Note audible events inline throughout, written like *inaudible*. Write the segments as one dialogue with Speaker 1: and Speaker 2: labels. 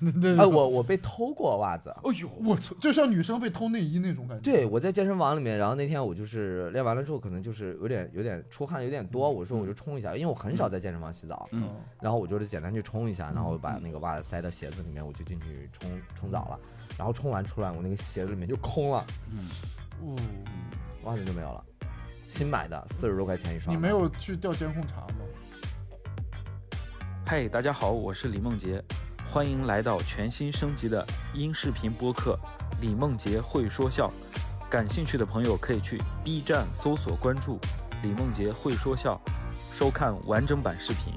Speaker 1: *laughs* 对对
Speaker 2: 哎，我我被偷过袜子。
Speaker 3: 哦呦，
Speaker 1: 我操，就像女生被偷内衣那种感觉。
Speaker 2: 对，我在健身房里面，然后那天我就是练完了之后，可能就是有点有点出汗有点多，我说我就冲一下，因为我很少在健身房洗澡，
Speaker 3: 嗯
Speaker 1: 哦
Speaker 2: 然后我就是简单去冲一下，然后把那个袜子塞到鞋子里面，我就进去冲冲澡了，然后冲完出来，我那个鞋子里面就空了，
Speaker 3: 嗯，
Speaker 1: 哦，
Speaker 2: 袜子就没有了，新买的四十多块钱一双，
Speaker 1: 你没有去调监控查吗？
Speaker 3: 嗨，大家好，我是李梦洁，欢迎来到全新升级的音视频播客《李梦洁会说笑》。感兴趣的朋友可以去 B 站搜索关注“李梦洁会说笑”，收看完整版视频。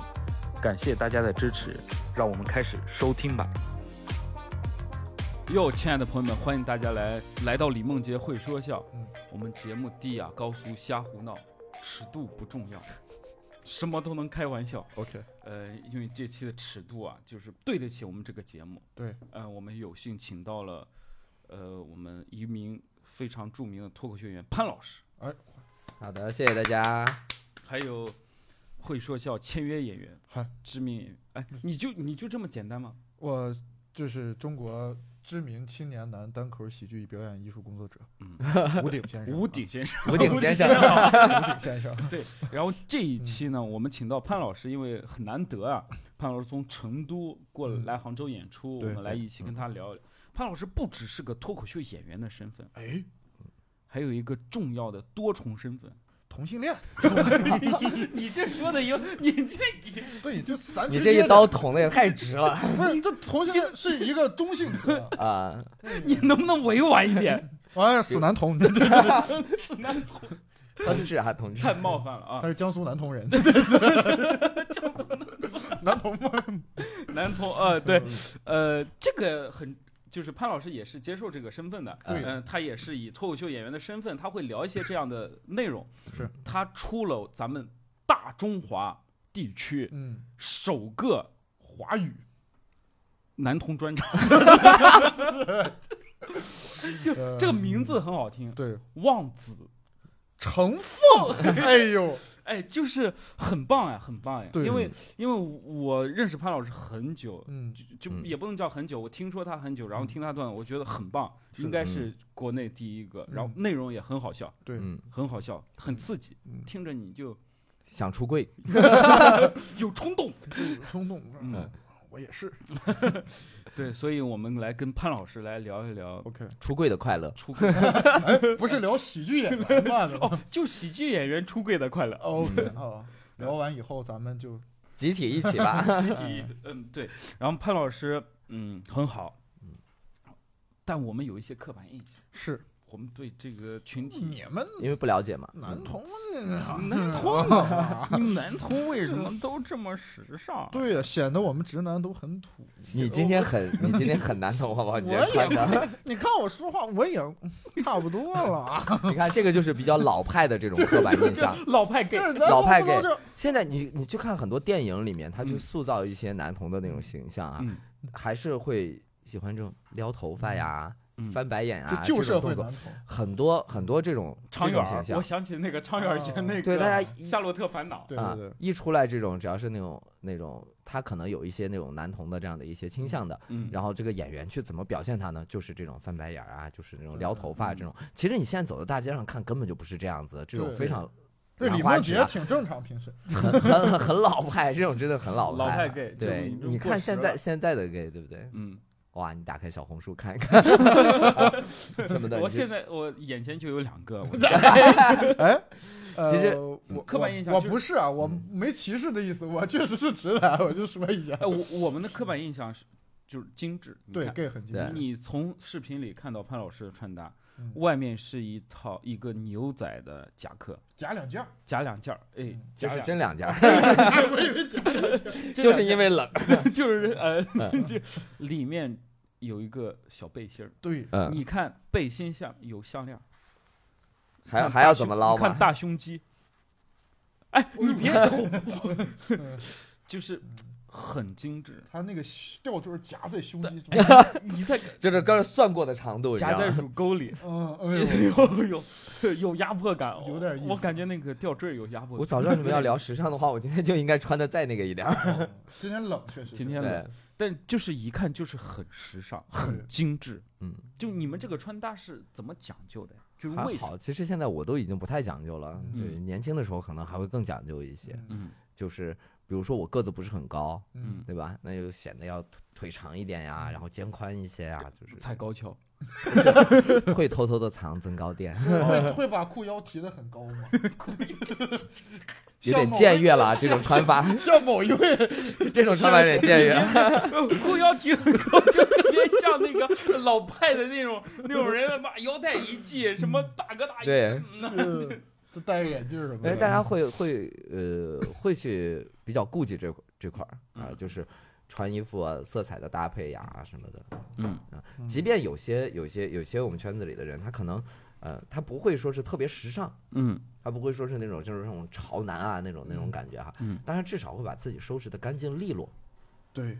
Speaker 3: 感谢大家的支持，让我们开始收听吧。
Speaker 4: 哟，亲爱的朋友们，欢迎大家来来到李梦洁会说笑。
Speaker 1: 嗯
Speaker 4: 我们节目低雅高俗，瞎胡闹，尺度不重要，什么都能开玩笑。
Speaker 1: OK，
Speaker 4: 呃，因为这期的尺度啊，就是对得起我们这个节目。
Speaker 1: 对，
Speaker 4: 呃，我们有幸请到了，呃，我们一名非常著名的脱口秀演员潘老师，
Speaker 1: 哎，
Speaker 2: 好的，谢谢大家。
Speaker 4: 还有会说笑签约演员
Speaker 1: 嗨，
Speaker 4: 知名演员。哎，你就你就这么简单吗？
Speaker 1: 我就是中国知名青年男单口喜剧表演艺术工作者，
Speaker 4: 嗯，
Speaker 1: 吴鼎先生，
Speaker 4: *laughs* 吴鼎先生，
Speaker 2: 吴鼎先生，
Speaker 1: 啊， *laughs* 吴鼎先
Speaker 2: 哎
Speaker 1: 生，
Speaker 4: 对，然后这一期呢，我们请到潘老师，因为很难得啊，潘老师从成都过
Speaker 1: 嗯
Speaker 4: 来杭州演出，我
Speaker 1: 对
Speaker 4: 们来
Speaker 1: 对
Speaker 4: 一起跟他聊一聊。潘老师不只是个脱口秀演员的身份，
Speaker 1: 哎，
Speaker 4: 还有一个重要的多重身
Speaker 1: *laughs*
Speaker 4: 份。
Speaker 1: 同性恋，
Speaker 4: 你这说的有，你这
Speaker 1: 对，就咱
Speaker 2: 你
Speaker 1: 直
Speaker 2: 这
Speaker 1: 接
Speaker 2: 一刀捅的也太直
Speaker 4: *laughs*
Speaker 2: 了
Speaker 1: 不是，这同性恋是一个中性词，
Speaker 2: 啊！
Speaker 4: 你能不能委婉
Speaker 1: *laughs*
Speaker 4: 一点？
Speaker 1: 哎，死男同，对 *laughs* 对对
Speaker 4: 死男同
Speaker 2: 同志啊，同志，
Speaker 4: 太冒犯了啊
Speaker 1: 他！是江苏南通人，南通吗？嗯
Speaker 4: 男同呃，对，呃，这个很就是潘老师也是接受这个身份的，
Speaker 1: 对
Speaker 4: 嗯，他也是以脱口秀演员的身份，他会聊一些这样的内容。
Speaker 1: 是，
Speaker 4: 他出了咱们大中华地区
Speaker 1: 嗯，
Speaker 4: 首个华语男童
Speaker 1: *laughs*
Speaker 4: 专场， *laughs* 就
Speaker 1: 呃
Speaker 4: 这个名字很好听，
Speaker 1: 对，
Speaker 4: 望子，
Speaker 1: 成凤，哎呦，
Speaker 4: 哎，就是很棒呀，很棒呀。
Speaker 1: 对
Speaker 4: 因为因为我认识潘老师很久，
Speaker 1: 嗯，
Speaker 4: 就
Speaker 2: 嗯
Speaker 4: 也不能叫很久，我听说他很久，然后
Speaker 1: 嗯
Speaker 4: 听他段子，我觉得很棒，
Speaker 1: 是的
Speaker 4: 应该是国内第一个，
Speaker 1: 嗯
Speaker 4: 然后内容也很好笑，
Speaker 1: 对，
Speaker 2: 嗯，
Speaker 4: 很好笑，很刺激，
Speaker 1: 嗯
Speaker 4: 听着你就
Speaker 2: 想出柜，
Speaker 4: 有冲动。
Speaker 1: 就是冲动，
Speaker 4: 嗯，
Speaker 1: 我也是
Speaker 4: 对，所以我们来跟潘老师来聊一聊
Speaker 1: ，OK，
Speaker 2: 出柜的快乐，
Speaker 4: 出柜
Speaker 1: 不是聊喜剧演员吗？怎么
Speaker 4: 哦，就喜剧演员出柜的快乐。
Speaker 1: OK
Speaker 2: 嗯
Speaker 1: 啊，聊完以后咱们就
Speaker 2: 集体一起吧。
Speaker 4: *laughs*
Speaker 1: 哎
Speaker 4: 嗯，对。然后潘老师，嗯，很好，但我们有一些刻板印象，
Speaker 1: 是
Speaker 4: 我们对这个群体。
Speaker 2: 啊
Speaker 1: 你们
Speaker 2: 因为不了解嘛，
Speaker 1: 男
Speaker 2: 嗯
Speaker 1: 同
Speaker 4: 男同
Speaker 2: *laughs*
Speaker 4: 啊，你们男同为什么都这么时尚？啊
Speaker 1: 对呀，显得我们直男都很土。
Speaker 2: 你今天很，你今天很难懂，好不好？你这
Speaker 1: 我也
Speaker 2: 穿的，
Speaker 1: *laughs* 你看我说话，我也差不多了啊。
Speaker 2: 你看这个就是比较老派的这
Speaker 1: *laughs*
Speaker 2: 种刻板印象。
Speaker 4: 老派 gay，
Speaker 2: 老派
Speaker 1: 给
Speaker 2: gay 现在你你去看很多电影里面，他去
Speaker 4: 嗯
Speaker 2: 塑造一些男童的那种形象啊，
Speaker 4: 嗯
Speaker 2: 还是会喜欢这种撩头发呀、
Speaker 4: 嗯
Speaker 2: 翻白眼啊
Speaker 1: 就旧
Speaker 2: 这
Speaker 1: 社
Speaker 2: 种
Speaker 1: 会
Speaker 2: 动
Speaker 1: 男
Speaker 2: 作，
Speaker 1: 同，
Speaker 2: 很多很多这种
Speaker 4: 常
Speaker 2: 这
Speaker 4: 远
Speaker 2: 种形
Speaker 4: 儿，我
Speaker 2: 象。哦
Speaker 4: 想起那个常远儿演那个
Speaker 2: 对大家
Speaker 4: 《
Speaker 2: 一
Speaker 4: 夏洛特烦恼》
Speaker 1: 对
Speaker 2: 啊
Speaker 1: 对对，，
Speaker 2: 一出来这种只要是那种那种，他可能有一些那种男童的这样的一些倾向的，
Speaker 4: 嗯
Speaker 2: 然后这个演员去怎么表现他呢？就是这种翻白眼儿啊，就是那种撩头发
Speaker 4: 嗯
Speaker 2: 这种。其实你现在走到大街上看，根本就不是这样子，这种
Speaker 1: 对
Speaker 2: 非常
Speaker 1: 这李
Speaker 2: 兰花
Speaker 1: 梦
Speaker 2: 指
Speaker 1: 洁
Speaker 4: *laughs*
Speaker 2: 啊
Speaker 1: 挺正常，平
Speaker 2: *laughs*
Speaker 1: 时
Speaker 2: 很很很老派，这种真的很老
Speaker 4: 老派
Speaker 2: 派。
Speaker 4: gay，
Speaker 2: 对，
Speaker 4: 就是
Speaker 2: 你
Speaker 4: 过
Speaker 2: 看
Speaker 4: 时
Speaker 2: 现
Speaker 4: 了
Speaker 2: 在，现在的 gay 对不对？
Speaker 4: 嗯，
Speaker 2: 哇，你打开小红书看一看，
Speaker 4: *laughs*
Speaker 2: 什么的。
Speaker 4: 我
Speaker 2: 你就
Speaker 4: 现在我眼前就有两
Speaker 2: *laughs*
Speaker 4: 个，我
Speaker 1: 哎，呃
Speaker 2: 其实
Speaker 1: 我
Speaker 4: 刻板印象
Speaker 1: 我
Speaker 4: 就是
Speaker 1: 不是啊，我
Speaker 2: 嗯
Speaker 1: 没歧视的意思，我确实是直男，我就说一下
Speaker 4: 哎，。我我们的刻板印象是就是精致，你
Speaker 1: 对
Speaker 4: 看
Speaker 1: ，gay 很经
Speaker 2: 对
Speaker 1: 典，
Speaker 4: 你从视频里看到潘老师的穿搭
Speaker 1: 嗯，
Speaker 4: 外面是一套一个牛仔的夹克，
Speaker 1: 假两件儿，
Speaker 4: 夹两件儿，哎
Speaker 1: 嗯，
Speaker 2: 就是
Speaker 4: 真
Speaker 2: 真两家，
Speaker 1: 我以为假
Speaker 2: 就是因为冷。
Speaker 4: 就是呃，
Speaker 2: 嗯
Speaker 4: *laughs* 就里面有一个小背心儿，
Speaker 1: 对，
Speaker 2: 嗯，
Speaker 4: 你看背心下有项链儿，
Speaker 2: 还要
Speaker 4: 看
Speaker 2: 还
Speaker 4: 大
Speaker 2: 要
Speaker 4: 胸
Speaker 2: 怎么捞
Speaker 4: 你看
Speaker 2: 嘛？
Speaker 4: 大
Speaker 2: 嗯
Speaker 4: 胸肌，哎，你别
Speaker 1: *laughs* 嗯
Speaker 4: 就是很精
Speaker 2: *laughs*
Speaker 4: 致，
Speaker 1: 他那个吊坠夹在胸肌中，
Speaker 4: 你在
Speaker 2: 就是刚才算过的长度，你知
Speaker 4: 夹
Speaker 2: 道
Speaker 4: 在
Speaker 2: 吗？
Speaker 4: 乳
Speaker 2: *laughs*
Speaker 4: 沟里，
Speaker 1: 嗯，哎
Speaker 4: *laughs*
Speaker 1: 呦，
Speaker 4: 有有 *laughs* 有压迫感，哦
Speaker 1: 有点意
Speaker 4: 我
Speaker 1: 思
Speaker 4: 感觉那个吊坠有压迫感。
Speaker 2: 我早知道你
Speaker 4: *laughs*
Speaker 2: 们要聊时尚的话，我今天就应该穿的再那个一点儿。 *laughs*
Speaker 1: 今天冷，确实是
Speaker 4: 今天冷
Speaker 2: 对，
Speaker 4: 但就是一看就是很时尚，很精致。
Speaker 2: 嗯，
Speaker 4: 就你们这个穿搭是怎么讲究的呀？就是
Speaker 2: 还
Speaker 4: 为啥？
Speaker 2: 好，其实现在我都已经不太讲究了。
Speaker 1: 嗯
Speaker 2: 对，年轻的时候可能还会更讲究一些，
Speaker 1: 嗯
Speaker 4: 嗯
Speaker 2: 就是比如说我个子不是很高，
Speaker 1: 嗯，
Speaker 2: 对吧？那就显得要腿腿长一点呀，然后肩宽一些呀，就
Speaker 1: *laughs*
Speaker 4: 踩高跷，
Speaker 2: 是会偷偷的藏增高垫，
Speaker 1: 嗯
Speaker 4: 嗯
Speaker 1: 会会把裤腰提得很高
Speaker 4: *laughs*
Speaker 1: 吗？ *laughs*
Speaker 2: 有点僭越了啊这种穿法，
Speaker 1: 像某一
Speaker 4: *laughs*
Speaker 1: 位，
Speaker 2: 这种穿法有点僭越。 *laughs*
Speaker 4: 裤腰提很高，就特别像那个老派的那种那种人，把腰带一系，什么大哥大
Speaker 2: 对，
Speaker 1: 嗯就戴个眼镜什么
Speaker 2: 但
Speaker 1: 的，
Speaker 2: 哎
Speaker 1: 嗯
Speaker 2: 是大家会会呃会去比较顾忌这块这块儿啊，
Speaker 4: 嗯
Speaker 2: 就是穿衣服啊、色彩的搭配呀、啊什么的。
Speaker 4: 嗯
Speaker 1: 嗯
Speaker 2: 即便有些有些有些我们圈子里的人，他可能呃他不会说是特别时尚，
Speaker 4: 嗯
Speaker 2: 他不会说是那种就是那种潮男啊那种那种
Speaker 1: 嗯
Speaker 2: 感觉哈，
Speaker 4: 嗯，
Speaker 2: 但是至少会把自己收拾的干净利落。
Speaker 1: 对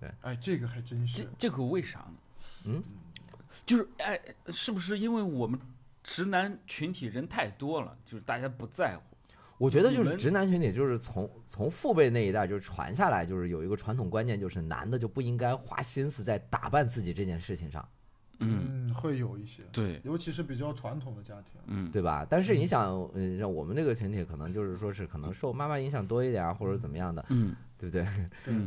Speaker 2: 对，
Speaker 1: 哎，这个还真
Speaker 4: 这
Speaker 1: 是，
Speaker 4: 这个为啥呢？
Speaker 2: 嗯，
Speaker 4: 就是哎，是不是因为我们直男群体人太多了，就是大家不在乎？
Speaker 2: 我觉得
Speaker 4: 你
Speaker 2: 就是
Speaker 4: 们
Speaker 2: 直男群体，就是从从父辈那一代就是传下来，就是有一个传统观念，就是男的就不应该花心思在打扮自己这件事情上，
Speaker 4: 嗯，
Speaker 1: 嗯，会有一些，
Speaker 4: 对，
Speaker 1: 尤其是比较传统的家庭，
Speaker 4: 嗯
Speaker 2: 对吧？但是你想，嗯，像我们这个群体，可能就是说是可能受妈妈影响多一点啊，或者怎么样的，
Speaker 4: 嗯
Speaker 2: 对不对？
Speaker 4: 嗯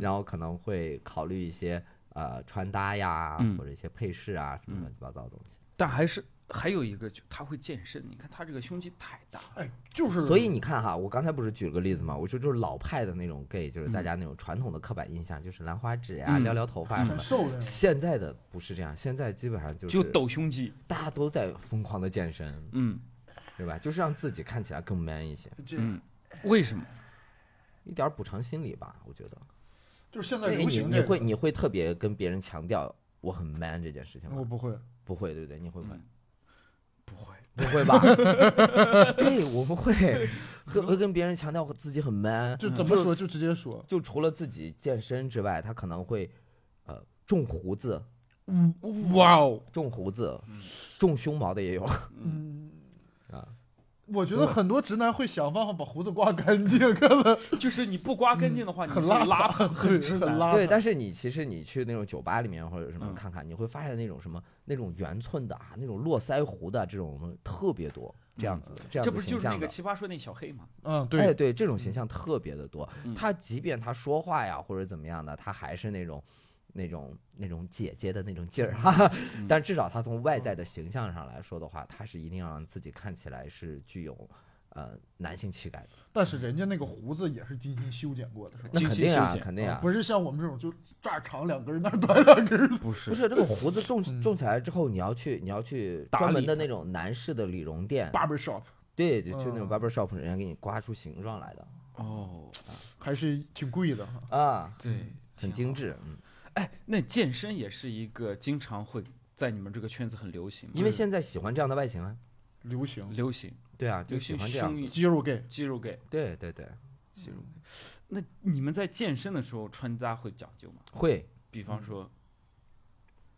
Speaker 2: *laughs* 然后可能会考虑一些呃穿搭呀
Speaker 4: 嗯，
Speaker 2: 或者一些配饰啊，什么
Speaker 4: 嗯
Speaker 2: 乱七八糟的东西。
Speaker 4: 但还是还有一个，就他会健身。你看他这个胸肌太大了，
Speaker 1: 哎，就是，
Speaker 2: 所以
Speaker 4: 嗯
Speaker 2: 你看哈，我刚才不是举了个例子嘛，我说就是老派的那种 gay，就是大家那种传统的刻板印象，就是兰花指呀、
Speaker 4: 嗯
Speaker 2: 撩撩头发什么
Speaker 1: 很
Speaker 2: 的。
Speaker 1: 瘦的，
Speaker 2: *laughs* 现在的不是这样，现在基本上就是
Speaker 4: 就抖胸肌。
Speaker 2: 大家都在疯狂的健身，
Speaker 4: 嗯
Speaker 2: 对吧？就是让自己看起来更 man 一些，
Speaker 1: 这
Speaker 4: 嗯，为什么？
Speaker 2: 一点儿补偿心理吧，我觉得。
Speaker 1: 就是现在
Speaker 2: 哎
Speaker 1: 流
Speaker 2: 你
Speaker 1: 行
Speaker 2: 你
Speaker 1: 这
Speaker 2: 会
Speaker 1: 个，
Speaker 2: 你会特别跟别人强调我很 man 这件事情
Speaker 1: 我
Speaker 2: 吗？
Speaker 1: 不会，
Speaker 2: 不会，对不对？你会吗？
Speaker 4: 嗯不会，
Speaker 2: 不会吧？ *laughs* 对，我不会，会会跟别人强调我自己很 man。
Speaker 4: 嗯
Speaker 1: 就怎么说就直接说，
Speaker 2: 就除了自己健身之外，他可能会，呃，种胡子，
Speaker 4: 哇哦，
Speaker 2: 种胡子，种胸毛的也有。
Speaker 1: 嗯
Speaker 2: 啊。
Speaker 1: 我觉得很多直男会想办法把胡子刮干净，可能
Speaker 4: 就是你不刮干净的话，你
Speaker 1: 很
Speaker 4: 是
Speaker 1: 邋
Speaker 4: 遢，
Speaker 1: 遢，
Speaker 4: 嗯很
Speaker 1: 很
Speaker 4: 直
Speaker 1: 很
Speaker 4: 男
Speaker 1: 邋遢。
Speaker 2: *laughs* 对，但是你其实你去那种酒吧里面或者什么
Speaker 4: 嗯
Speaker 2: 看看，你会发现那种什么那种圆寸的啊，那种络腮胡的这种东西特别多，这样子、这样
Speaker 4: 嗯
Speaker 2: 子
Speaker 4: 这不
Speaker 2: 形
Speaker 4: 就是那
Speaker 2: 象
Speaker 4: 个
Speaker 2: 的。
Speaker 4: 奇葩说那小黑吗？
Speaker 1: 嗯，
Speaker 2: 哎，
Speaker 1: 对，
Speaker 2: 对，这种形象特别的多。
Speaker 4: 嗯
Speaker 2: 他即便他说话呀或者怎么样的，他还是那种那种那种姐姐的那种劲儿哈哈。 *laughs* 但至少他从外在的形象上来说的话，他是一定要让自己看起来是具有呃男性气概的。
Speaker 1: 但是人家那个胡子也是精心修剪过的，是吧？
Speaker 2: 那
Speaker 4: 精
Speaker 2: 肯
Speaker 4: 心
Speaker 2: 定
Speaker 4: 修
Speaker 2: 啊，
Speaker 4: 剪
Speaker 2: 肯定啊。
Speaker 1: 不是像我们这种就这儿长两根儿，那儿短两根儿的。
Speaker 4: 不
Speaker 2: 不
Speaker 4: 是，
Speaker 2: 是这个胡子种
Speaker 1: 嗯
Speaker 2: 种起来之后，你要去你要去
Speaker 4: 打
Speaker 2: 专门
Speaker 4: 理
Speaker 2: 的
Speaker 4: 它
Speaker 2: 那种男士的理容店，
Speaker 1: barber shop
Speaker 2: 对对，就那种
Speaker 1: 嗯
Speaker 2: barber shop，人家给你刮出形状来的
Speaker 4: 哦，
Speaker 1: 还是挺贵的哈。
Speaker 2: 啊，
Speaker 4: 对，
Speaker 2: 很
Speaker 4: 挺
Speaker 2: 精
Speaker 4: 好。
Speaker 2: 致。嗯，
Speaker 4: 哎，那健身也是一个经常会在你们这个圈子很流行吗，嗯
Speaker 2: 因为现在喜欢这样的外形啊，
Speaker 1: 流行
Speaker 4: 流行，
Speaker 2: 对啊，就
Speaker 4: 流
Speaker 2: 喜
Speaker 4: 行
Speaker 2: 欢这样
Speaker 4: 胸
Speaker 2: 子。
Speaker 1: 肌肉 gay，
Speaker 4: 肌肉 gay，
Speaker 2: 对对对，
Speaker 4: 肌肉 gay。那你们在健身的时候穿搭会讲究吗？
Speaker 2: 会，
Speaker 4: 比方说，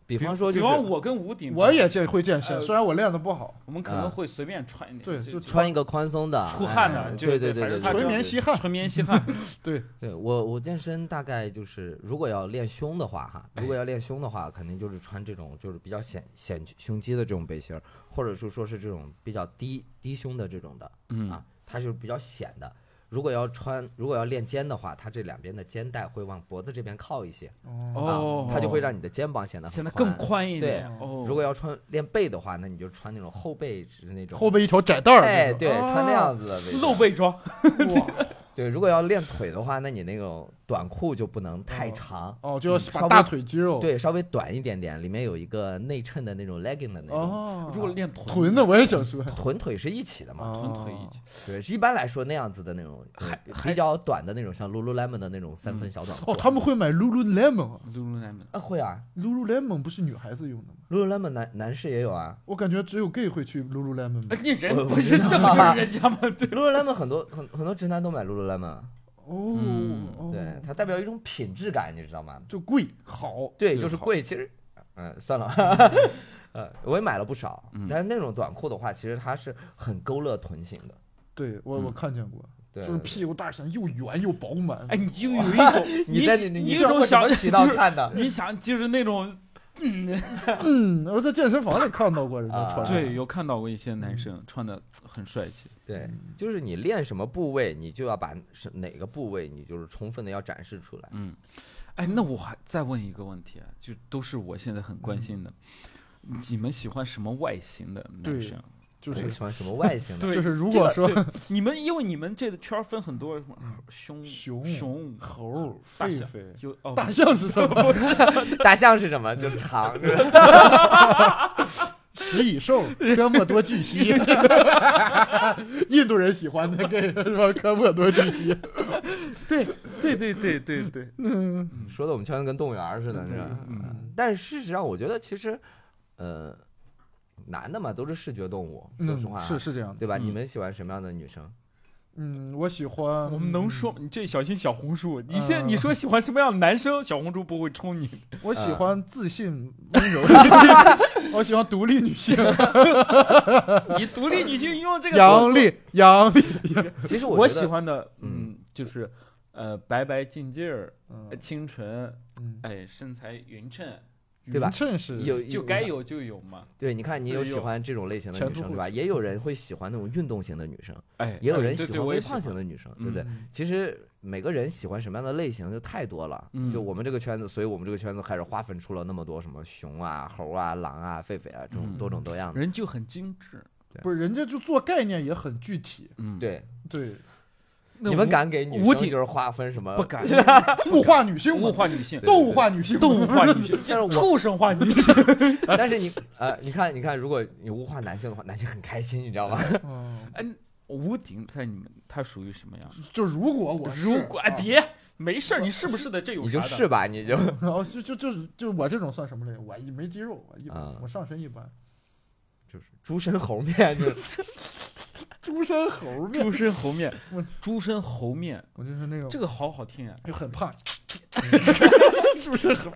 Speaker 2: 比方说嗯
Speaker 4: 比
Speaker 2: 就
Speaker 4: 方
Speaker 2: 是
Speaker 4: 我跟吴鼎，
Speaker 1: 我也健会健身，
Speaker 4: 呃
Speaker 1: 虽然我练的不好，
Speaker 4: 我们可能
Speaker 2: 啊
Speaker 4: 会随便穿一点，
Speaker 1: 对
Speaker 4: 就
Speaker 1: 就
Speaker 2: 穿一个宽松的，
Speaker 4: 出汗
Speaker 2: 哎
Speaker 4: 的，就
Speaker 2: 对对对
Speaker 4: 反
Speaker 2: 对
Speaker 4: 正
Speaker 2: 对。
Speaker 4: 他
Speaker 1: 纯
Speaker 4: 就
Speaker 1: 棉吸汗
Speaker 4: 纯棉吸汗，
Speaker 1: 对，
Speaker 2: 对我我健身大概就是，如果要练胸的话哈，
Speaker 4: 哎
Speaker 2: 如果要练胸的话，肯定就是穿这种就是比较显显胸肌的这种背心儿，或者是说是这种比较低低胸的这种的，
Speaker 4: 嗯
Speaker 2: 啊，它是比较显的。如果要穿，如果要练肩的话，它这两边的肩带会往脖子这边靠一些，
Speaker 1: 哦，
Speaker 4: 哦
Speaker 2: 啊，它就会让你的肩膀显得很
Speaker 4: 显得更宽一点。
Speaker 1: 对
Speaker 4: 哦，
Speaker 2: 如果要穿练背的话，那你就穿那种后背是那种
Speaker 1: 后背一条窄带儿，
Speaker 2: 哎，
Speaker 1: 那种哦
Speaker 2: 对，穿那样子的背心
Speaker 4: 露。背装，
Speaker 1: 哇
Speaker 2: 对，如果要练腿的话，那你那种短裤就不能太
Speaker 1: 哦
Speaker 2: 长，
Speaker 1: *laughs* 哦，就要
Speaker 2: 稍
Speaker 1: 把
Speaker 2: 微
Speaker 1: 大腿肌肉，
Speaker 2: 对，稍微短一点点，里面有一个内衬的那种 legging 的那种，
Speaker 4: *laughs*
Speaker 1: 哦，
Speaker 4: 如果练臀
Speaker 1: 臀的，我也想说，
Speaker 2: 臀腿是一起的
Speaker 1: 哦
Speaker 2: 嘛。
Speaker 4: 臀腿一起，
Speaker 2: 对，一般来说那样子的那种
Speaker 4: 还
Speaker 2: 呃
Speaker 4: 还
Speaker 2: 比较短的那种，像 lululemon 的那种三分小短裤
Speaker 1: 哦
Speaker 2: 啊。，
Speaker 1: 他们会买 lululemon 啊
Speaker 4: lululemon，
Speaker 2: 啊会啊
Speaker 1: ，lululemon 不是女孩子用的吗？
Speaker 2: ，lululemon 男男士也有啊。
Speaker 1: *laughs* 我感觉只有 gay 会去 lululemon
Speaker 4: 哎
Speaker 1: 买。
Speaker 4: 你人
Speaker 2: 我
Speaker 4: 不是
Speaker 2: 我知道
Speaker 4: 这么就是人家吗？对，
Speaker 2: lululemon 很多很很多直男都买 lululemon，啊
Speaker 1: 哦
Speaker 4: 嗯，
Speaker 1: 哦
Speaker 2: 对，它代表一种品质感，你知道吗？
Speaker 1: 就贵好，
Speaker 2: 对，就
Speaker 4: 就
Speaker 2: 是是
Speaker 4: 好
Speaker 2: 贵。其实，嗯，算了， *laughs* 呃，我也买了不少
Speaker 4: 嗯，
Speaker 2: 但是那种短裤的话，其实它是很勾勒臀型的，
Speaker 1: 对我我
Speaker 4: 嗯
Speaker 1: 看见过，
Speaker 2: 对，
Speaker 1: 就是屁股大显，又圆又饱满。
Speaker 4: 哎，你就有一种
Speaker 2: *laughs* 你在你
Speaker 4: 你
Speaker 2: 你
Speaker 4: 有一
Speaker 2: 是通
Speaker 4: 种
Speaker 2: 过什
Speaker 4: 想
Speaker 2: 么
Speaker 4: 就
Speaker 2: 渠道
Speaker 4: 是
Speaker 2: 看的？
Speaker 4: 你想就是那种，嗯，
Speaker 1: 嗯，我在健身房里看到过人家穿
Speaker 2: 啊
Speaker 1: 的，
Speaker 4: 对，有看到过一些男生穿的很帅气，
Speaker 2: 对
Speaker 1: 嗯，
Speaker 2: 就是你练什么部位，你就要把是哪个部位，你就是充分的要展示出来。
Speaker 4: 嗯，哎，那我还再问一个问题，啊，就都是我现在很关心的，
Speaker 2: 嗯
Speaker 4: 你们喜欢什么外形的男
Speaker 1: 对
Speaker 4: 生？
Speaker 2: *laughs*
Speaker 1: 就
Speaker 2: 我
Speaker 1: 是
Speaker 2: 喜欢什么外形的？
Speaker 4: 对
Speaker 1: 就是如果说
Speaker 4: 这个对你们，因为你们这个圈儿分很多，什么
Speaker 2: 嗯
Speaker 4: 熊
Speaker 1: 熊
Speaker 4: 熊
Speaker 1: 猴、
Speaker 4: 大
Speaker 1: 狒
Speaker 4: 象
Speaker 1: 狒、
Speaker 4: 有哦
Speaker 1: 大象是
Speaker 4: *laughs*
Speaker 1: 什么？
Speaker 2: 大象是什么？就长，对吧
Speaker 1: 食蚁
Speaker 4: *laughs*
Speaker 1: 兽、科莫多巨蜥，印度人喜欢的跟什
Speaker 4: *laughs*
Speaker 1: 么科莫多巨蜥，
Speaker 4: 对对对对对对，
Speaker 2: *laughs*
Speaker 1: 嗯，
Speaker 2: 说的我们圈子跟动物园儿似的，是吧？
Speaker 4: 嗯
Speaker 2: 但是事实上，我觉得其实，呃，男的嘛都是视觉动物，嗯说实话，
Speaker 1: 嗯
Speaker 2: 啊
Speaker 1: 是是这样的，
Speaker 2: 对吧？
Speaker 4: 嗯
Speaker 2: 你们喜欢什么样的女生？
Speaker 1: 嗯，我喜欢，
Speaker 4: 我们能说你这小心小红书，你现在
Speaker 1: 嗯
Speaker 4: 你说喜欢什么样的男生，小红书不会冲你。
Speaker 1: 我喜欢自信温
Speaker 4: *laughs*
Speaker 1: 柔的女性，我喜欢独立女性，
Speaker 4: 你独立女性用这个
Speaker 1: 杨
Speaker 4: 丽，
Speaker 1: 丽，杨丽，
Speaker 2: 其实
Speaker 4: 我
Speaker 2: 觉得
Speaker 4: 喜欢的，
Speaker 2: 嗯
Speaker 4: 嗯，就是呃白白净净儿，
Speaker 1: 嗯
Speaker 4: 呃清纯，
Speaker 1: 嗯，
Speaker 4: 哎，身材匀称，
Speaker 2: 对吧
Speaker 1: 匀称是
Speaker 2: 有
Speaker 4: 就该。有就有嘛。
Speaker 2: 对，你看你有
Speaker 4: 哎呦
Speaker 2: 喜欢这种类型的
Speaker 1: 前
Speaker 2: 女
Speaker 1: 凸
Speaker 2: 生
Speaker 1: 后
Speaker 2: 对吧？也有人会喜欢那种运动型的女生，
Speaker 4: 哎，
Speaker 2: 也有
Speaker 4: 嗯对
Speaker 2: 人
Speaker 4: 对
Speaker 2: 喜
Speaker 4: 对
Speaker 2: 欢
Speaker 4: 我
Speaker 2: 微
Speaker 4: 也喜
Speaker 2: 胖
Speaker 4: 欢
Speaker 2: 型的女生，对
Speaker 4: 嗯
Speaker 2: 不对？其实每个人喜欢什么样的类型就太多了，
Speaker 4: 嗯
Speaker 2: 就我们这个圈子，所以我们这个圈子开始划分出了那么多什么熊啊、猴啊、狼啊、狒狒啊这种
Speaker 4: 嗯
Speaker 2: 多种多样的。
Speaker 4: 人就很精致。
Speaker 1: 不是人家就做概念也很具体，
Speaker 4: 嗯，
Speaker 2: 对，
Speaker 1: 对，
Speaker 4: 那
Speaker 2: 你们敢给女
Speaker 4: 无
Speaker 2: 生
Speaker 4: 敌
Speaker 2: 就是划分什么？
Speaker 4: 不敢
Speaker 1: 物化女性嘛，
Speaker 4: 物化女性，
Speaker 1: 动物化女性嘛，
Speaker 4: 动物化女性，
Speaker 2: 但是我
Speaker 4: 畜生化女性。
Speaker 2: 但是你呃，你看，你看，如果你物化男性的话，男性很开心，你知道吗？
Speaker 1: *laughs* 嗯，
Speaker 4: 哎，吴婷在你们，她属于什么样？
Speaker 1: 就如果我是
Speaker 4: 如果哎
Speaker 1: 啊
Speaker 4: 别没事儿，你是不是的？这 *laughs* 嗯有
Speaker 2: 你就
Speaker 4: 啥的
Speaker 2: 是吧，你就
Speaker 1: 然后就就就是就我这种算什么类？我一没肌肉，我一
Speaker 2: 啊
Speaker 1: 我上身一般，
Speaker 2: 就是猪身猴面，就是
Speaker 1: 猪身猴面，
Speaker 4: *laughs* 猪身猴面
Speaker 1: 我，
Speaker 4: 猪身猴面，
Speaker 1: 我就是那种
Speaker 4: 这个好好听呀。啊
Speaker 1: 就很胖，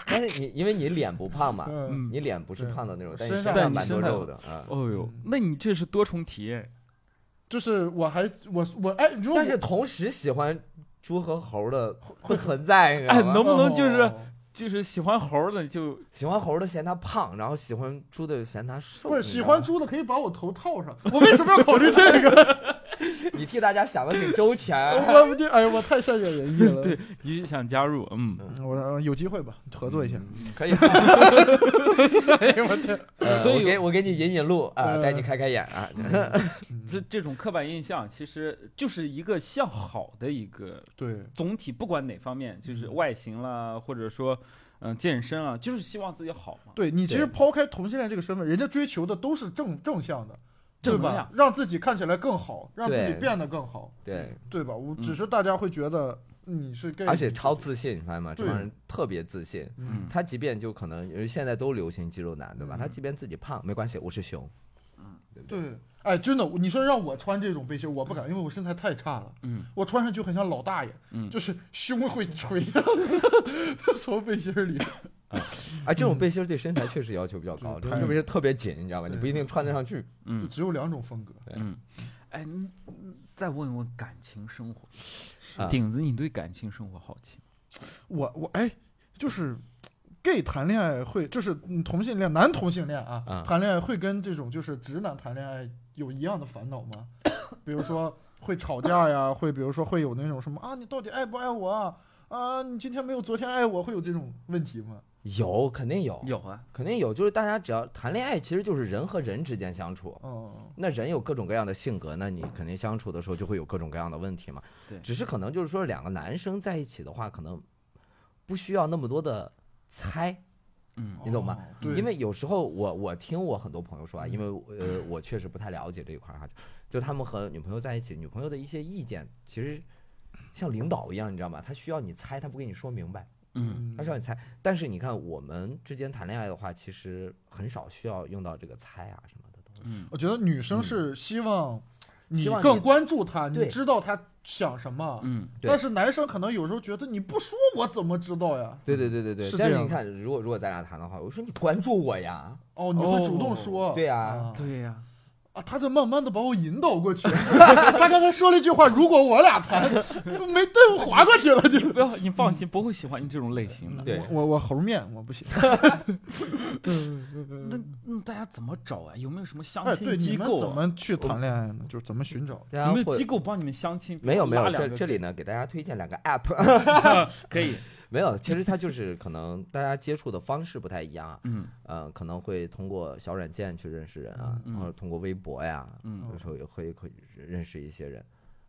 Speaker 2: 但是你因为你脸不胖嘛，
Speaker 1: 嗯，
Speaker 4: 嗯，
Speaker 2: 你脸不是
Speaker 1: 对
Speaker 2: 胖的那种，
Speaker 1: 身
Speaker 2: 你
Speaker 1: 上
Speaker 2: 上蛮
Speaker 4: 但
Speaker 2: 多
Speaker 4: 你身上
Speaker 2: 肉的啊。
Speaker 1: 哎
Speaker 4: 哦呦，那你这是多重体验。
Speaker 1: 就是我还我我哎，你说我
Speaker 2: 但是同时喜欢猪和猴的不存在，你知
Speaker 4: 哎，
Speaker 2: 道吗？
Speaker 4: 能不能就是
Speaker 1: 哦
Speaker 4: 就是喜欢猴的就
Speaker 2: 喜欢猴的嫌它胖，然后喜欢猪的嫌它瘦。
Speaker 1: 不是
Speaker 2: 你
Speaker 1: 喜
Speaker 2: 知道
Speaker 1: 欢
Speaker 2: 吗
Speaker 1: 猪的可以把我头套上，我为什么要考虑这
Speaker 2: *laughs*
Speaker 1: 个？
Speaker 2: 你替大家想的挺周全。
Speaker 1: 我不就哎呀，我太善解人意了。
Speaker 4: 对，你想加入？嗯，
Speaker 1: 我呃有机会吧，合作一下。 *laughs*
Speaker 2: 可以，
Speaker 1: 哎呦我天，
Speaker 2: 呃
Speaker 4: 所以
Speaker 2: 我给我给你引引路啊，
Speaker 1: 呃
Speaker 2: 带你开开眼啊。
Speaker 1: 嗯
Speaker 4: 这这种刻板印象其实就是一个向好的一个
Speaker 1: 对，
Speaker 4: 总体，不管哪方面，就是
Speaker 1: 嗯
Speaker 4: 外形啦，或者说嗯、健身啊，就是希望自己好嘛。
Speaker 1: 对你其实
Speaker 2: 对
Speaker 1: 抛开同性恋这个身份，人家追求的都是正正向的，对
Speaker 4: 正能
Speaker 1: 吧
Speaker 4: 量？
Speaker 1: 让自己看起来更好，让自己
Speaker 2: 对
Speaker 1: 变得更好。
Speaker 2: 对，
Speaker 1: 对吧？我
Speaker 4: 嗯
Speaker 1: 只是大家会觉得你是 gay，
Speaker 2: 而且超自信，你发现吗？这
Speaker 1: 对
Speaker 2: 帮人特别自信。
Speaker 4: 嗯，
Speaker 2: 他即便就可能，因为现在都流行肌肉男，对吧？
Speaker 1: 嗯
Speaker 2: 他即便自己胖，没关系，我是熊。
Speaker 1: 对。哎，真的，你说让我穿这种背心儿，我不敢，因为我身材太差了。
Speaker 4: 嗯，
Speaker 1: 我穿上去很像老大爷，
Speaker 4: 嗯
Speaker 1: 就是胸会垂 *laughs* 从背心儿里。
Speaker 2: 啊，这种背心儿对身材确实要求比较高，
Speaker 1: 对
Speaker 2: 特别是特别紧，你知道吧？
Speaker 1: 对
Speaker 2: 你不一定穿得上去。
Speaker 1: 就
Speaker 4: 嗯
Speaker 1: 只有两种风格。
Speaker 4: 嗯，哎，你你再问问感情生活，
Speaker 2: 啊
Speaker 4: 顶子，你对感情生活好奇吗？
Speaker 1: 我我哎，就是 gay 谈恋爱会，就是嗯同性恋男同性恋啊，
Speaker 2: 啊
Speaker 1: 谈恋爱会跟这种就是直男谈恋爱有一样的烦恼吗？比如说会吵架呀，会比如说会有那种什么啊，你到底爱不爱我啊？啊，你今天没有昨天爱我，会有这种问题吗？
Speaker 2: 有，肯定有，
Speaker 4: 有啊，
Speaker 2: 肯定有。就是大家只要谈恋爱，其实就是人和人之间相处。
Speaker 1: 嗯，
Speaker 2: 那人有各种各样的性格，那你肯定相处的时候就会有各种各样的问题嘛。
Speaker 4: 对
Speaker 2: 只是可能就是说两个男生在一起的话，可能不需要那么多的猜，
Speaker 4: 嗯
Speaker 2: 你懂吗
Speaker 1: 哦？对，
Speaker 2: 因为有时候我我听我很多朋友说啊，
Speaker 1: 嗯
Speaker 2: 因为呃我确实不太了解这一块儿哈，就他们和女朋友在一起，女朋友的一些意见其实像领导一样，你知道吗？他需要你猜，他不给你说明白，
Speaker 4: 嗯
Speaker 2: 他需要你猜。但是你看我们之间谈恋爱的话，其实很少需要用到这个猜啊什么的东西。
Speaker 4: 嗯
Speaker 1: 我觉得女生是希望你
Speaker 2: 希望
Speaker 1: 更关注他，
Speaker 2: 对
Speaker 1: 你知道他想什么。
Speaker 4: 嗯，
Speaker 2: 对
Speaker 1: 但是男生可能有时候觉得你不说我怎么知道呀？
Speaker 2: 对对对对对，
Speaker 1: 是
Speaker 2: 但
Speaker 1: 这
Speaker 2: 是
Speaker 1: 样
Speaker 2: 你
Speaker 1: 的
Speaker 2: 看，如果如果咱俩谈的话，我说你关注我呀，
Speaker 1: 哦，你会主动说，
Speaker 2: 对呀
Speaker 1: 啊
Speaker 4: 对呀，
Speaker 1: 啊，他在慢慢的把我引导过去。 *laughs* 他刚才说了一句话，如果我俩谈，没瞪划过去了就。
Speaker 4: 不要你放心，不会喜欢你这种类型的。
Speaker 2: 对
Speaker 1: 我我我猴面我不 *laughs* 行。
Speaker 4: 那那大家怎么找啊？有没有什么相
Speaker 1: 哎，
Speaker 4: 亲
Speaker 1: 对，
Speaker 4: 机
Speaker 1: 你们
Speaker 4: 构
Speaker 1: 怎
Speaker 4: 啊？
Speaker 1: 么去谈恋爱呢？就是怎么寻找？
Speaker 2: 然
Speaker 4: 有
Speaker 2: 后
Speaker 4: 没有
Speaker 2: 或
Speaker 4: 机构帮你们相亲？
Speaker 2: 没有没有，
Speaker 4: 拉两
Speaker 2: 这
Speaker 4: 个
Speaker 2: 这里呢，给大家推荐两个 app， *laughs*
Speaker 4: *laughs* 可以，
Speaker 2: 没有，其实它就是可能大家接触的方式不太一样，
Speaker 4: 嗯
Speaker 2: 嗯，可能会通过小软件去认识人啊，
Speaker 4: 嗯
Speaker 2: 然后通过微博呀，
Speaker 4: 嗯
Speaker 2: 有时候也会会认识一些人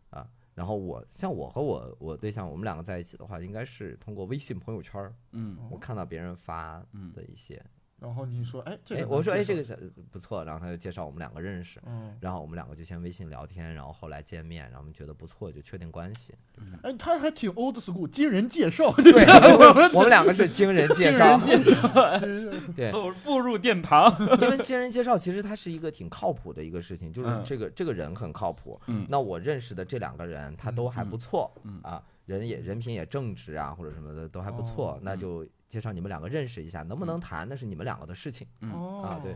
Speaker 2: 啊。然后我像我和我我对象，我们两个在一起的话，应该是通过微信朋友圈儿，
Speaker 4: 嗯
Speaker 2: 我看到别人发
Speaker 4: 嗯
Speaker 2: 的一些，
Speaker 1: 然后你说，哎，这
Speaker 2: 哎，
Speaker 1: 个
Speaker 2: 我说哎
Speaker 1: 能
Speaker 2: 这个
Speaker 1: 介绍，
Speaker 2: 小不错，然后他就介绍我们两个认识，
Speaker 1: 嗯，
Speaker 2: 然后我们两个就先微信聊天，然后后来见面，然后我们觉得不错就确定关系。
Speaker 1: 哎，他还挺 old school，经人介绍，
Speaker 2: *laughs* 对， *laughs* 我们两个是经人介绍，对，
Speaker 4: 走步入殿堂。
Speaker 2: *laughs* 因为经人介绍其实它是一个挺靠谱的一个事情，就是
Speaker 4: 嗯
Speaker 2: 这个这个人很靠谱。
Speaker 4: 嗯
Speaker 2: 那我认识的这两个人，他都还不错
Speaker 4: 嗯
Speaker 2: 啊，人也人品也正直啊，或者什么的都还不错
Speaker 1: 哦，
Speaker 4: 嗯
Speaker 2: 那就介绍你们两个认识一下，能不能谈那是你们两个的事情。
Speaker 4: 嗯，
Speaker 1: 哦
Speaker 2: 啊对，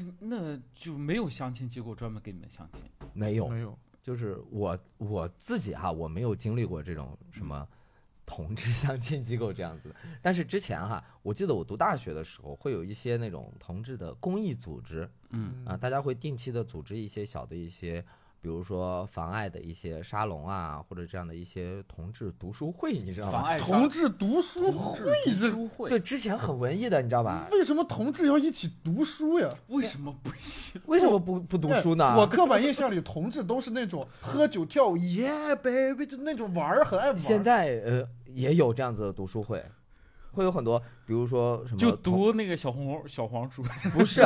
Speaker 4: 哎，那就没有相亲机构专门给你们相亲。
Speaker 2: 没有，
Speaker 1: 没有，
Speaker 2: 就是我我自己哈、我没有经历过这种什么同志相亲机构这样子的。但是之前哈、我记得我读大学的时候，会有一些那种同志的公益组织
Speaker 4: 嗯
Speaker 2: 啊，大家会定期的组织一些小的一些，比如说妨碍的一些沙龙啊，或者这样的一些同志读书会，你知道
Speaker 4: 妨
Speaker 2: 吧？
Speaker 4: 碍
Speaker 1: 同志读书会这
Speaker 4: 书会
Speaker 2: 对，之前很文艺的，你知道吧？
Speaker 1: 为什么同志要一起读书呀？
Speaker 4: 为什么嗯不行？
Speaker 2: 为什么不不读书呢？
Speaker 1: 哎我刻板印象里，同志都是那种喝酒跳舞，yeah baby，就那种玩儿，很爱玩儿。
Speaker 2: 现在呃也有这样子的读书会，会有很多，比如说什么
Speaker 4: 就
Speaker 2: 同
Speaker 4: 读那个小红小黄书。 *laughs*
Speaker 2: 不是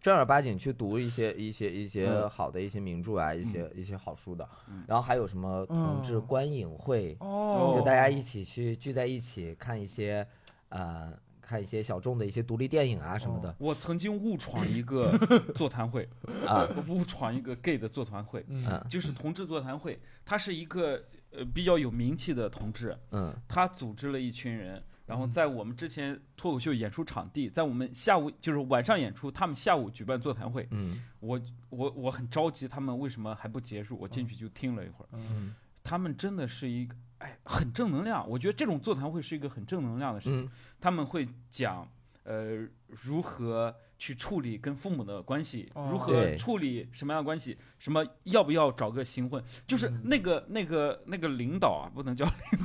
Speaker 2: 正儿八经去读一些一些一些好的一些名著啊，一些一些好书的
Speaker 4: 嗯。
Speaker 2: 然后还有什么同志观影会，
Speaker 1: 哦，
Speaker 2: 就大家一起去聚在一起看一些呃看一些小众的一些独立电影啊什么的
Speaker 4: 我曾经误闯一个座谈会，
Speaker 2: 啊
Speaker 4: 我误闯一个 gay 的座谈会，
Speaker 1: 嗯，
Speaker 2: 嗯
Speaker 4: 就是同志座谈会。他是一个呃比较有名气的同志，
Speaker 2: 嗯
Speaker 4: 他组织了一群人，然后在我们之前脱口秀演出场地，在我们下午就是晚上演出，他们下午举办座谈会，
Speaker 2: 嗯
Speaker 4: 我我我很着急，他们为什么还不结束？我进去就听了一会儿，
Speaker 2: 嗯
Speaker 4: 他们真的是一个哎很正能量，我觉得这种座谈会是一个很正能量的事情，
Speaker 2: 嗯
Speaker 4: 他们会讲呃如何。去处理跟父母的关系，
Speaker 1: 哦
Speaker 4: 如何
Speaker 2: 对
Speaker 4: 处理什么样的关系，什么要不要找个新婚，就是
Speaker 1: 嗯
Speaker 4: 那个、那个那个领导啊，不能
Speaker 1: *laughs*
Speaker 4: 叫
Speaker 1: 领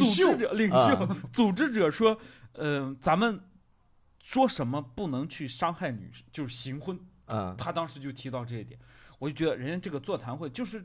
Speaker 4: 组
Speaker 1: 袖
Speaker 4: 织者领袖
Speaker 2: 啊，
Speaker 4: 组织者说，呃，咱们说什么不能去伤害女，就是行婚。
Speaker 2: 嗯
Speaker 4: 他当时就提到这一点，我就觉得人家这个座谈会就是，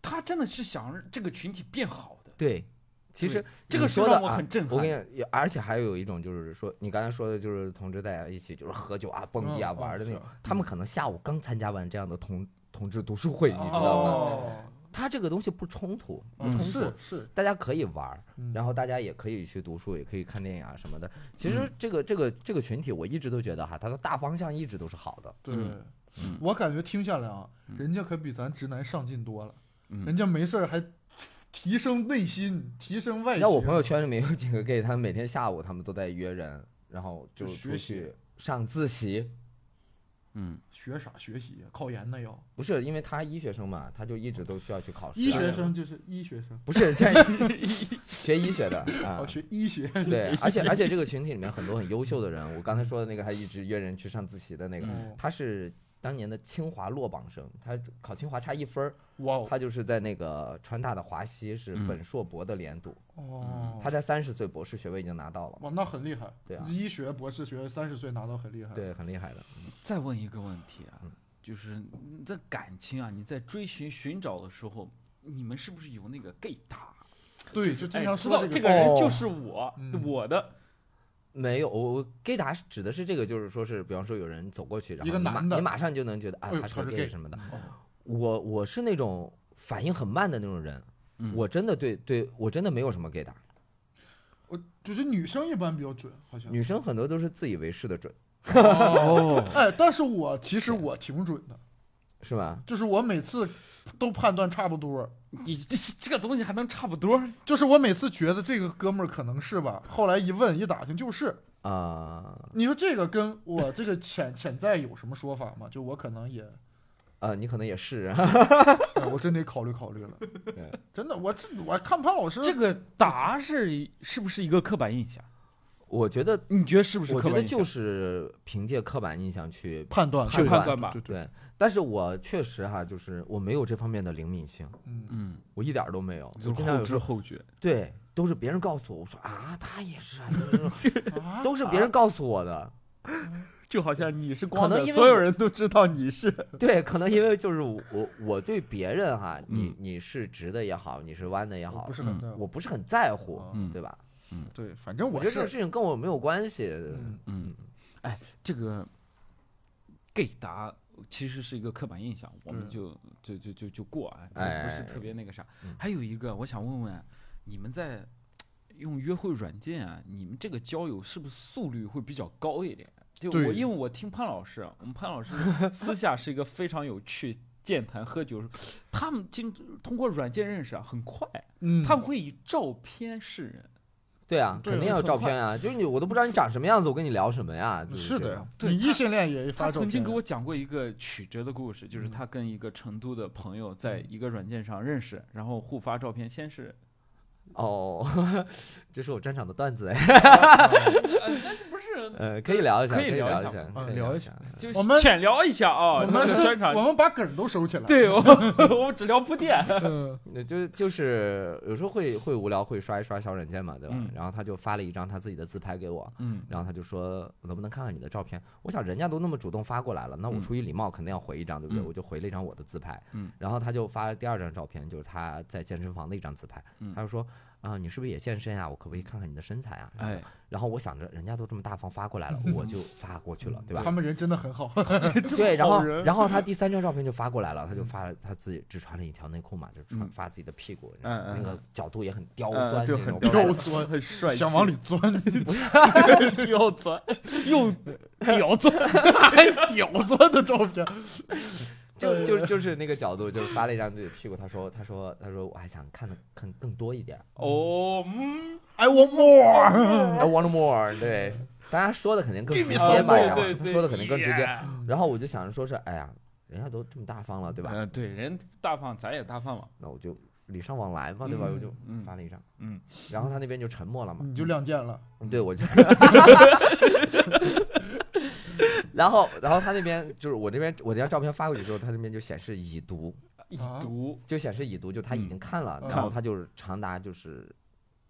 Speaker 4: 他真的是想让这个群体变好的。
Speaker 2: 对。其实
Speaker 4: 这个
Speaker 2: 你
Speaker 4: 是
Speaker 2: 说的
Speaker 4: 让我
Speaker 2: 啊
Speaker 4: 很震撼
Speaker 2: 我跟你讲，而且还有一种就是说，你刚才说的就是同志大家一起就是喝酒啊、蹦迪啊、
Speaker 1: 嗯
Speaker 2: 玩儿的那种
Speaker 1: 嗯，
Speaker 2: 他们可能下午刚参加完这样的同同志读书会，你知道吗？
Speaker 1: 嗯哦，
Speaker 2: 它这个东西不冲突，不
Speaker 4: 嗯
Speaker 2: 冲突，
Speaker 1: 是是，
Speaker 2: 大家可以玩儿，
Speaker 1: 嗯
Speaker 2: 然后大家也可以去读书，也可以看电影啊什么的。其
Speaker 1: 嗯
Speaker 2: 实这个、这个这个群体，我一直都觉得哈，它的大方向一直都是好的。
Speaker 1: 对
Speaker 4: 嗯嗯。
Speaker 1: 我感觉听下来啊，
Speaker 4: 嗯
Speaker 1: 人家可比咱直男上进多了，
Speaker 4: 嗯
Speaker 1: 人家没事儿还提升内心，提升外形。
Speaker 2: 让我朋友圈里面有几个 gay，他们每天下午他们都在约人，然后就
Speaker 1: 就学
Speaker 2: 出去
Speaker 1: 习
Speaker 2: 上自习。
Speaker 4: 嗯，
Speaker 1: 学啥学习呀？考研呢要？
Speaker 2: 不是，因为他医学生嘛，他就一直都需要去考试。
Speaker 1: 医学生就是医学生，
Speaker 2: 不是这学医学的啊
Speaker 1: 哦，，学医学。
Speaker 2: 对，而且而且这个群体里面很多很优秀的人，我刚才说的那个，他一直约人去上自习的那个，
Speaker 1: 嗯
Speaker 2: 他是当年的清华落榜生，他考清华差一分儿，
Speaker 1: 哇哦
Speaker 2: 他就是在那个川大的华西是
Speaker 4: 嗯
Speaker 2: 本硕博的连读，
Speaker 1: 哦，
Speaker 2: 嗯他在三十岁博士学位已经拿到了，
Speaker 1: 哇，那很厉害。
Speaker 2: 对啊
Speaker 1: 医学博士学三十岁拿到很厉害。，
Speaker 2: 对，很厉害的。
Speaker 4: 再问一个问题啊
Speaker 2: 嗯，
Speaker 4: 就是你在感情啊，你在追寻寻找的时候，你们是不是有那个 gay 打？
Speaker 1: 对，就经
Speaker 4: 哎
Speaker 1: 常
Speaker 4: 知
Speaker 1: 说
Speaker 4: 道
Speaker 1: 这
Speaker 4: 这
Speaker 1: 个
Speaker 4: 个
Speaker 1: 词
Speaker 4: 人
Speaker 2: 哦
Speaker 4: 就是我，
Speaker 1: 嗯
Speaker 4: 我的
Speaker 2: 没有，我我 gay 达指的是这个，就是说是，比方说有人走过去，然后
Speaker 1: 一个
Speaker 2: 你马
Speaker 1: 男的
Speaker 2: 你马上就能觉得啊
Speaker 1: 哎，呦
Speaker 2: 他是
Speaker 1: 他
Speaker 2: 个
Speaker 1: 是
Speaker 2: gay
Speaker 1: gay
Speaker 2: 什么的。
Speaker 1: 哦
Speaker 2: 我我是那种反应很慢的那种人，
Speaker 4: 嗯
Speaker 2: 我真的对对我真的没有什么 gay 达，
Speaker 1: 我就是女生一般比较准，好像。
Speaker 4: 嗯
Speaker 2: 女生很多都是自以为是的准。
Speaker 1: 哦
Speaker 4: 哦，
Speaker 1: 哎，但是我其实我挺准的，
Speaker 2: 是吧？
Speaker 1: 就是我每次都判断差不多，
Speaker 4: *laughs* 你这这个东西还能差不多？
Speaker 1: 就是我每次觉得这个哥们儿可能是吧，后来一问一打听就是。
Speaker 2: 啊、
Speaker 1: 你说这个跟我这个潜潜在有什么说法吗？就我可能也，
Speaker 2: 呃，你可能也是，
Speaker 1: 哎我真得考虑考虑了
Speaker 2: 对。
Speaker 1: 真的，我这我看潘老师
Speaker 4: 这个答是是不是一个刻板印象？
Speaker 2: *laughs* 我觉得，
Speaker 4: 你觉得是不是
Speaker 2: 我
Speaker 4: 刻
Speaker 2: 觉得
Speaker 4: 板印象？
Speaker 2: 就、是凭借刻板印象去
Speaker 1: 判断
Speaker 2: 去判
Speaker 4: 断吧
Speaker 1: 对对，
Speaker 2: 对，但是我确实哈，就是我没有这方面的灵敏性，
Speaker 1: 嗯，
Speaker 4: 嗯，
Speaker 2: 我一点儿都没有。我
Speaker 4: 就是
Speaker 2: 经常
Speaker 4: 后
Speaker 2: 有时
Speaker 4: 知
Speaker 2: 候
Speaker 4: 后觉。
Speaker 2: 对，都是别人告诉我，我说啊，他也是啊，就是 *laughs* 那种
Speaker 1: 啊
Speaker 2: 都是别人告诉我的。
Speaker 4: 就好像你是光
Speaker 2: 可
Speaker 4: 的
Speaker 2: 能，因为
Speaker 4: 所有人都知道你是
Speaker 2: 对，可能因为就是我我对别人哈，你
Speaker 4: 嗯
Speaker 2: 你是直的也好，你是弯的也
Speaker 1: 啊我
Speaker 2: 好
Speaker 1: 不，是很
Speaker 4: 嗯
Speaker 1: 在乎
Speaker 2: 我不是很在乎，
Speaker 1: 啊
Speaker 4: 嗯
Speaker 2: 对吧？
Speaker 1: 对，反正
Speaker 2: 我
Speaker 1: 我
Speaker 2: 觉得这个
Speaker 1: 是，
Speaker 2: 事情跟我没有关系。
Speaker 1: 嗯，
Speaker 4: 嗯，哎，这个 gay 答其实是一个刻板印象，我们
Speaker 1: 对
Speaker 4: 就就就就就过啊，就
Speaker 2: 哎
Speaker 4: 不是特别那个啥
Speaker 2: 嗯。
Speaker 4: 还有一个，我想问问你们在用约会软件啊，你们这个交友是不是速率会比较高一点？就我
Speaker 1: 对
Speaker 4: 因为我听潘老师，啊我们潘老师私下是一个非常有趣。健谈喝酒，他们经通过软件认识啊，很快，
Speaker 1: 嗯，
Speaker 4: 他们会以照片示人，
Speaker 2: 对啊，
Speaker 1: 对
Speaker 2: 肯定要有
Speaker 1: 很
Speaker 2: 照
Speaker 1: 快
Speaker 2: 片啊，就是你我都不知道你长什么样子，我跟你聊什么呀？就是这
Speaker 1: 的
Speaker 2: 样
Speaker 1: 呀，
Speaker 4: 对
Speaker 1: 你
Speaker 4: 他
Speaker 1: 异性恋也发
Speaker 4: 他
Speaker 1: 照片，
Speaker 4: 曾经给我讲过一个曲折的故事，就是
Speaker 1: 嗯
Speaker 4: 他跟一个成都的朋友在一个软件上认识，然后互发照片，先是，
Speaker 2: 哦，这是我专场的段子哎，
Speaker 4: 呃，那不 *laughs* 是，
Speaker 2: 呃，可以聊一下，
Speaker 4: 可
Speaker 2: 可
Speaker 4: 以
Speaker 2: 以
Speaker 4: 聊一
Speaker 2: 一
Speaker 4: 下
Speaker 2: 下
Speaker 1: 啊，
Speaker 2: 可以
Speaker 1: 聊
Speaker 2: 聊
Speaker 1: 一
Speaker 2: 一
Speaker 1: 下
Speaker 2: 下。
Speaker 4: 就
Speaker 1: 我们
Speaker 4: 是浅聊一
Speaker 1: *laughs*
Speaker 4: 下啊，
Speaker 1: 我
Speaker 4: 这
Speaker 1: 们
Speaker 4: 个
Speaker 1: 这
Speaker 4: 专场
Speaker 1: 我，们把梗都收起来，
Speaker 4: 对我 *laughs* 我们只聊铺垫，
Speaker 1: 嗯，
Speaker 2: 那就就是有时候会会无聊，会刷一刷小软件嘛，对吧？
Speaker 4: 嗯
Speaker 2: 然后他就发了一张他自己的自拍给我，
Speaker 4: 嗯
Speaker 2: 然后他就说能不能看看你的照片？我想人家都那么主动发过来了，那我
Speaker 4: 嗯
Speaker 2: 出于礼貌肯定要回一张，对不对？
Speaker 4: 嗯
Speaker 2: 我就回了一张我的自拍，
Speaker 4: 嗯
Speaker 2: 然后他就发了第二张照片，就是他在健身房的一张自拍，
Speaker 4: 嗯
Speaker 2: 他就说啊、你是不是也健身啊？我可不可以看看你的身材啊？
Speaker 4: 哎，
Speaker 2: 然后我想着人家都这么大方发过
Speaker 4: *laughs*
Speaker 2: 来了，我就发过去了，对吧
Speaker 1: 他？们人真的很好，
Speaker 2: 对，然后
Speaker 4: 好人
Speaker 2: 然后他第三张照片就发过来了，他就发了他自己只穿了一条内裤嘛，就穿
Speaker 4: 嗯
Speaker 2: 发自己的屁股，
Speaker 4: 嗯
Speaker 2: 然后那
Speaker 4: 嗯
Speaker 2: 个角度也很刁
Speaker 4: 嗯
Speaker 2: 钻，
Speaker 4: 就
Speaker 2: 那
Speaker 4: 很
Speaker 2: 种
Speaker 4: 刁
Speaker 2: 拍的
Speaker 1: 刁钻
Speaker 4: 很帅气，
Speaker 1: 想往里钻， *laughs*
Speaker 4: *laughs* 刁钻，又刁钻，
Speaker 1: 还屌钻的照片，
Speaker 2: 就就就是那个角度，就是发了一张自己的屁股，他说他说他说我还想看的看更多一点
Speaker 4: 哦，嗯，
Speaker 1: I want more，
Speaker 2: ，I want more，对，当然说的肯定更直
Speaker 1: Give me some
Speaker 2: 接嘛，
Speaker 1: more，
Speaker 2: 你知道
Speaker 4: 啊对
Speaker 2: 吗？
Speaker 4: 对，
Speaker 2: 说的肯定更直接。
Speaker 4: Yeah
Speaker 2: 然后我就想着说是，哎呀，人家都这么大方了，对吧？
Speaker 4: 呃，对，人大方，咱也大方嘛，
Speaker 2: 那我就礼尚往来嘛，对吧？
Speaker 1: 嗯
Speaker 2: 我就
Speaker 4: 嗯
Speaker 2: 发了一张，
Speaker 4: 嗯，
Speaker 2: 然后他那边就沉默了嘛，
Speaker 1: 你就亮剑了，
Speaker 2: 对，
Speaker 4: *laughs*
Speaker 2: 我就， *laughs* 然后，然后他那边就是我这边，我那张照片发过去之后，他那边就显示已读，
Speaker 4: 已
Speaker 1: 啊
Speaker 4: 读，
Speaker 2: 就显示已读，就他已经看了，
Speaker 1: 嗯
Speaker 2: 然后他就是长达就是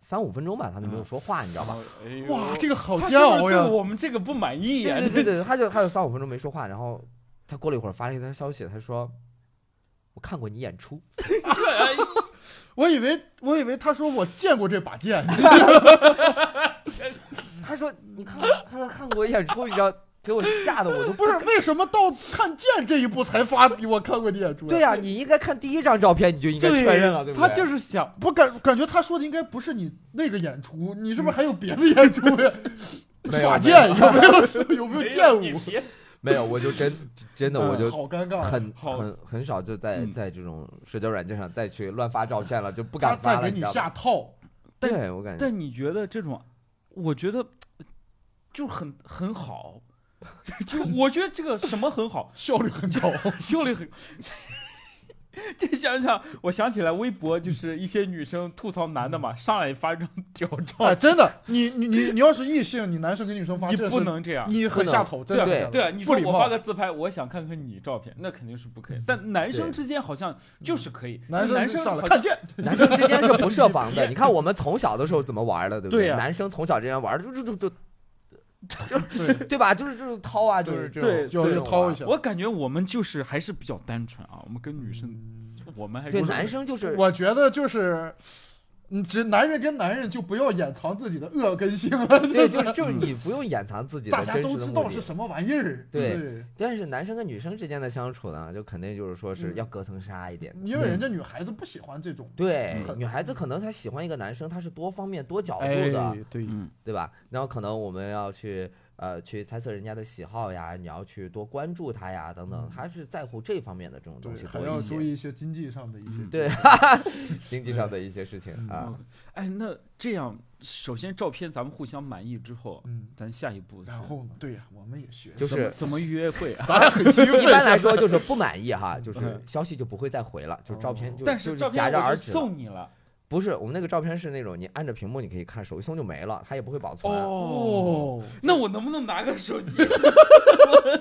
Speaker 2: 三五分钟吧，他就没有说话，你知道
Speaker 4: *laughs*
Speaker 2: 吧？
Speaker 4: 哎呦
Speaker 1: 哇，这个好
Speaker 4: 他是
Speaker 1: 煎
Speaker 4: 不
Speaker 1: 熬
Speaker 4: 是对
Speaker 1: 呀，
Speaker 4: 我们这个不满意呀？
Speaker 2: 对对对
Speaker 4: *laughs*
Speaker 2: 对，他就他有三五分钟没说话，然后他过了一会儿发了一条消息，他说。我看过你演出，
Speaker 1: 我以为我以为他说我见过这把剑， *laughs*
Speaker 2: 他说你看他说看过我演出，你知道给我吓得我都
Speaker 1: *laughs* 不是为什么到看剑这一步才发？我看过你演出，
Speaker 2: 对呀、你应该看第一张照片你就应该确认了，对不对？
Speaker 4: 他就是想，
Speaker 1: 我感感觉他说的应该不是你那个演出，你
Speaker 4: 嗯
Speaker 1: 是不是还有别的演出
Speaker 4: *laughs*
Speaker 1: 呀？
Speaker 2: 没有
Speaker 1: 耍剑有没有有没有剑
Speaker 4: 没有
Speaker 1: 舞
Speaker 4: 你？别
Speaker 2: 没有，我就真真的我就
Speaker 1: 嗯好尴尬，啊
Speaker 2: 很
Speaker 4: 好
Speaker 2: 很很少就在
Speaker 4: 嗯
Speaker 2: 在这种社交软件上再去乱发照片了，就不
Speaker 1: 他
Speaker 2: 敢发
Speaker 1: 再
Speaker 2: 了，
Speaker 1: 给
Speaker 2: 你
Speaker 1: 你
Speaker 2: 知道
Speaker 1: 下
Speaker 2: 吗？
Speaker 1: 套，
Speaker 4: 但
Speaker 2: 对我感觉，
Speaker 4: 但你觉得这种，我觉得就很很好， *laughs* 就我觉得这个什么很好，
Speaker 1: 效率很
Speaker 2: *laughs*
Speaker 1: 高。
Speaker 4: 效率很。 *laughs* 这想想，我想起来微博就是一些女生吐槽男的嘛，上来发一张屌
Speaker 1: 哎，
Speaker 4: 照，
Speaker 1: 真的， *laughs* 你你你你要是异性，你男生跟女生发，
Speaker 4: 你
Speaker 1: 这是
Speaker 4: 不，能这样。
Speaker 1: 你很下头，真的
Speaker 2: 对
Speaker 1: 很下头
Speaker 4: 对啊，你
Speaker 1: 不
Speaker 4: 说
Speaker 1: 礼
Speaker 4: 我
Speaker 1: 貌嗯
Speaker 4: 发。个自拍，我想看看你照片，那肯定是不可以。但男生
Speaker 2: 对
Speaker 4: 之间好像就是可以，
Speaker 1: 男
Speaker 4: 生男
Speaker 1: 上来
Speaker 4: 好
Speaker 1: 看
Speaker 4: 像
Speaker 1: 剑，
Speaker 4: *laughs*
Speaker 2: 男生之间是不设防的。你看我们从小的时候怎么玩的，对不
Speaker 4: 对呀
Speaker 2: 男生从小之间玩的就就就
Speaker 1: 对，
Speaker 2: 就对吧？就是就是掏啊，就是这种
Speaker 4: 对
Speaker 2: 这
Speaker 1: 就
Speaker 2: 种啊
Speaker 1: 就掏
Speaker 2: 玩
Speaker 1: 一。下。
Speaker 4: 我感觉我们就是还是比较单纯啊，我们跟女生，
Speaker 1: 嗯
Speaker 4: 我们还
Speaker 2: 对
Speaker 4: 是
Speaker 2: 男生就是
Speaker 1: 我觉得就是，嗯，只男人跟男人就不要掩藏自己的恶根性了，就
Speaker 2: 对，就
Speaker 1: *laughs*
Speaker 2: 是是就是你不用掩藏自己
Speaker 1: 大
Speaker 2: 的
Speaker 1: 家
Speaker 2: 真
Speaker 1: 都
Speaker 2: 实的
Speaker 1: 知
Speaker 2: 目
Speaker 1: 道是
Speaker 2: 的。
Speaker 1: 什么玩意儿。
Speaker 2: 对
Speaker 1: 对，
Speaker 2: 但是男生跟女生之间的相处呢，就肯定就是说是
Speaker 1: 嗯
Speaker 2: 要隔层纱一点。
Speaker 1: 因为人家女孩子不喜欢这种。
Speaker 2: 对，
Speaker 1: 嗯
Speaker 2: 女孩子可能她喜欢一个男生，她是多方面多角度
Speaker 1: 哎
Speaker 2: 的，，
Speaker 1: 对，
Speaker 4: 嗯
Speaker 2: 对吧？然后可能我们要去呃，去猜测人家的喜好呀，你要去多关注他呀，等等，
Speaker 1: 嗯
Speaker 2: 他是在乎这方面的这种东西
Speaker 1: 对，还
Speaker 2: 多
Speaker 1: 要
Speaker 2: 一
Speaker 1: 注
Speaker 2: 些，
Speaker 1: 意一些经济上的一些
Speaker 2: *laughs*
Speaker 4: 嗯
Speaker 2: 对，经济上的一些事情
Speaker 1: 嗯
Speaker 2: 啊，
Speaker 4: 哎，那这样，首先照片咱们互相满意之后，
Speaker 1: 嗯，
Speaker 4: 咱下一步是
Speaker 1: 然后呢？对呀，我们也学，
Speaker 2: 就
Speaker 4: 怎么
Speaker 2: 是
Speaker 4: 怎么约会啊？
Speaker 1: 咱俩很兴奋。
Speaker 2: 一般来说就是不满意哈，就是
Speaker 4: 嗯哦
Speaker 2: 消息就不会再回了，就是照片就
Speaker 4: 但
Speaker 2: 就是
Speaker 4: 照
Speaker 2: 戛
Speaker 4: 片
Speaker 2: 然
Speaker 4: 我
Speaker 2: 而
Speaker 4: 就
Speaker 2: 止了。
Speaker 4: 送你了。
Speaker 2: 不是，我们那个照片是那种你按着屏幕你可以看，手一松就没了，它也不会保存。啊
Speaker 1: 哦，
Speaker 4: 那我能不能拿个手机？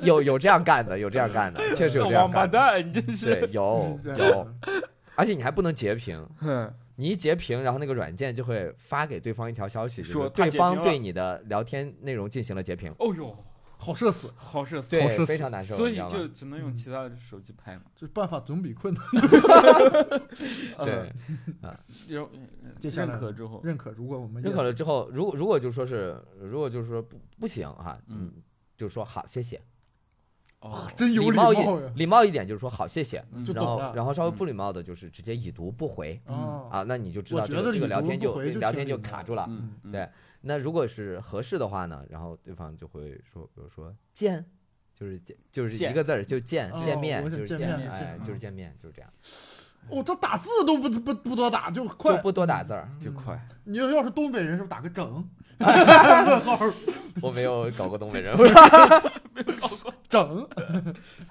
Speaker 2: 有有这样干的，有这样干的，
Speaker 4: 嗯
Speaker 2: 确实有这样
Speaker 4: 王八
Speaker 2: 干的。
Speaker 4: 蛋，你
Speaker 1: *laughs*
Speaker 4: 真是。
Speaker 2: 对，有
Speaker 1: 对
Speaker 2: 哦有，而且你还不能截屏，
Speaker 4: 嗯
Speaker 2: 你一截屏，然后那个软件就会发给对方一条消息，就是
Speaker 4: 说他
Speaker 2: 对
Speaker 4: 截
Speaker 2: 方
Speaker 4: 屏了
Speaker 2: 对你的聊天内容进行了截屏，
Speaker 4: 哦呦，
Speaker 1: 好社死，
Speaker 4: 好社死。
Speaker 2: 对
Speaker 1: 好，社死
Speaker 2: 非常难受，
Speaker 4: 所
Speaker 2: 你
Speaker 4: 以
Speaker 2: 知道吗
Speaker 4: 就只能
Speaker 1: 嗯
Speaker 4: 用其他的手机拍嘛。
Speaker 1: 这办法总比困
Speaker 2: *laughs*
Speaker 1: 难。
Speaker 4: 呃
Speaker 2: 对。
Speaker 4: 然后呃
Speaker 1: 接下来
Speaker 4: 认可之后，
Speaker 1: 认可，如果我们
Speaker 2: 认可了之后，如果如果就说是，如果就是说不不行哈，
Speaker 4: 嗯，
Speaker 2: 就说好谢谢，
Speaker 4: 哦，
Speaker 1: 真 *laughs* 有
Speaker 2: 貌一
Speaker 1: 貌呀，啊
Speaker 2: 礼貌一点就是说好谢谢，
Speaker 4: 嗯
Speaker 1: 就
Speaker 2: 然后
Speaker 1: 懂了
Speaker 2: 然后稍微
Speaker 4: 嗯
Speaker 2: 不礼貌的就是直接已读不回，
Speaker 1: 哦，
Speaker 2: 啊，那你就知
Speaker 1: 我
Speaker 2: 道这
Speaker 1: 觉
Speaker 2: 个
Speaker 1: 得
Speaker 2: 这个
Speaker 1: 礼
Speaker 2: 聊
Speaker 1: 物
Speaker 2: 天
Speaker 1: 不
Speaker 2: 就
Speaker 1: 回就
Speaker 2: 聊
Speaker 1: 挺
Speaker 2: 天
Speaker 1: 礼
Speaker 2: 就
Speaker 1: 貌
Speaker 2: 卡
Speaker 1: 的
Speaker 2: 住了。
Speaker 4: 嗯嗯
Speaker 2: 对，那如果是合适的话呢，然后对方就会说，比如说见，就是见就是一
Speaker 4: 见
Speaker 2: 个字儿，就见
Speaker 1: 哦
Speaker 2: 见面，
Speaker 1: 我
Speaker 2: 就
Speaker 1: 想
Speaker 2: 是
Speaker 1: 见面
Speaker 2: 哎
Speaker 1: 见，
Speaker 2: 就是
Speaker 1: 嗯
Speaker 2: 见面，就是这样，
Speaker 1: 我哦这打字都不不不多打，就
Speaker 2: 就
Speaker 1: 快。
Speaker 2: 不多打字儿。
Speaker 1: 嗯
Speaker 4: 就快。
Speaker 1: 你要要是东北人，是不是打个
Speaker 2: *laughs*
Speaker 1: 整？问号
Speaker 2: 我没有搞过东北人，
Speaker 1: *laughs* 整，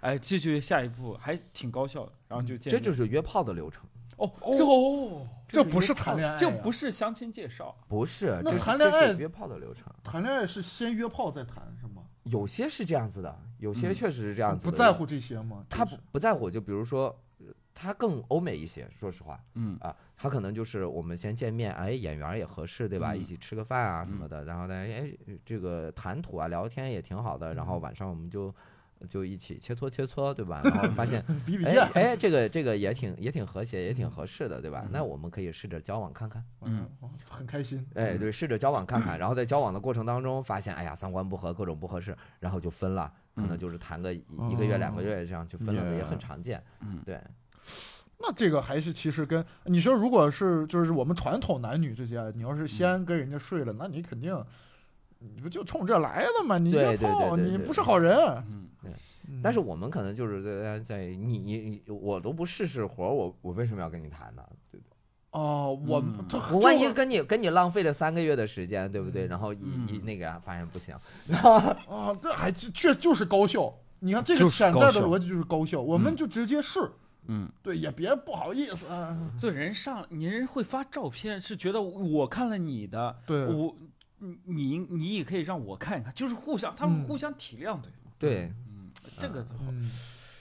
Speaker 4: 哎，这就是下一步，还挺高效的。然后就见
Speaker 2: 嗯这
Speaker 4: 面，
Speaker 2: 就是约炮的流程，
Speaker 4: 哦哦，
Speaker 1: 这不是谈哎恋爱呀，
Speaker 4: 这不是相亲介绍，
Speaker 2: 不是，
Speaker 1: 那
Speaker 2: 这是
Speaker 1: 谈恋
Speaker 2: 这
Speaker 1: 爱
Speaker 2: 是约炮的流程。
Speaker 1: 谈恋爱是先约炮再谈是吗？
Speaker 2: 有些是这样子的，有些
Speaker 4: 嗯
Speaker 2: 确实是这样子
Speaker 1: 不
Speaker 2: 的。
Speaker 1: 在乎这些吗？
Speaker 2: 他
Speaker 1: 就
Speaker 2: 不
Speaker 1: 是
Speaker 2: 不在乎，就比如说，呃他更欧美一些，说实话，
Speaker 4: 嗯
Speaker 2: 啊，他可能就是我们先见面，哎，演员也合适，对吧？
Speaker 4: 嗯
Speaker 2: 一起吃个饭啊什
Speaker 1: 嗯
Speaker 2: 么的，然后大家哎，这个谈吐啊，聊天也挺好的，然
Speaker 1: 嗯
Speaker 2: 后晚上我们就就一起切磋切磋，对
Speaker 1: *laughs*
Speaker 2: 吧？然后发现。
Speaker 1: 比比嗯
Speaker 2: 哎
Speaker 1: 剑。
Speaker 2: 哎，这个这个也挺也挺和谐，也挺合适的，对吧？
Speaker 4: 嗯
Speaker 2: 那我们可以试着交往看看，
Speaker 1: 嗯，很开心。
Speaker 2: 哎，
Speaker 4: 嗯
Speaker 2: 对，试着交往看
Speaker 4: *clears throat*
Speaker 2: 看，然后在交往的过程当中发现，哎呀，三观不合，各种不合适，然后就分了，可能
Speaker 4: 嗯
Speaker 2: 就是谈个一一个月、两个
Speaker 1: 哦
Speaker 2: 月这样就分了，也很
Speaker 1: 也
Speaker 2: 常见。
Speaker 4: 嗯，
Speaker 2: 对，
Speaker 1: 那这个还是其实跟你说，如果是就是我们传统男女之间，你要
Speaker 2: 嗯
Speaker 1: 是先跟人家睡了，那你肯定你不就冲这来的吗？你
Speaker 2: 对
Speaker 1: 约
Speaker 2: 对对
Speaker 1: 炮，
Speaker 2: 对
Speaker 1: 你
Speaker 2: 对
Speaker 1: 不是好人。
Speaker 4: 嗯
Speaker 1: 嗯
Speaker 2: 但是我们可能就是在在你你你我都不试试活儿，我我为什么要跟你谈呢？对吧
Speaker 1: 哦，我
Speaker 4: 嗯
Speaker 1: 这
Speaker 2: 我万一
Speaker 1: 这
Speaker 2: 跟你跟你浪费了三个月的时间，对不对？然后一一
Speaker 4: 嗯
Speaker 2: 那个发现不行，
Speaker 1: 啊，这还就确就是高效。你看这个
Speaker 4: 就是
Speaker 1: 潜
Speaker 4: 高
Speaker 1: 在的
Speaker 4: 效
Speaker 1: 逻辑就是高效，我们就直接试，
Speaker 4: 嗯，
Speaker 1: 对，也别不好意思啊。
Speaker 2: 嗯
Speaker 4: 所以人上你人会发照片，是觉得我看了你的，
Speaker 1: 对
Speaker 4: 我你你你也可以让我看一看，就是互相他们互相体谅对方，
Speaker 2: 对，
Speaker 4: 嗯，这个就好，
Speaker 1: 嗯，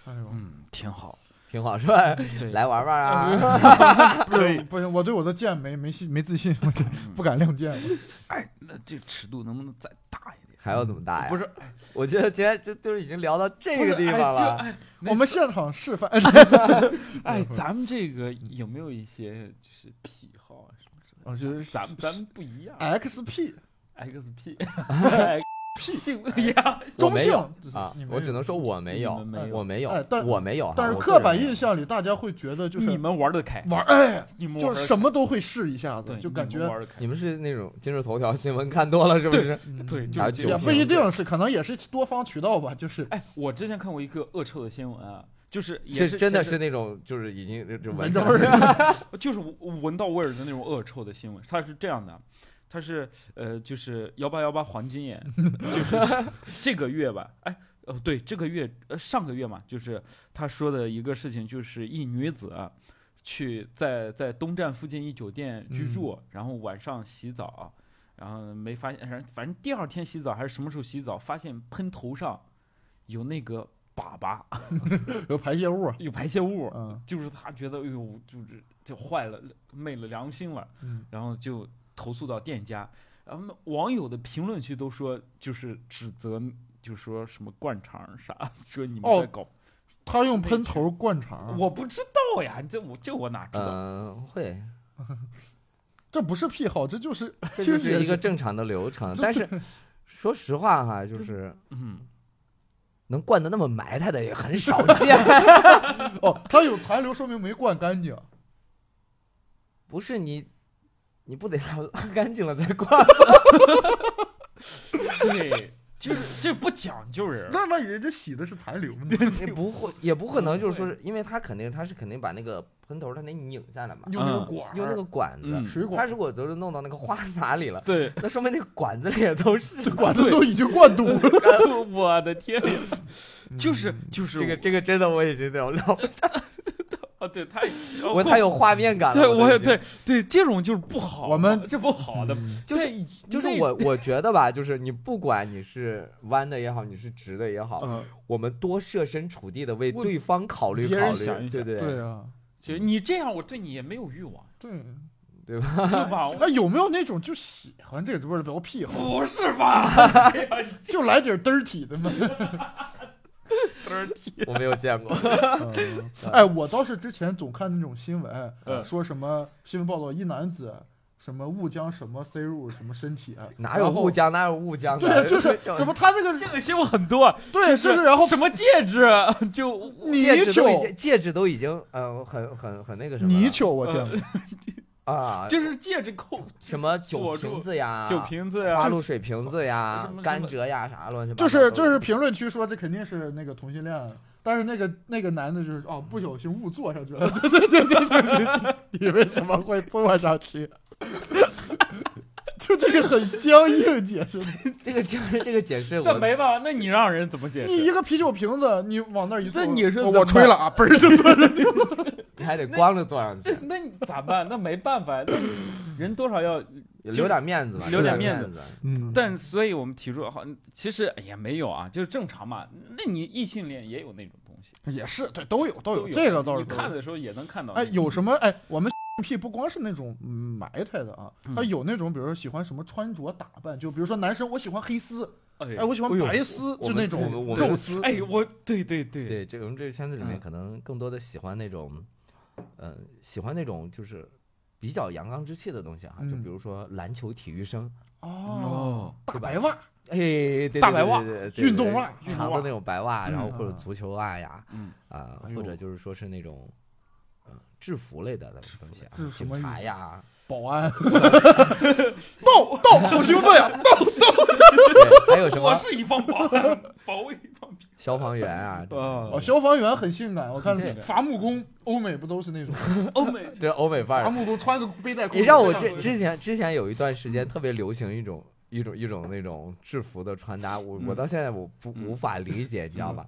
Speaker 1: 哎呦，
Speaker 4: 嗯，挺好，
Speaker 2: 挺好是吧？
Speaker 4: 对，嗯
Speaker 2: 来玩玩啊！嗯
Speaker 1: 不是不行，我对我的剑没没信没自信，我这不敢亮剑。
Speaker 4: 哎，那这尺度能不能再大一点？
Speaker 2: 还要怎么哎大呀？
Speaker 4: 不
Speaker 2: 是，
Speaker 4: 是哎
Speaker 2: 我觉得今天就就是已经聊到这个地方了。
Speaker 4: 那
Speaker 1: 我们现场示
Speaker 2: *laughs*
Speaker 1: 范， *laughs*
Speaker 4: 哎，咱们这个有没有一些就是癖好啊什么之类的？
Speaker 1: 我觉得哎
Speaker 4: 咱们咱们不一样
Speaker 1: XP
Speaker 4: ，XP
Speaker 1: 哎
Speaker 4: P 性不一样，
Speaker 2: 我
Speaker 1: 中
Speaker 2: 没
Speaker 1: 性
Speaker 2: 有啊
Speaker 1: 你，没
Speaker 2: 我只
Speaker 1: 有
Speaker 2: 能说我没有呃
Speaker 4: 你们没，有
Speaker 2: 我没有
Speaker 1: 哎但，
Speaker 2: 我没有哈。
Speaker 1: 但是
Speaker 2: 我
Speaker 1: 刻
Speaker 2: 个人
Speaker 1: 板
Speaker 2: 没有
Speaker 1: 印象里，大家会觉得就是
Speaker 4: 你们玩得开，
Speaker 1: 玩儿哎，
Speaker 4: 你们玩
Speaker 1: 就
Speaker 4: 得
Speaker 1: 是
Speaker 4: 开
Speaker 1: 什么都会试一下子，
Speaker 4: 对，
Speaker 1: 就
Speaker 4: 你
Speaker 1: 感
Speaker 4: 们
Speaker 1: 觉
Speaker 4: 玩得开
Speaker 2: 你们是那种今日头条新闻看多了是不是？
Speaker 1: 嗯
Speaker 4: 对，就
Speaker 2: 还有酒
Speaker 4: 是这
Speaker 1: 也
Speaker 4: 样
Speaker 1: 不一定是，可能也是多方渠道吧，就是
Speaker 4: 哎，我之前看过一个恶臭的新闻啊，就是也
Speaker 2: 是真的
Speaker 4: 前
Speaker 2: 是那种就是已经就就闻
Speaker 1: 闻着
Speaker 2: 着
Speaker 1: 味 *laughs* 儿。
Speaker 4: 阵就是闻到味儿的那种恶臭的新闻，它是这样的。它是呃，就是幺八幺八黄金眼，就是 *laughs* 这个月吧，哎，哦对，这个月呃上个月嘛，就是他说的一个事情，就是一女子啊、去在在东站附近一酒店居住，然后晚上洗澡，然后没发现，反正反正第二天洗澡还是什么时候洗澡，发现喷头上有那个粑粑，
Speaker 2: *laughs*
Speaker 1: 有排泄物。
Speaker 4: 有排泄物，
Speaker 1: 嗯
Speaker 4: 就是他觉得哎呦，就是就坏了，昧了良心了，
Speaker 1: 嗯，
Speaker 4: 然后就投诉到店家。然后网友的评论区都说，就是指责，就说什么灌肠啥，说你们
Speaker 1: 哦
Speaker 4: 在搞，
Speaker 1: 他用喷头灌肠，
Speaker 4: 我不知道呀，这我这我哪知道？
Speaker 2: 嗯，会，
Speaker 1: 这不是癖好，这就是
Speaker 4: *laughs*
Speaker 2: 这就
Speaker 1: 听起来
Speaker 2: 是一个正常的流程。
Speaker 1: 这
Speaker 2: 但是说实话哈，就是
Speaker 4: 嗯，
Speaker 2: 能灌的那么埋汰的也很少见。 *laughs*
Speaker 1: 哦，他有残留，说明没灌干净。
Speaker 2: 不是你，你不得拉拉干净了再灌？
Speaker 4: 嗯对，就是讲究人儿，
Speaker 1: 那万一人家洗的是残留
Speaker 4: *laughs*
Speaker 1: 呢？
Speaker 2: 也不会，也不可能，就是说是，因为他肯定他是肯定把那个喷头他得拧下来嘛，
Speaker 1: 用那个
Speaker 4: 嗯
Speaker 1: 管儿，
Speaker 2: 用那个管子，
Speaker 4: 嗯
Speaker 1: 水管
Speaker 2: 他
Speaker 1: 儿，
Speaker 2: 如果都是弄到那个花洒里了， *laughs*
Speaker 4: 对，
Speaker 2: 那说明那个管子里也都是
Speaker 1: 管子都已经灌肚了。嗯
Speaker 4: 我的天呀， *laughs* 就是就是
Speaker 2: 嗯这个
Speaker 4: 我
Speaker 2: 这个真的我已经聊聊，
Speaker 4: 啊，对，太
Speaker 2: 我太有画面感了。
Speaker 4: 对，我
Speaker 2: 我
Speaker 4: 也对对，这种就是不好嘛，
Speaker 1: 我们
Speaker 4: 这不好的，
Speaker 2: 嗯
Speaker 1: 嗯
Speaker 2: 就是就是
Speaker 4: 那
Speaker 2: 我我觉得吧，就是你不管你是弯的也好，你是直的也好，
Speaker 4: 嗯，
Speaker 2: 我们多设身处地的为
Speaker 4: 我
Speaker 2: 对方考虑
Speaker 4: 别人
Speaker 2: 考
Speaker 4: 想
Speaker 2: 虑，
Speaker 4: 一
Speaker 2: 对
Speaker 4: 想
Speaker 2: 对
Speaker 1: 对啊，
Speaker 4: 就你这样，我对你也没有欲望，
Speaker 1: 对。
Speaker 4: 对吧？
Speaker 1: *laughs*
Speaker 4: 我
Speaker 1: 那哎有没有那种就喜欢这个味儿的癖好，
Speaker 4: 不是吧？哎呀
Speaker 1: 就来点 dirty 的嘛？
Speaker 2: 我没有见
Speaker 4: *laughs*
Speaker 2: 过， *laughs*
Speaker 1: 嗯哎，我倒是之前总看那种新闻，啊
Speaker 4: 嗯
Speaker 1: 说什么新闻报道一男子什么误将什么塞入什么身体，啊
Speaker 2: 哪有
Speaker 1: 然后
Speaker 2: 误？将，哪有误
Speaker 4: *laughs*
Speaker 2: 将
Speaker 4: 啊
Speaker 2: 的？ *laughs*
Speaker 1: 对，就是什么他那个
Speaker 4: 这个新闻很多，
Speaker 1: 对，就是然后
Speaker 4: 什么戒指就
Speaker 1: 泥
Speaker 2: 戒指都已
Speaker 1: 鳅，
Speaker 2: 经戒指都已经呃很很很那个什么了
Speaker 1: 泥鳅，我天，
Speaker 2: 啊，
Speaker 4: 呃就是戒指扣
Speaker 2: 什么酒
Speaker 4: 锁住
Speaker 2: 瓶子呀，
Speaker 4: 酒瓶子
Speaker 2: 花
Speaker 4: 呀，
Speaker 2: 露水瓶子呀
Speaker 4: 什么，
Speaker 2: 甘蔗呀，啥乱七八
Speaker 1: 就
Speaker 2: 糟
Speaker 1: 是
Speaker 2: 的都有，
Speaker 1: 就是评论区说这肯定是那个同性恋，但是那个那个男的就是哦不小心误坐上去了，对对对对对，你为什么会坐上去？就这个很僵硬解释，
Speaker 2: 这个这个这个解
Speaker 4: *laughs*
Speaker 2: 释
Speaker 4: 但
Speaker 2: 我
Speaker 4: 没办法，那你让人怎么解
Speaker 1: 你一
Speaker 4: 释？
Speaker 1: 个啤酒瓶子，你往那儿一坐，
Speaker 4: 那你是
Speaker 1: 我
Speaker 4: 怎么
Speaker 1: *laughs* 我吹了啊，嘣儿就坐上去了。
Speaker 2: *laughs* 你还得光着坐上去
Speaker 4: 这，那你咋办？那没办法，那人多少要
Speaker 2: 留点面子吧，
Speaker 4: 留点
Speaker 2: 点
Speaker 4: 面子
Speaker 2: 子。
Speaker 1: 嗯，
Speaker 4: 但所以我们提出好，其实也没有啊，就是正常嘛。那你异性恋也有那种东西，
Speaker 1: 也是对，都有都
Speaker 4: 都
Speaker 1: 有，哦这个倒
Speaker 4: 你
Speaker 1: 是
Speaker 4: 看
Speaker 1: 的。
Speaker 4: 的时候也能看到。
Speaker 1: 哎，有什么哎，我们屁不光是那种嗯埋汰的啊，
Speaker 4: 嗯
Speaker 1: 啊有那种比如说喜欢什么穿着打扮，就比如说男生我喜欢黑丝，
Speaker 4: 哎
Speaker 1: 哎我喜欢
Speaker 2: 哎呦
Speaker 1: 白丝，
Speaker 2: 我
Speaker 1: 就
Speaker 2: 们
Speaker 1: 那
Speaker 2: 我们
Speaker 1: 种
Speaker 2: 我们
Speaker 1: 肉丝，
Speaker 4: 哎，我对对对，
Speaker 2: 对，这我们这个圈子里面
Speaker 4: 嗯
Speaker 2: 可能更多的喜欢那种，呃，喜欢那种就是比较阳刚之气的东西哈，就
Speaker 1: 嗯
Speaker 2: 比如说篮球体育生，
Speaker 1: 哦，大
Speaker 2: 对吧
Speaker 1: 白袜，
Speaker 2: 哎，对对
Speaker 4: 大白袜
Speaker 2: 对对对对
Speaker 1: 运动袜
Speaker 2: 对长的那种白袜，
Speaker 4: 嗯
Speaker 2: 然后或者
Speaker 1: 啊
Speaker 2: 足球袜呀，
Speaker 4: 嗯
Speaker 2: 啊
Speaker 1: 哎，呦
Speaker 2: 或者就是说是那种，呃，制服类的东西啊
Speaker 1: 这是，什
Speaker 2: 警
Speaker 1: 么意
Speaker 2: 察
Speaker 1: 思
Speaker 2: 呀，
Speaker 1: 保
Speaker 4: *laughs*
Speaker 1: 安，到到，好兴奋呀！
Speaker 2: 对还有什么
Speaker 4: 我是一方保安， *laughs* 保卫一方兵。
Speaker 2: 消防员啊，
Speaker 1: 哦，
Speaker 4: *laughs* 哦，
Speaker 1: 消防员很性感，我看
Speaker 4: 很性感
Speaker 1: 伐木工，欧美不都是那种
Speaker 4: 欧美
Speaker 2: 这欧美范
Speaker 1: 伐
Speaker 2: 儿。
Speaker 1: 木工穿个背
Speaker 4: *laughs*
Speaker 1: 带裤
Speaker 2: 你
Speaker 1: 子
Speaker 2: 让
Speaker 1: 上
Speaker 2: 我
Speaker 1: 去，
Speaker 2: 这之前之前有一段时间特别流行一种一种一种那种制服的穿搭，我我
Speaker 4: 嗯
Speaker 2: 到现在我不
Speaker 4: 嗯
Speaker 2: 无法理解，你知道吧？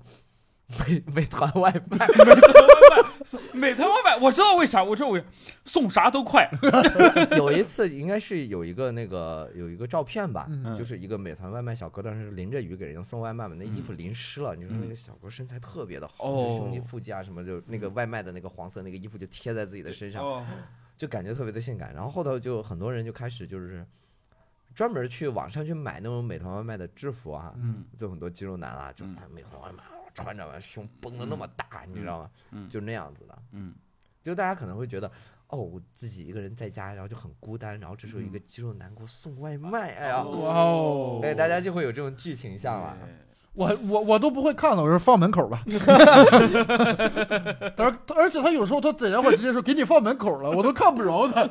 Speaker 2: *laughs* 美美团外
Speaker 4: *laughs*
Speaker 2: 卖，
Speaker 4: 美团外卖，我知道为啥，我知道为啥送啥都快。
Speaker 2: 有一次应该是有一个那个有一个照片吧，
Speaker 1: 嗯
Speaker 2: 就是一个美团外卖小哥，当时淋着雨给人家送外卖嘛，那衣服淋湿了，你说那个小哥身材特别的好，
Speaker 4: 嗯哦
Speaker 2: 就胸肌腹肌啊什么，就那个外卖的那个黄色那个衣服就贴在自己的身上，
Speaker 4: 哦，
Speaker 2: 就感觉特别的性感。然后后头就很多人就开始就是专门去网上去买那种美团外卖的制服啊，
Speaker 4: 嗯，
Speaker 2: 就很多肌肉男啊，就
Speaker 4: 嗯
Speaker 2: 买美团外卖，穿着完胸绷得那么大，你知道吗？
Speaker 4: 嗯
Speaker 2: 就那样子的，
Speaker 4: 嗯，
Speaker 2: 就大家可能会觉得。哦，我自己一个人在家，然后就很孤单，然后这时候
Speaker 4: 嗯
Speaker 2: 一个肌肉男给我送外卖，哎呀，
Speaker 1: 哇哦
Speaker 2: 对，大家就会有这种剧情向了。
Speaker 1: 我我我都不会看了，我说放门口吧。 *laughs* 他说，而且他有时候他打电话直接说给你放门口了，我都看不着
Speaker 4: *laughs*
Speaker 1: 他。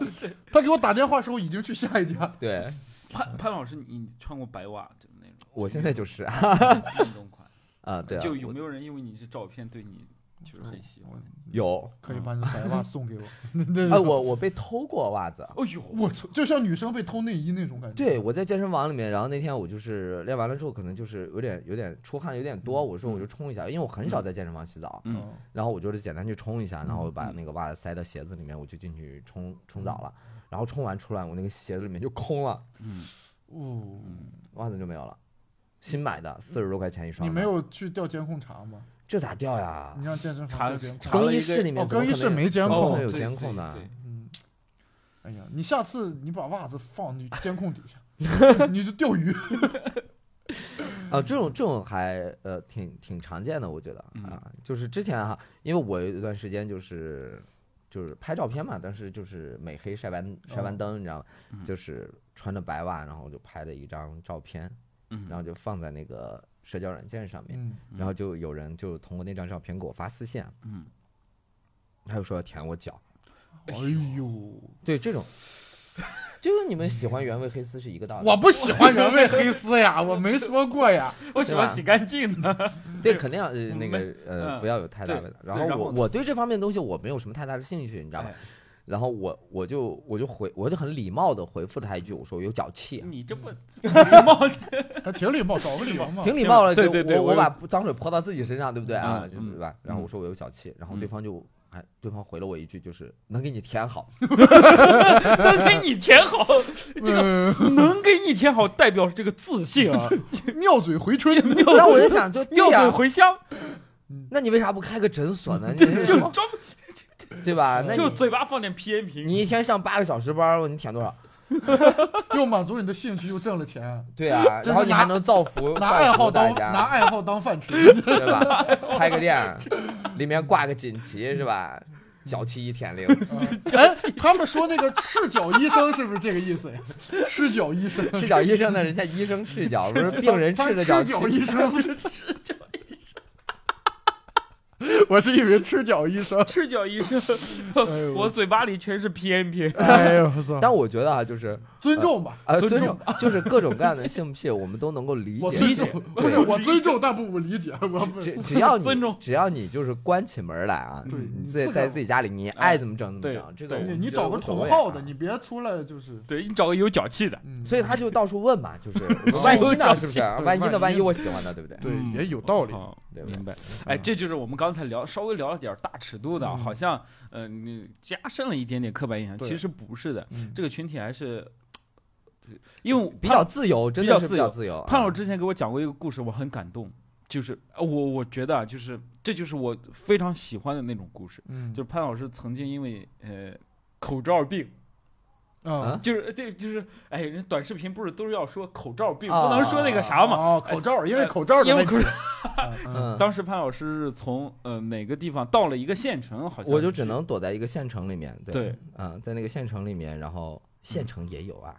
Speaker 1: 他给我打电话的时候已经去下一家。
Speaker 2: 对，
Speaker 4: 潘潘老师，你穿过白袜就那种
Speaker 2: 我现在就是 *laughs* 啊，
Speaker 4: 运动款，
Speaker 2: 啊对啊，
Speaker 4: 就有
Speaker 2: 我
Speaker 4: 没有人因为你这照片对你就是很喜欢？
Speaker 2: 嗯有
Speaker 1: 可以把你白袜送
Speaker 2: *laughs*
Speaker 1: 给我。
Speaker 4: *laughs*
Speaker 2: 啊，我我被偷过袜子，
Speaker 4: 哦呦，
Speaker 1: *laughs* 我操，就像女生被偷内衣那种感觉。
Speaker 2: 对，我在健身房里面，然后那天我就是练完了之后，可能就是有点有点出汗有点多，
Speaker 1: 嗯
Speaker 2: 我说我就冲一下，因为我很少在健身房洗澡，
Speaker 4: 嗯
Speaker 1: 哦，
Speaker 2: 然后我就是简单去冲一下，然
Speaker 1: 嗯
Speaker 2: 后把那个袜子塞到鞋子里面，我就进去冲冲澡了，然后冲完出来，我那个鞋子里面就空了，
Speaker 4: 嗯
Speaker 1: 哦，
Speaker 4: 嗯，
Speaker 2: 袜子就没有了。新买的啊四十多块钱一双，
Speaker 1: 你没？有嗯去调监控查吗？
Speaker 2: 这咋掉呀？
Speaker 1: 你让健身
Speaker 4: 查
Speaker 1: 房调监控。
Speaker 4: 查了
Speaker 2: 更
Speaker 4: 一
Speaker 2: 衣
Speaker 4: 个
Speaker 2: 室里面
Speaker 1: 哦
Speaker 2: 怎么
Speaker 1: 更衣
Speaker 2: 可能
Speaker 1: 室没监
Speaker 2: 怎么可
Speaker 1: 控哦
Speaker 2: 能有
Speaker 4: 哦对
Speaker 2: 监控啊呢？
Speaker 4: 对对
Speaker 1: 嗯，哎呀，你下次你把袜子放你监控底下，你就钓鱼。
Speaker 2: 啊，这种这种还呃挺挺常见的，我觉得
Speaker 4: 嗯
Speaker 2: 啊，就是之前哈，因为我有一段时间就是就是拍照片嘛，但是就是美黑晒完晒完
Speaker 1: 哦
Speaker 2: 灯，你知道吗
Speaker 4: 嗯？
Speaker 2: 就是穿着白袜，然后就拍了一张照片，
Speaker 4: 嗯，
Speaker 2: 然后就放在那个社交软件上面，
Speaker 1: 嗯，
Speaker 4: 嗯
Speaker 2: 然后就有人就通过那张照片给我发私信，啊
Speaker 4: 嗯，
Speaker 2: 他就说要舔我脚，
Speaker 1: 哎呦，
Speaker 2: 对这种。就跟你们喜欢原味黑丝是一个道理。
Speaker 1: 我不喜欢原味黑丝呀，我没说过呀。
Speaker 4: *laughs* 我喜欢洗干净的。
Speaker 2: 对，肯定要呃那
Speaker 4: 没
Speaker 2: 个呃
Speaker 4: 嗯
Speaker 2: 不要有太大
Speaker 4: 对
Speaker 2: 的。
Speaker 4: 对
Speaker 2: 然后
Speaker 4: 然
Speaker 2: 我
Speaker 4: 后呢
Speaker 2: 我对这方面的东西我没有什么太大的兴趣，你
Speaker 4: *laughs*
Speaker 2: 知道吧？然后我我就我就回我就很礼貌的回复他一句，我说有脚气啊，
Speaker 4: 你这不礼貌
Speaker 1: 还挺礼貌，找个理由
Speaker 2: *laughs*
Speaker 1: 嘛。
Speaker 2: 挺礼貌的，
Speaker 4: 嗯对
Speaker 2: 就
Speaker 4: 对对
Speaker 2: 我我
Speaker 4: 我
Speaker 2: 把脏水泼到自己身上，对不对啊？
Speaker 4: 嗯
Speaker 2: 就
Speaker 4: 嗯
Speaker 2: 对吧？然后我说我有脚气，然后
Speaker 4: 嗯
Speaker 2: 对方就哎，对方回了我一句就是能给你填
Speaker 4: *laughs*
Speaker 2: 好，
Speaker 4: 能给你填
Speaker 2: *laughs*
Speaker 4: 好，这个
Speaker 1: 个 *laughs*
Speaker 4: 能给你填好，代表这个自信
Speaker 2: *laughs*
Speaker 4: 啊！
Speaker 1: 妙嘴回春，
Speaker 2: 然后我就
Speaker 4: *laughs*
Speaker 2: 想就对
Speaker 4: 妙嘴
Speaker 2: 呀，
Speaker 4: 回乡，
Speaker 2: 那你为啥不开个诊所
Speaker 4: *laughs*
Speaker 2: 呢？你
Speaker 4: 就
Speaker 2: 这
Speaker 4: 装
Speaker 2: 对
Speaker 4: *laughs*
Speaker 2: 吧？那
Speaker 4: 就
Speaker 2: 你
Speaker 4: 嘴巴放点皮炎平。
Speaker 2: 你一天上八个小时班儿，你填多少？
Speaker 1: 又满足你的兴趣，又挣了钱，
Speaker 2: 对
Speaker 4: *laughs*
Speaker 2: 啊，
Speaker 1: 这
Speaker 2: 然后
Speaker 1: 是
Speaker 2: 你
Speaker 1: 拿
Speaker 2: 还能造福
Speaker 1: 拿
Speaker 2: 造
Speaker 1: 爱
Speaker 2: 福
Speaker 1: 好
Speaker 2: 大
Speaker 1: 当
Speaker 2: 家，
Speaker 1: 拿爱好当饭吃，
Speaker 2: 对吧？开个店儿，里面挂个锦旗是吧？脚气一舔零，
Speaker 1: 哎，他们说那个赤脚医生是不是这个意思呀？赤脚医生，
Speaker 2: 赤脚医生呢？人家医生赤脚，不是 *laughs* 病人赤着脚
Speaker 1: 赤
Speaker 2: 去。
Speaker 1: 脚医
Speaker 2: *laughs*
Speaker 1: 生，赤脚医生， *laughs* 我是以为赤脚医
Speaker 2: *laughs*
Speaker 1: 生。
Speaker 4: 赤脚医生
Speaker 1: 哎呦，
Speaker 4: 我嘴巴里全是偏偏。
Speaker 1: 哎呦我操！
Speaker 2: 但我觉得啊，就是
Speaker 1: 尊重吧，
Speaker 2: 啊，
Speaker 4: 尊
Speaker 2: 尊
Speaker 4: 重
Speaker 2: 重就是各种各样的性癖，我们都能够理
Speaker 1: 我
Speaker 2: 解。
Speaker 1: 尊重，不是
Speaker 2: 对
Speaker 1: 我尊重，但不无理解，我不
Speaker 2: 只只要你
Speaker 4: 尊重
Speaker 2: 只要你就是关起门来啊，
Speaker 1: 对
Speaker 2: 你
Speaker 1: 你
Speaker 2: 自己
Speaker 1: 自个儿
Speaker 2: 在自己家里，你爱怎么整怎么
Speaker 4: 对
Speaker 2: 整，这个我
Speaker 4: 对
Speaker 1: 你
Speaker 2: 们
Speaker 1: 你
Speaker 2: 觉得
Speaker 1: 找个
Speaker 2: 无所
Speaker 1: 同
Speaker 2: 谓
Speaker 1: 号
Speaker 2: 啊
Speaker 1: 的，你别出来就是，
Speaker 4: 对你找个有脚气的，
Speaker 1: 嗯，
Speaker 2: 所以他就到处问嘛，就是
Speaker 1: 哦
Speaker 2: 万一呢，是不是？啊
Speaker 1: 对
Speaker 2: 万一呢？
Speaker 1: 万
Speaker 2: 万
Speaker 1: 一
Speaker 2: 一我喜欢呢，对不对？
Speaker 1: 对
Speaker 4: 嗯
Speaker 1: 也有道理。
Speaker 4: 好
Speaker 2: 对不对
Speaker 4: 明？白，哎，这就是我们刚才聊稍微聊了点儿大尺度的，
Speaker 1: 嗯
Speaker 4: 好像呃，你加深了一点点刻板印象，
Speaker 1: 对
Speaker 4: 其实不是的，
Speaker 1: 嗯
Speaker 4: 这个群体还是因为
Speaker 2: 比
Speaker 4: 潘
Speaker 2: 较自由，真的是
Speaker 4: 比较
Speaker 2: 比较自由。
Speaker 4: 潘老师
Speaker 2: 嗯
Speaker 4: 之前给我讲过一个故事，我很感动，就是呃我我觉得啊，就是这就是我非常喜欢的那种故事，
Speaker 1: 嗯，
Speaker 4: 就是潘老师曾经因为呃口罩病，
Speaker 1: 啊
Speaker 2: 啊
Speaker 4: 就是这就是哎，人短视频不是都是要说口罩病，
Speaker 2: 啊
Speaker 4: 不能说那个啥嘛，哎
Speaker 1: 哦，口罩，因为口罩的
Speaker 4: 因为
Speaker 1: 问题
Speaker 4: 口罩。
Speaker 2: *laughs*
Speaker 1: 嗯
Speaker 2: 嗯，
Speaker 4: 当时潘老师是从呃哪个地方到了一个县城，好像
Speaker 2: 我就是只能躲在一个县城里面，对，
Speaker 4: 对
Speaker 2: 嗯，在那个县城里面，然后县城也有啊，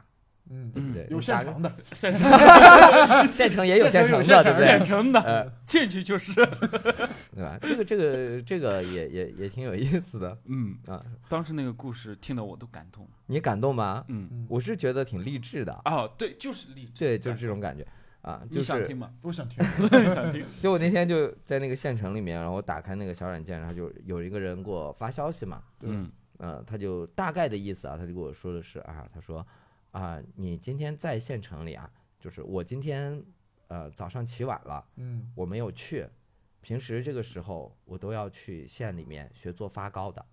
Speaker 1: 嗯
Speaker 2: 对不
Speaker 4: 嗯
Speaker 2: 对？
Speaker 1: 有
Speaker 2: 你打
Speaker 1: 现
Speaker 2: 个
Speaker 1: 成的，
Speaker 2: *laughs*
Speaker 4: 县城
Speaker 2: 县城也有
Speaker 1: 县
Speaker 2: 县
Speaker 1: 城有
Speaker 2: 城
Speaker 1: 县
Speaker 2: 的，对
Speaker 1: 城
Speaker 2: 不
Speaker 4: 县
Speaker 2: 对？
Speaker 4: 城的
Speaker 2: 呃，
Speaker 4: 进
Speaker 2: *laughs*
Speaker 4: 去就是，
Speaker 2: 对吧？这个这个这个也也也挺有意思的
Speaker 4: 嗯，
Speaker 2: 啊，
Speaker 4: 当时那个故事听得我都感动，
Speaker 2: 你感动吗？
Speaker 4: 嗯，
Speaker 1: 嗯，
Speaker 2: 我是觉得挺励志的，
Speaker 4: 啊，对，就是励志，
Speaker 2: 对，就是这种感觉啊，就
Speaker 4: 你想听
Speaker 2: 是 *laughs*
Speaker 4: 吗？
Speaker 1: 我想听，
Speaker 4: 想听，
Speaker 2: 就我那天就在那个县城里面，然后我打开那个小软件，然后就有一个人给我发消息嘛，
Speaker 1: 对
Speaker 4: 嗯
Speaker 2: 呃，他就大概的意思啊，他就跟我说的是啊，他说啊、你今天在县城里啊，就是我今天呃早上起晚了，
Speaker 1: 嗯，
Speaker 2: 我没有去，平时这个时候我都要去县里面学做发糕的，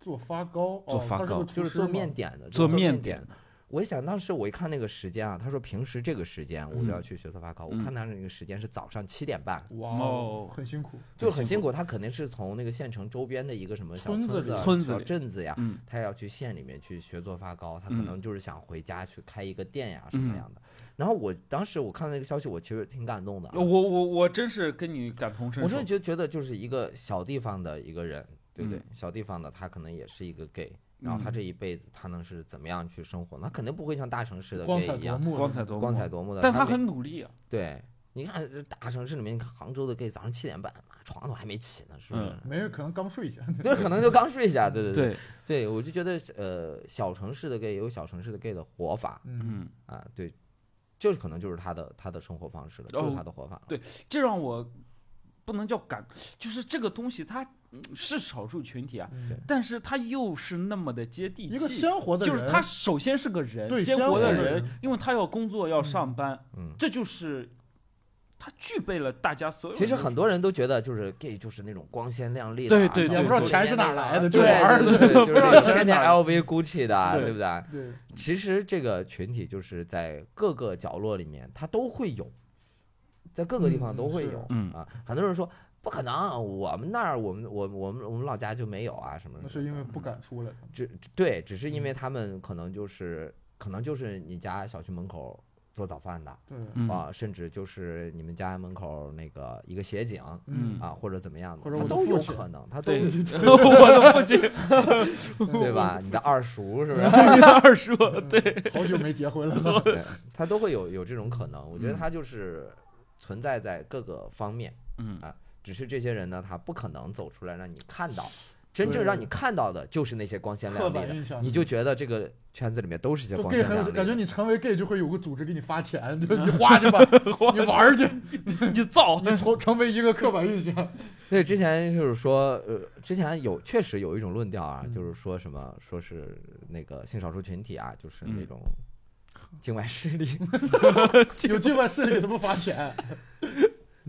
Speaker 1: 做发糕，
Speaker 4: 做
Speaker 1: 哦
Speaker 4: 发
Speaker 1: 他是
Speaker 4: 糕
Speaker 1: 个
Speaker 2: 就
Speaker 1: 厨
Speaker 2: 是
Speaker 1: 师
Speaker 2: 做
Speaker 1: 嘛
Speaker 2: 面点的，就
Speaker 4: 做
Speaker 2: 是
Speaker 4: 面
Speaker 2: 面
Speaker 4: 点
Speaker 2: 的。我一想，当时我一看那个时间啊，他说平时这个时间我
Speaker 4: 嗯
Speaker 2: 就要去学做发糕，
Speaker 4: 嗯
Speaker 2: 我看他那个时间是早上七点半，
Speaker 1: 哇
Speaker 4: 哦
Speaker 1: 很辛苦，
Speaker 2: 就很辛苦。他肯定是从那个县城周边的一个什么小
Speaker 1: 村子
Speaker 2: 村
Speaker 1: 里
Speaker 2: 子啊、
Speaker 4: 村子
Speaker 2: 小
Speaker 4: 里
Speaker 2: 镇子呀，
Speaker 4: 嗯，
Speaker 2: 他要去县里面去学做发糕，他可
Speaker 4: 嗯
Speaker 2: 能就是想回家去开一个店呀、什么
Speaker 4: 嗯
Speaker 2: 样的。然后我当时我看到那个消息，我其实挺感动的啊、
Speaker 4: 哦我我我真是跟你感同身
Speaker 2: 我
Speaker 4: 受
Speaker 2: 是，觉觉得就是一个小地方的一个人，对不对？
Speaker 4: 嗯
Speaker 2: 小地方的他可能也是一个 gay，然后他
Speaker 4: 嗯
Speaker 2: 这一辈子他能是怎么样去生活？那肯定不会像大城市的
Speaker 1: 光
Speaker 2: gay
Speaker 1: 彩
Speaker 2: 一
Speaker 1: 夺
Speaker 2: 样
Speaker 1: 目的，
Speaker 4: 光彩夺目，
Speaker 2: 光彩，夺目的，
Speaker 4: 但他
Speaker 2: 每
Speaker 4: 很努力啊，
Speaker 2: 对。你看这大城市里面，你看杭州的 gay 早上七点半，妈床都还没起呢，是不是
Speaker 4: 嗯？
Speaker 1: 没人可能刚睡下，
Speaker 2: 对，可能就刚睡一下，对对对
Speaker 4: 对，
Speaker 2: 对，我就觉得呃，小城市的 gay 也有小城市的 gay 的活法，
Speaker 1: *laughs* 嗯，
Speaker 4: 嗯，
Speaker 2: 啊，对，就是可能就是他的他的生活方式了，就是
Speaker 4: 哦
Speaker 2: 他的活法了。
Speaker 4: 对这让我不能叫感，就是这个东西它嗯是少数群体啊，
Speaker 1: 嗯
Speaker 4: 但是它又是那么的接地
Speaker 1: 一个
Speaker 4: 气。
Speaker 1: 鲜活的人，
Speaker 4: 就是他首先是个人，
Speaker 1: 对
Speaker 4: 鲜
Speaker 1: 鲜
Speaker 4: 活的
Speaker 2: 活的
Speaker 4: 人
Speaker 1: 人，
Speaker 4: 因为他要工作要
Speaker 1: 嗯
Speaker 4: 上班，
Speaker 2: 嗯，
Speaker 4: 这就是他具备了大家所有。
Speaker 2: 其实很多人都觉得就是 gay 就是那种光鲜亮丽的啊，
Speaker 4: 对
Speaker 2: 小
Speaker 4: 对
Speaker 2: 时候
Speaker 4: 对也不知道
Speaker 2: 就
Speaker 1: 钱是哪
Speaker 2: 那
Speaker 1: 来
Speaker 2: 样
Speaker 1: 的
Speaker 2: 对
Speaker 1: 这玩意儿
Speaker 2: 对对对
Speaker 1: *laughs* 不
Speaker 2: 就
Speaker 1: 知
Speaker 2: 是
Speaker 1: 道
Speaker 2: 那种
Speaker 1: 钱是
Speaker 2: 天天
Speaker 1: 哪来
Speaker 2: LV、GUCCI 的啊，
Speaker 4: 对
Speaker 2: 对不对？
Speaker 1: 对，
Speaker 2: 其实这个群体就是在各个角落里面，它都会有，在各个地方
Speaker 1: 嗯
Speaker 2: 都会
Speaker 1: 是
Speaker 2: 有
Speaker 4: 嗯
Speaker 2: 啊。很多人说不可能，我们那儿我们我我们我们老家就没有啊什么
Speaker 1: 那
Speaker 2: 什么
Speaker 1: 是因为嗯
Speaker 2: 的
Speaker 1: 不敢出来，
Speaker 2: 只只对，只是因为他们可能就是可能就是你家小区门口做早饭的。
Speaker 1: 对，
Speaker 4: 嗯
Speaker 2: 啊，甚至就是你们家门口那个一个协警 *laughs*
Speaker 4: 嗯
Speaker 2: 啊，或者怎么样的，
Speaker 1: 或者
Speaker 2: 它
Speaker 1: 我的
Speaker 2: 都
Speaker 1: 父
Speaker 2: 有
Speaker 1: 亲
Speaker 2: 可能，他都
Speaker 4: 对，
Speaker 2: 有
Speaker 4: *laughs* 我的父亲，
Speaker 2: 对吧？你的二叔是不是？
Speaker 4: 你的二叔，
Speaker 1: *laughs*
Speaker 2: *laughs*
Speaker 1: 嗯
Speaker 4: 对，，
Speaker 1: 好久没结婚了，
Speaker 2: 对 *laughs* 他都会有有这种可能。我觉得
Speaker 4: 嗯
Speaker 2: 他就是存在在各个方面，啊
Speaker 4: 嗯
Speaker 2: 只是这些人呢，他不可能走出来让你看到，真正让你看到的就是那些光鲜
Speaker 1: 刻
Speaker 2: 亮丽
Speaker 1: 板
Speaker 2: 的，
Speaker 1: 印象，
Speaker 2: 你就觉得这个圈子里面都是些
Speaker 1: 就
Speaker 2: 光
Speaker 1: gay
Speaker 2: 鲜
Speaker 1: 很
Speaker 2: 亮
Speaker 1: 有
Speaker 2: 丽
Speaker 1: 感觉，
Speaker 2: 的。
Speaker 1: 你成为 gay 就会有个组织给你发钱，
Speaker 2: *laughs*
Speaker 1: 就你花去吧，你玩儿去，
Speaker 4: 你造，
Speaker 1: 你从成为一个刻板印
Speaker 2: *laughs*
Speaker 1: 象。
Speaker 2: 对，之前就是说，呃，之前有确实有一种论调啊
Speaker 1: 嗯，
Speaker 2: 就是说什么说是那个性少数群体啊，就是那
Speaker 4: 嗯
Speaker 2: 种境外势力，
Speaker 1: 有境外势力给他们发
Speaker 2: *laughs*
Speaker 1: 钱。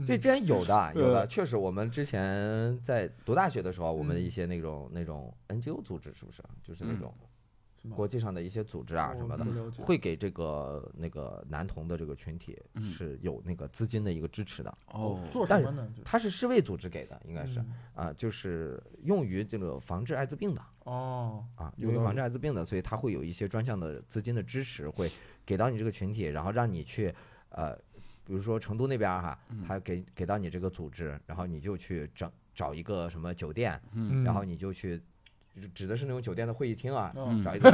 Speaker 2: 这之前有的，
Speaker 4: 嗯
Speaker 2: 有的，确实，我们之前在读大学的时候，我们
Speaker 1: 嗯
Speaker 2: 一些那种那种 NGO 组织，是不是就是那
Speaker 4: 嗯
Speaker 2: 种
Speaker 1: 什么
Speaker 2: 国际上的一些组织啊什么的
Speaker 1: 哦我，不了解
Speaker 2: 会给这个那个男童的这个群体
Speaker 4: 嗯
Speaker 2: 是有那个资金的一个支持的，
Speaker 4: 哦
Speaker 1: 做什
Speaker 2: 但
Speaker 1: 么呢？就
Speaker 2: 它是世卫组织给的，应该是啊、
Speaker 1: 嗯
Speaker 2: 就是用于这个防治艾滋病的
Speaker 1: 哦，
Speaker 2: 啊，
Speaker 1: 有
Speaker 2: 用于
Speaker 1: 道
Speaker 2: 防
Speaker 1: 理
Speaker 2: 治艾滋病的，所以它会有一些专项的资金的支持，会给到你这个群体，然后让你去呃，比如说成都那边儿哈，他给给到你这个组织，然后你就去整找一个什么酒店，
Speaker 4: 嗯
Speaker 2: 然后你就去。指的是那种酒店的会议厅啊，
Speaker 1: 嗯
Speaker 2: 找一个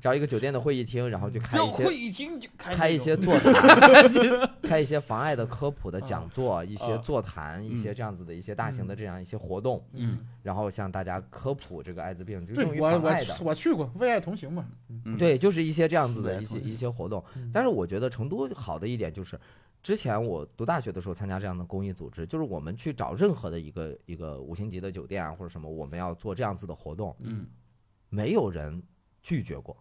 Speaker 2: 找一个酒店 *laughs* 的会议厅，然后去开一些
Speaker 4: 议厅就开
Speaker 2: 开一
Speaker 4: 那
Speaker 2: 些
Speaker 4: 种 *laughs*
Speaker 2: 座谈，开一些妨碍的科普的讲座，一些
Speaker 4: 啊
Speaker 2: 座谈，一些
Speaker 4: 嗯
Speaker 2: 这样子的一些大型的这样一些活动，
Speaker 4: 嗯，
Speaker 2: 然后向大家科普这个艾滋病，就
Speaker 1: 对
Speaker 2: 用于
Speaker 1: 我
Speaker 2: 嗯妨
Speaker 1: 我
Speaker 2: 碍的，
Speaker 1: 我去过，为爱同行嘛。
Speaker 4: 嗯
Speaker 2: 对，就是一些这样子的
Speaker 4: 对
Speaker 2: 一些
Speaker 4: 同
Speaker 2: 一些活动
Speaker 1: 嗯。
Speaker 2: 但是我觉得成都好的一点就是。之前我读大学的时候参加这样的公益组织，就是我们去找任何的一个一个五星级的酒店啊或者什么，我们要做这样子的活动，
Speaker 4: 嗯，
Speaker 2: 没有人拒绝过，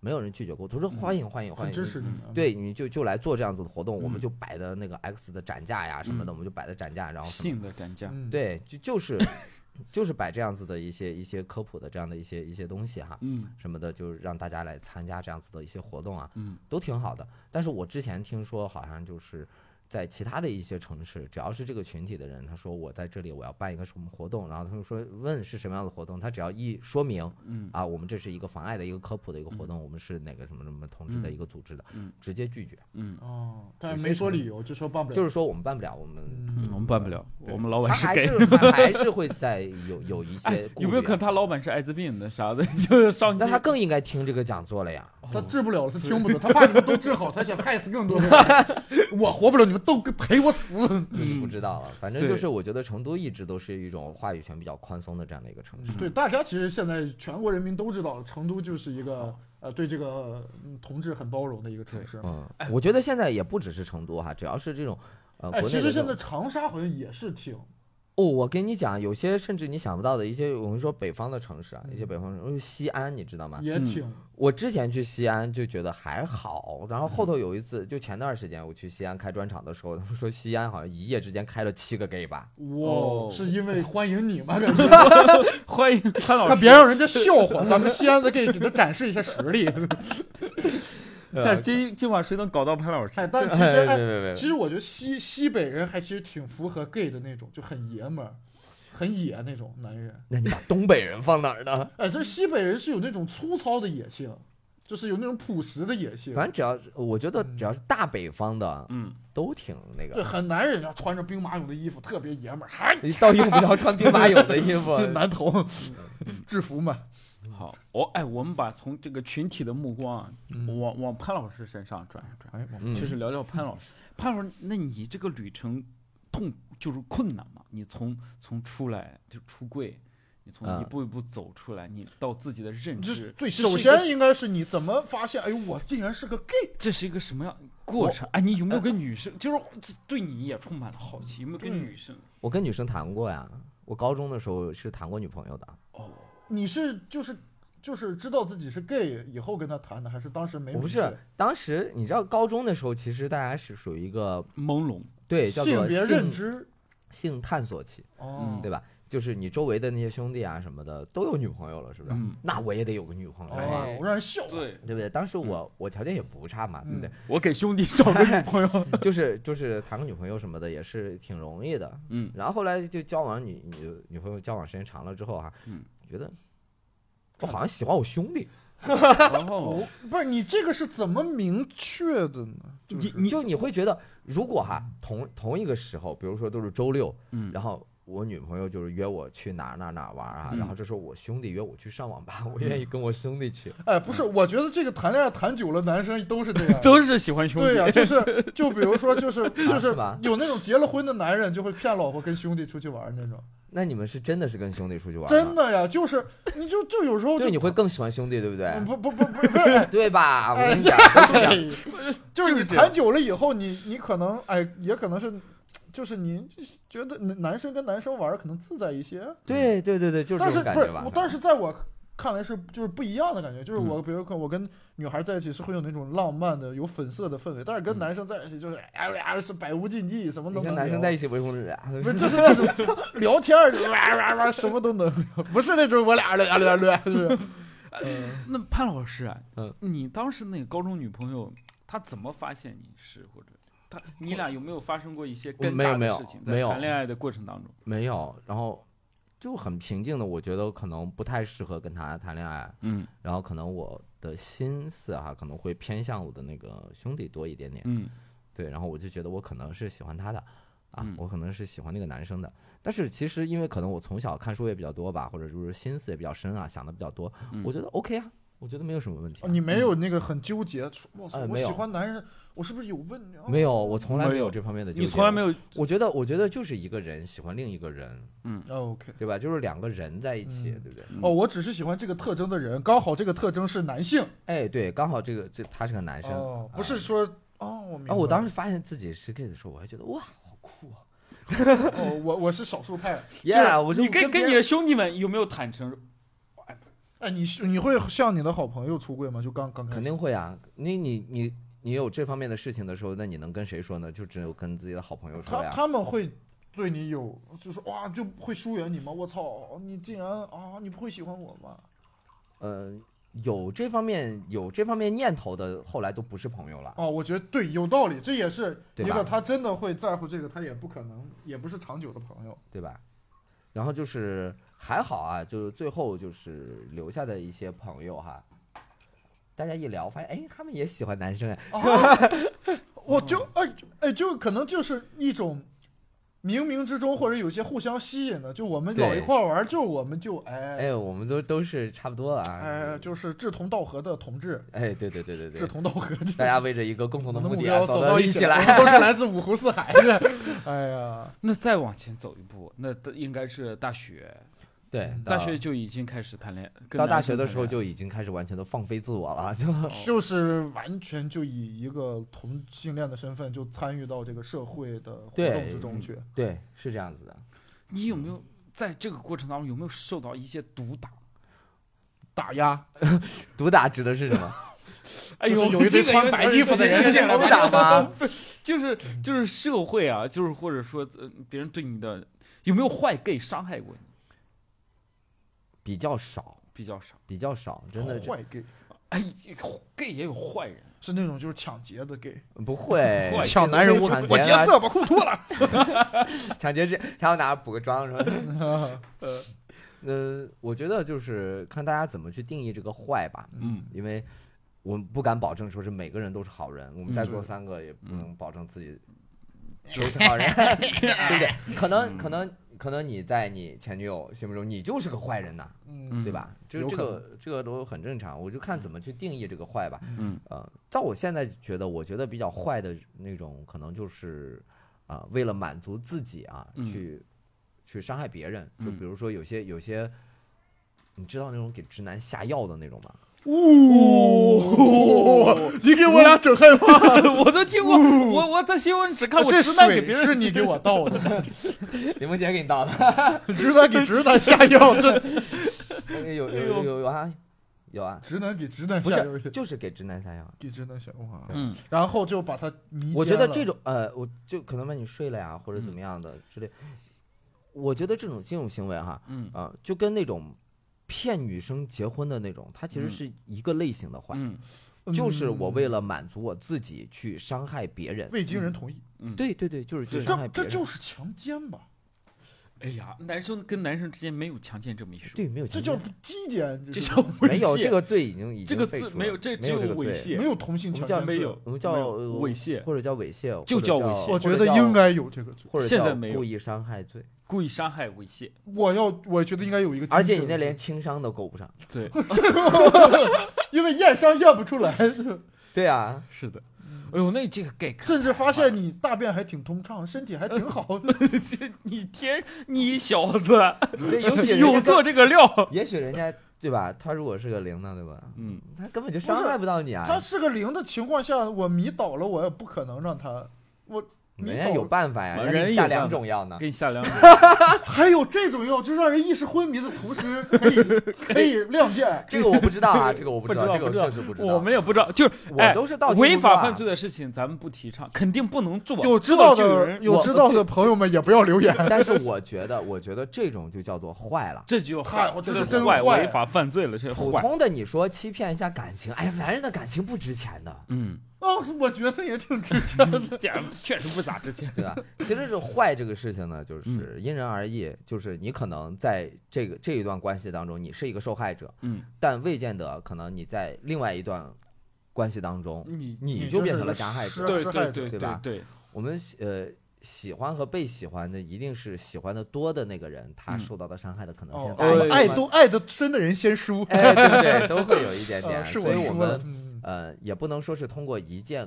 Speaker 2: 没有人拒绝过，都说欢迎欢迎欢
Speaker 1: 很
Speaker 2: 迎，
Speaker 1: 支持你
Speaker 4: 嗯。
Speaker 1: 啊，
Speaker 2: 对，你就就来做这样子的活动，我们
Speaker 4: 嗯
Speaker 2: 就摆的那个 X 的展架呀什么的，
Speaker 4: 嗯
Speaker 2: 我们就摆的展架，然后什么
Speaker 4: 性的展架，
Speaker 1: 嗯，
Speaker 2: 对，就就是就是摆这样子的一些一些科普的这样的一些一些东西哈。
Speaker 4: 嗯
Speaker 2: 什么的，就是让大家来参加这样子的一些活动啊，
Speaker 4: 嗯
Speaker 2: 都挺好的。但是我之前听说，好像就是在其他的一些城市，只要是这个群体的人，他说我在这里我要办一个什么活动，然后他们说问是什么样的活动，他只要一说明，
Speaker 4: 嗯
Speaker 2: 啊，我们这是一个妨碍的一个科普的一个活动，我们是哪个什么什么同志的
Speaker 4: 嗯
Speaker 2: 一个组织的，
Speaker 4: 嗯
Speaker 2: 直接拒绝。
Speaker 4: 嗯，
Speaker 1: 哦，但是没说理由，就说办不了。
Speaker 2: 就是说我们办不了，我们
Speaker 1: 嗯，
Speaker 4: 我们办不了，
Speaker 2: 对
Speaker 4: 我们老
Speaker 2: 他
Speaker 4: 板是
Speaker 2: 还
Speaker 4: 给。
Speaker 2: 是还还是会在有有一
Speaker 4: *laughs* 哎
Speaker 2: 些，顾虑啊
Speaker 4: 有没有可能他老板是艾滋病的啥的？ *laughs* 就是上期
Speaker 2: 那他更应该听这个讲座了呀。
Speaker 1: 他治不了了，他听不得，他怕你们都治好，他想害死更多的人。
Speaker 2: *laughs*
Speaker 1: 我活不了，你们都陪我死。
Speaker 2: 不知
Speaker 1: 嗯
Speaker 2: 道了，反正
Speaker 4: 对
Speaker 2: 就是我觉得成都一直都是一种话语权比较宽松的这样的一个城市。
Speaker 1: 对，大家其实现在全国人民都知道，成都就是一个呃对这个嗯同志很包容的一个城市。
Speaker 2: 嗯，我觉得现在也不只是成都哈，只要是这种呃
Speaker 1: 哎，
Speaker 2: 国
Speaker 1: 其
Speaker 2: 内
Speaker 1: 实
Speaker 2: 的这
Speaker 1: 现
Speaker 2: 种
Speaker 1: 在长沙好像也是挺
Speaker 2: 哦，我跟你讲，有些甚至你想不到的一些，我们说北方的城市啊，一些北方城市，呃西安你知道吗？
Speaker 1: 嗯也
Speaker 4: 嗯
Speaker 1: 挺
Speaker 2: 我之前去西安就觉得还好，然后后头有一次，就前段时间我去西安开专场的时候，他们说西安好像一夜之间开了七个 gay
Speaker 1: *laughs*
Speaker 2: 吧，
Speaker 1: 哇
Speaker 4: 哦，
Speaker 1: 是因为欢迎你
Speaker 2: *laughs*
Speaker 1: 吗？感觉
Speaker 4: 欢迎潘老
Speaker 1: 他
Speaker 4: 师，
Speaker 1: 别
Speaker 4: *laughs*
Speaker 1: 让人家笑话，咱们西安的 gay 给他展示一下实
Speaker 2: *laughs*
Speaker 1: 力。
Speaker 2: 啊
Speaker 4: 但今今晚谁能搞到潘老师？
Speaker 1: 哎，但其实
Speaker 2: *laughs* 哎，
Speaker 1: 哎，
Speaker 2: 别别
Speaker 1: 其
Speaker 2: 别，
Speaker 1: 实我觉得西西北人还其实挺符合 gay 的那种，就很爷们儿。很野那种男人，
Speaker 2: 那你把东北人放哪儿呢？
Speaker 1: 哎，这西北人是有那种粗糙的野性，就是有那种朴实的野性。
Speaker 2: 反正只要是我觉得只
Speaker 1: 嗯
Speaker 2: 要是大北方的
Speaker 4: 嗯，
Speaker 2: 都挺那
Speaker 1: 对，
Speaker 2: 个，
Speaker 1: 很男人啊，穿着兵马俑的衣服，特别爷们儿，嗨，
Speaker 2: 你倒用不着穿兵马俑的衣
Speaker 1: *laughs*
Speaker 2: 服。
Speaker 1: 男童制服嘛，
Speaker 4: 好，我、哎，我们把从这个群体的目光啊，
Speaker 1: 嗯
Speaker 4: 往往潘老师身上转一转，
Speaker 1: 哎，我
Speaker 2: 嗯
Speaker 4: 就，是聊聊潘老师。潘老师，那你这个旅程痛就是困难嘛？你从从出来就出柜，你从
Speaker 2: 啊
Speaker 4: 一步一步走出来，你到自己的认
Speaker 1: 这
Speaker 4: 知，
Speaker 1: 对，
Speaker 4: 这是一
Speaker 1: 首
Speaker 4: 个
Speaker 1: 先应该是你怎么发现，哎呦，我竟然是个 gay，
Speaker 4: 这是一个什么样过程？哎，你有没有跟女生，就是这对你也充满了好奇，有没有跟
Speaker 1: 嗯
Speaker 4: 女生？
Speaker 2: 我跟女生谈过呀，我高中的时候是谈过女朋友的，
Speaker 4: 哦，
Speaker 1: 你是就是就是知道自己是 gay 以后跟他谈的，还哎是当时没
Speaker 2: 我不
Speaker 1: 明
Speaker 2: 是
Speaker 1: 确
Speaker 2: 当时你知道高中的时候，其实大家是属于一个
Speaker 4: 朦胧，
Speaker 2: 对叫
Speaker 1: 性
Speaker 2: 做
Speaker 1: 别认
Speaker 2: 性嗯
Speaker 1: 知？
Speaker 2: 性探索期。
Speaker 1: 哦，
Speaker 2: 对吧？就是你周围的那些兄弟啊什么的都有女朋友了，是不是？
Speaker 4: 嗯
Speaker 2: 那我也得有个女朋友啊，
Speaker 1: 哦，我让人笑了，
Speaker 4: 对
Speaker 2: 对不对？当时
Speaker 1: 嗯
Speaker 2: 我、我条件也不差嘛，对不对？
Speaker 4: 我给兄弟找个女
Speaker 2: *laughs*
Speaker 4: 朋友，
Speaker 1: 嗯
Speaker 2: 就是就是谈个女朋友什么的也是挺容易的。
Speaker 4: 嗯
Speaker 2: 然后后来就交往女女女朋友交往时间长了之后哈、
Speaker 4: 嗯
Speaker 2: 觉得我好像喜欢我兄弟，
Speaker 4: 然后
Speaker 1: 哦，不是你这个是怎么明确的呢？就
Speaker 2: 你
Speaker 1: 是
Speaker 2: 你就你会觉得，如果哈、同同一个时候，比如说都是周六，
Speaker 4: 嗯，
Speaker 2: 然后我女朋友就是约我去哪儿哪儿哪儿玩儿啊，
Speaker 4: 嗯。
Speaker 2: 然后这时候我兄弟约我去上网吧，
Speaker 1: 嗯
Speaker 2: 我愿意跟我兄弟去。
Speaker 1: 哎，不是，我觉得这个谈恋爱谈久了，男生 *laughs* 都是这样
Speaker 4: 都是喜欢兄弟，
Speaker 1: 对呀、啊 *laughs* 就是就比如说，就是就是
Speaker 2: 是吧
Speaker 1: 有那种结了婚的男人就会骗老婆跟兄弟出去玩儿那种，
Speaker 2: 那你们是真的是跟兄弟出去玩吗？
Speaker 1: 真的呀，就是你就就有时候就
Speaker 2: 对，你会更喜欢兄弟，对不对？
Speaker 1: 嗯不不不不不是，哎
Speaker 2: 对吧？我
Speaker 1: 哎
Speaker 2: 跟你讲，
Speaker 1: *laughs*
Speaker 2: 我跟你讲，
Speaker 1: 就是
Speaker 4: 就
Speaker 1: 你
Speaker 4: 是这样
Speaker 1: 谈久了以后，你你可能哎，也可能是，就是你觉得男男生跟男生玩儿可能自在一些，啊
Speaker 2: 对对对对，就是
Speaker 1: 但
Speaker 2: 这
Speaker 1: 是
Speaker 2: 种感
Speaker 1: 不是
Speaker 2: 觉吧？嗯
Speaker 1: 我，但是在我看来是就是不一样的感觉，就是我比如可我跟女孩在一起是会有那种浪漫的、有粉色的氛围，但是跟
Speaker 2: 嗯
Speaker 1: 男生在一起就是哎呀是百无禁忌，什么啊
Speaker 2: 你
Speaker 1: 都能
Speaker 2: 跟男生在
Speaker 1: 一
Speaker 2: 一起为什么俩？
Speaker 1: 不是就是那种聊天儿哇哇哇什么都能聊，不是那种我俩俩俩俩就是。嗯
Speaker 4: *laughs* 那潘老师啊，
Speaker 2: 嗯
Speaker 4: 你当时那个高中女朋友，她怎么发现你是或者她你俩有没有发生过一些更
Speaker 2: 没有
Speaker 4: 大
Speaker 2: 没
Speaker 4: 的
Speaker 2: 有
Speaker 4: 事情？
Speaker 2: 没
Speaker 4: 在
Speaker 2: 有
Speaker 4: 谈恋爱的过程当中，
Speaker 2: 没有，然后就很平静的，我觉得可能不太适合跟他谈恋爱，
Speaker 4: 嗯
Speaker 2: 然后可能我的心思哈、可能会偏向我的那个兄弟多一点点，
Speaker 4: 嗯
Speaker 2: 对，然后我就觉得我可能是喜欢他的，啊，
Speaker 4: 嗯
Speaker 2: 我可能是喜欢那个男生的。但是其实因为可能我从小看书也比较多吧，或者就是心思也比较深啊，想的比较多，
Speaker 4: 嗯哦
Speaker 2: 我觉得 OK 啊，我觉得没有什么问题啊、
Speaker 1: 哦你没有那个很纠结，说哇塞
Speaker 2: 哎，
Speaker 1: 我
Speaker 2: 没有
Speaker 1: 喜欢男人，我是不是有问题啊？
Speaker 2: 没有，我从来
Speaker 4: 没
Speaker 2: 没
Speaker 4: 有
Speaker 2: 有这方面的纠结。
Speaker 4: 你从来没
Speaker 2: 有？
Speaker 4: 有
Speaker 2: 我觉得，我觉得就是一个人喜欢另一个人，
Speaker 1: 哦，OK。
Speaker 2: 对吧？就是两个人在一起，
Speaker 1: 嗯
Speaker 2: 对不对？
Speaker 1: 哦，我只是喜欢这个特征的人，刚好这个特征是男性。
Speaker 2: 哎，对，刚好这个这他是个男生，
Speaker 1: 哦，不
Speaker 2: 啊
Speaker 1: 是说哦，我明白
Speaker 2: 啊，我当时发现自己是 gay 的时候，我还觉得哇，好酷啊！
Speaker 1: 哦，我我是少数派。
Speaker 4: 就
Speaker 2: Yeah，
Speaker 4: 是
Speaker 2: 我就
Speaker 4: 你跟
Speaker 2: 别
Speaker 4: 跟你
Speaker 2: 人
Speaker 4: 的兄弟们有没有坦诚？
Speaker 1: 哎，你是你会向你的好朋友出柜吗？就刚刚开始
Speaker 2: 肯定会啊，你你你你有这方面的事情的时候，那你能跟谁说呢？就只有跟自己的好朋友说
Speaker 1: 他
Speaker 2: 呀。
Speaker 1: 他们会对你有，就是哇，就会疏远你吗？我操，你竟然啊，你不会喜欢我吗？
Speaker 2: 呃，有这方面有这方面念头的，后来都不是朋友了。
Speaker 1: 哦，我觉得对，有道理，这也是一
Speaker 2: 啊对吧
Speaker 1: 个他真的会在乎这个，他也不可能，也不是长久的朋友。
Speaker 2: 对吧？然后就是还好啊，就是最后就是留下的一些朋友哈，大家一聊发现，哎，他们也喜欢男生哎， *laughs*
Speaker 1: 啊，我就哎哎，就可能就是一种冥冥之中或者有些互相吸引的，就我们老
Speaker 2: 对
Speaker 1: 一块儿玩儿，就我们就哎
Speaker 2: 哎，我们都都是差不多了啊，
Speaker 1: 哎，就是志同道合的同志，
Speaker 2: 哎，对对对对
Speaker 1: 志
Speaker 2: 对，
Speaker 1: 同道合的。
Speaker 2: *laughs* 大家为着一个共同的
Speaker 1: 我们
Speaker 2: 目
Speaker 1: 目
Speaker 2: 的啊
Speaker 1: 标走
Speaker 2: 走
Speaker 1: 到
Speaker 2: 一
Speaker 1: 一
Speaker 2: 起
Speaker 1: 来，
Speaker 2: *laughs*
Speaker 1: 都是来自五湖四海的。哎呀，
Speaker 4: 那再往前走一步，那都应该是大学，
Speaker 2: 对，
Speaker 1: 嗯
Speaker 2: 到
Speaker 4: 大学就已经开始谈恋爱。跟
Speaker 2: 到大
Speaker 4: 男
Speaker 2: 学
Speaker 4: 生
Speaker 2: 的
Speaker 4: 谈
Speaker 2: 时候
Speaker 4: 恋
Speaker 2: 就已经开始完全的放飞自我了， *laughs* 就
Speaker 4: 爱哦
Speaker 1: 就是完全就以一个同性恋的身份就参与到这个社会的活动
Speaker 2: 对嗯
Speaker 1: 之中去。
Speaker 2: 对，是这样子的。
Speaker 4: 你有没有在这个过程当中有没有受到一些毒打？
Speaker 1: 打压，
Speaker 2: *laughs* 毒打指的是什么？ *laughs*
Speaker 4: 哎
Speaker 1: 就是
Speaker 4: 呦，
Speaker 1: 有一堆
Speaker 4: 这个
Speaker 1: 穿白衣服的人进来
Speaker 2: 殴打吗？
Speaker 4: *laughs* 就是就是社会啊，就是或者说、呃、别人对你的有没有坏 gay 伤害过你？
Speaker 2: 比较少，
Speaker 4: 比较少。
Speaker 2: 比较少，真的
Speaker 1: 坏 gay
Speaker 4: 哎，gay 也有坏人，
Speaker 1: 是那种就是抢劫的 gay，
Speaker 2: 不会
Speaker 4: 坏
Speaker 1: 抢男人，我
Speaker 2: 抢
Speaker 1: 我
Speaker 2: 劫
Speaker 1: 劫 *laughs*
Speaker 2: 啊
Speaker 1: 色把裤脱了。
Speaker 2: *laughs* 抢劫是还要拿补个妆是吧？ *laughs*
Speaker 1: 呃
Speaker 2: 嗯，我觉得就是看大家怎么去定义这个坏吧，
Speaker 4: 嗯，
Speaker 2: 因为我们不敢保证说是每个人都是好人，我们在
Speaker 4: 嗯
Speaker 2: 座
Speaker 1: 对
Speaker 2: 三个也不
Speaker 4: 嗯
Speaker 2: 能保证
Speaker 1: *laughs*
Speaker 2: 自己都是好人，对不对？可能
Speaker 1: 嗯
Speaker 2: 可能可能你在你前女友心目中你就是个坏人呐，
Speaker 1: 嗯，
Speaker 2: 对吧？这
Speaker 1: 有
Speaker 2: 这
Speaker 1: 可嗯
Speaker 2: 个这个都很正常，我就看怎么去定义这个坏吧。
Speaker 4: 嗯，
Speaker 2: 呃，但我现在觉得，我觉得比较坏的那种，可能就是啊、为了满足自己啊，
Speaker 4: 嗯
Speaker 2: 去去伤害别人。就
Speaker 4: 嗯
Speaker 2: 比如说有些有些，你知道那种给直男下药的那种吗？
Speaker 1: 哦，你给我俩整害怕。
Speaker 4: 我都听过，我我在新闻只看过
Speaker 1: 这
Speaker 4: 直男给别
Speaker 1: 水
Speaker 4: 人
Speaker 1: 是你给我倒 *laughs* 的，
Speaker 2: 林梦姐给你倒的，
Speaker 1: 直男给直男下药，这
Speaker 2: 有有
Speaker 4: 哎呦
Speaker 2: 有有有啊，有啊，
Speaker 1: *laughs* 直男给直男
Speaker 2: 不
Speaker 1: 下药，
Speaker 2: 是就是给直男下药。
Speaker 1: 给直男下哇。
Speaker 4: 嗯
Speaker 1: 然后就把他迷
Speaker 2: 我觉
Speaker 1: 奸
Speaker 2: 得
Speaker 1: 了
Speaker 2: 这种呃，我就可能问你睡了呀，或者怎
Speaker 4: 嗯
Speaker 2: 么样的之类。我觉得这种这种行为哈，
Speaker 4: 嗯
Speaker 2: 啊、就跟那种骗女生结婚的那种，它其实
Speaker 4: 嗯
Speaker 2: 是一个类型的坏，
Speaker 4: 嗯
Speaker 2: 就是我为
Speaker 1: 嗯
Speaker 2: 了满足我自己去伤害别人。
Speaker 1: 未经人同意，
Speaker 4: 嗯，，
Speaker 2: 对对对，就是去
Speaker 4: 对
Speaker 2: 伤害
Speaker 1: 这
Speaker 2: 别
Speaker 1: 这
Speaker 2: 人。
Speaker 1: 就是强奸吧？
Speaker 4: 哎呀，男生跟男生之间没有强奸这么一说，
Speaker 2: 对，没有
Speaker 1: 这
Speaker 2: 强
Speaker 1: 叫
Speaker 2: 奸
Speaker 1: 基奸，
Speaker 4: 这
Speaker 1: 是
Speaker 4: 叫猥亵。
Speaker 2: 没有这个罪已经已经
Speaker 4: 这个
Speaker 2: 废
Speaker 4: 字
Speaker 2: 除
Speaker 4: 没有，
Speaker 2: 了
Speaker 4: 这
Speaker 2: 没
Speaker 4: 只有
Speaker 2: 有这个
Speaker 4: 猥
Speaker 2: 罪，
Speaker 4: 亵
Speaker 1: 没，有同性
Speaker 2: 我
Speaker 1: 强奸
Speaker 2: 们叫
Speaker 1: 罪，
Speaker 4: 没有
Speaker 2: 我们叫
Speaker 4: 没有
Speaker 2: 呃
Speaker 4: 猥亵
Speaker 2: 或者叫猥亵，
Speaker 4: 就
Speaker 2: 或者
Speaker 4: 叫
Speaker 2: 叫
Speaker 4: 猥亵
Speaker 1: 我
Speaker 2: 或
Speaker 1: 觉
Speaker 2: 者
Speaker 1: 得
Speaker 2: 叫
Speaker 1: 应，该有这个罪。
Speaker 2: 或者
Speaker 4: 现在
Speaker 2: 叫
Speaker 4: 没有
Speaker 2: 故意伤害罪，
Speaker 4: 故意伤害、猥亵。
Speaker 1: 我要，我觉得应该有一个 *laughs* 精确的
Speaker 2: 而
Speaker 1: 罪。
Speaker 2: 且你那连轻伤都够不上。
Speaker 4: 对，
Speaker 1: 因为验伤验不出来，
Speaker 2: 对啊，
Speaker 4: *laughs* 是的，哎呦，那这个给
Speaker 1: 甚至发现你大便还挺通畅，身体还挺
Speaker 2: *laughs*
Speaker 4: *laughs*
Speaker 1: 好。
Speaker 4: 这你天，你小子
Speaker 2: *laughs* 这有些人
Speaker 4: *laughs* 有
Speaker 2: 家都
Speaker 4: 做这个料，
Speaker 2: 也许人家对吧？他如果是个零呢，对吧？
Speaker 3: 嗯，
Speaker 2: 他根本就伤害不到你啊。
Speaker 1: 他是个零的情况下，我迷倒了，我也不可能让他。
Speaker 2: 人家有办法呀，
Speaker 3: 人
Speaker 2: 人
Speaker 3: 家
Speaker 2: 家给
Speaker 3: 有
Speaker 2: 你下
Speaker 3: 办法
Speaker 2: 两种药呢
Speaker 4: 给。你下两种。
Speaker 1: 还有这种药，就让人意识昏迷的同时，可
Speaker 2: *laughs*
Speaker 1: 以可以亮剑。
Speaker 2: 这个我不知道啊，这个我不知
Speaker 4: *laughs* 不
Speaker 2: 道，
Speaker 4: 知道
Speaker 2: 这个我确实不知道。
Speaker 4: 我们也不知道，就是哎
Speaker 2: 我都是到
Speaker 4: 违法犯罪的事情，咱们不提倡，肯定不能做。
Speaker 1: 有知道
Speaker 4: 做就有
Speaker 1: 的
Speaker 4: 人
Speaker 1: 有知道的朋友们也不要留
Speaker 2: *laughs*
Speaker 1: 言。
Speaker 2: 但是我觉得，我觉得这种就叫做坏了。
Speaker 4: 这就
Speaker 1: 嗨
Speaker 4: 坏，
Speaker 1: 我
Speaker 4: 这
Speaker 1: 这
Speaker 4: 就是
Speaker 1: 真
Speaker 4: 坏，
Speaker 1: 坏
Speaker 4: 违法犯罪了，这
Speaker 2: 普
Speaker 4: *laughs* 坏。
Speaker 2: 通的你说欺骗一下感情，哎呀，男人的感情不值钱的，
Speaker 4: *laughs* 嗯，
Speaker 1: 哦，我觉得也挺值钱。
Speaker 4: 这样确实不咋值钱。
Speaker 2: 对吧？ *laughs* 其实是坏这个事情呢，
Speaker 4: 嗯
Speaker 2: 就是因人而异，就是你可能在这个这一段关系当中，你是一个受害者，
Speaker 4: 嗯，
Speaker 2: 但未见得可能你在另外一段关系当中，
Speaker 4: 你
Speaker 2: 你
Speaker 1: 你
Speaker 2: 就
Speaker 1: 就是
Speaker 2: 变成
Speaker 1: 个
Speaker 2: 了加害者
Speaker 1: 施。
Speaker 4: 对
Speaker 1: 是害
Speaker 4: 对对
Speaker 2: 者对
Speaker 4: 对
Speaker 2: 吧
Speaker 4: 对，
Speaker 2: 我们喜呃喜欢和被喜欢的，一定是喜欢的多的那个人，他
Speaker 4: 嗯
Speaker 2: 受到的伤害的可能性
Speaker 1: 哦，
Speaker 2: 大一
Speaker 1: 爱
Speaker 2: 点。
Speaker 1: 爱都爱的深的人先输。
Speaker 2: 哎，对不对？都会有一点点。
Speaker 1: *laughs* 呃，是
Speaker 2: 所
Speaker 1: 我
Speaker 2: 以我
Speaker 1: 输了
Speaker 2: 们。
Speaker 1: 嗯
Speaker 2: 呃，也不能说是通过一件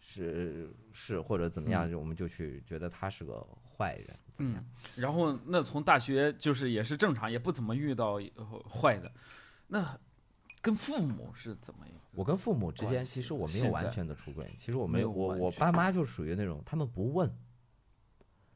Speaker 2: 是是或者怎么样，我们就去觉得他是个坏人。怎么
Speaker 4: 嗯
Speaker 2: 样？，
Speaker 4: 然后那从大学就是也是正常，也不怎么遇到呃坏的。那跟父母是怎么一个？
Speaker 2: 我跟父母之间，
Speaker 4: 关系
Speaker 2: 其实我没有
Speaker 4: 现
Speaker 2: 完
Speaker 4: 在
Speaker 2: 全的出轨。其实我
Speaker 4: 没
Speaker 2: 没
Speaker 4: 有
Speaker 2: 有，我
Speaker 4: 完
Speaker 2: 我
Speaker 4: 全
Speaker 2: 爸妈就属于那种，他们不问，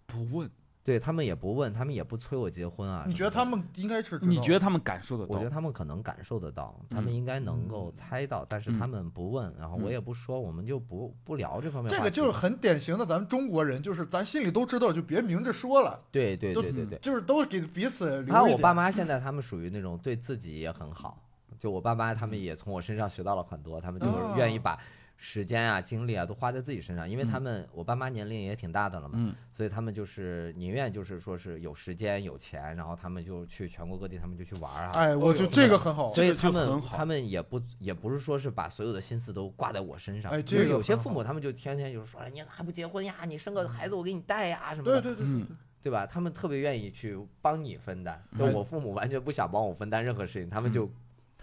Speaker 4: 不问，
Speaker 2: 对他们也不问，他们也不催我结婚啊。
Speaker 1: 你觉得他？们应该是知道？
Speaker 4: 你觉得他们感受得
Speaker 2: 我觉得
Speaker 4: 到？
Speaker 2: 他们可能感受得到，他
Speaker 4: 嗯
Speaker 2: 们应该能够猜到，但是
Speaker 4: 嗯
Speaker 2: 他们不问，然后我也不说，我们就不不聊这方面
Speaker 1: 嗯
Speaker 2: 话
Speaker 1: 这
Speaker 2: 题。
Speaker 1: 个就是很典型的咱们中国人，就是咱心里都知道，就别明着说了，
Speaker 2: 对对
Speaker 1: 都
Speaker 2: 对对对。
Speaker 1: 就是都给彼此留
Speaker 2: 还有
Speaker 1: 一
Speaker 2: 我
Speaker 1: 点
Speaker 2: 爸妈现在他们属于那种对自己也很好，就我爸妈他
Speaker 1: 嗯
Speaker 2: 们也从我身上学到了很多，他们
Speaker 1: 哦
Speaker 2: 就是愿意把时间啊、精力啊都花在自己身上，因为
Speaker 1: 嗯
Speaker 2: 他们我爸妈年龄也挺大的了嘛，
Speaker 4: 嗯
Speaker 2: 所以他们就是宁愿就是说是有时间有钱，然后他们就去全国各地，他们就去玩儿啊。
Speaker 1: 哎，我就这个很好。
Speaker 2: 所以他
Speaker 4: 这个就
Speaker 2: 们
Speaker 4: 很好
Speaker 2: 他们也不也不是说是把所有的心思都挂在我身上，
Speaker 1: 哎
Speaker 2: 就是
Speaker 1: 这个
Speaker 2: 有些
Speaker 1: 很
Speaker 2: 父母他们就天天就是说，哎你咋还不结婚呀？你生个孩子我给你带呀什么的。
Speaker 1: 对对对，
Speaker 4: 嗯，
Speaker 2: 对吧？他们特别愿意去帮你分担，就
Speaker 1: 哎
Speaker 2: 我父母完全不想帮我分担任何事情，他们就、
Speaker 4: 嗯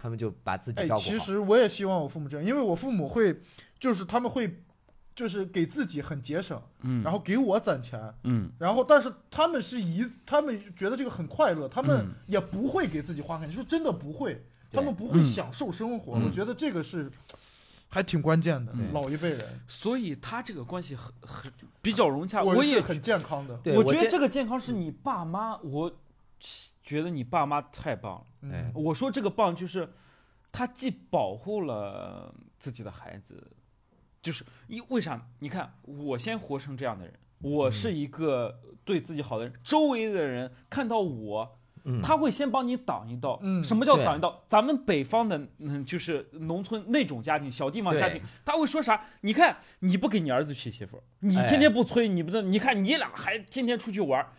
Speaker 2: 他们就把自己
Speaker 1: 哎
Speaker 2: 照，顾好。
Speaker 1: 其实我也希望我父母这样，因为我父母会，就是他们会，就是给自己很节省，
Speaker 4: 嗯，
Speaker 1: 然后给我攒钱，
Speaker 4: 嗯，
Speaker 1: 然后但是他们是一，他们觉得这个很快乐，他们
Speaker 4: 嗯
Speaker 1: 也不会给自己花钱，就是真的不会，
Speaker 2: 对
Speaker 1: 他们不会
Speaker 4: 嗯
Speaker 1: 享受生活。
Speaker 4: 嗯
Speaker 1: 我觉得这个是还挺关键的
Speaker 4: 嗯，
Speaker 1: 老一辈人，
Speaker 4: 所以他这个关系很很比较融洽。
Speaker 1: 我
Speaker 4: 也
Speaker 1: 是很健康的。
Speaker 2: 对
Speaker 4: 我
Speaker 2: 我
Speaker 4: 觉得
Speaker 2: 这
Speaker 4: 这个健康是你爸妈，我觉得你爸妈太棒了。
Speaker 2: 哎
Speaker 1: 嗯，
Speaker 4: 我说这个棒就是，他既保护了自己的孩子，就是因为啥？你看我先活成这样的人，我是一个对自己好的人，周围的人看到我。
Speaker 2: 嗯
Speaker 4: 他会先帮你挡一道，
Speaker 1: 嗯
Speaker 4: 什么叫
Speaker 2: 对
Speaker 4: 挡一道？咱们北方的，嗯，就是农村那种家庭，小地方家庭
Speaker 2: 对，
Speaker 4: 他会说啥？你看，你不给你儿子娶媳妇儿，你
Speaker 2: 哎
Speaker 4: 天天不催，你不能，你看你俩还天天出去玩儿，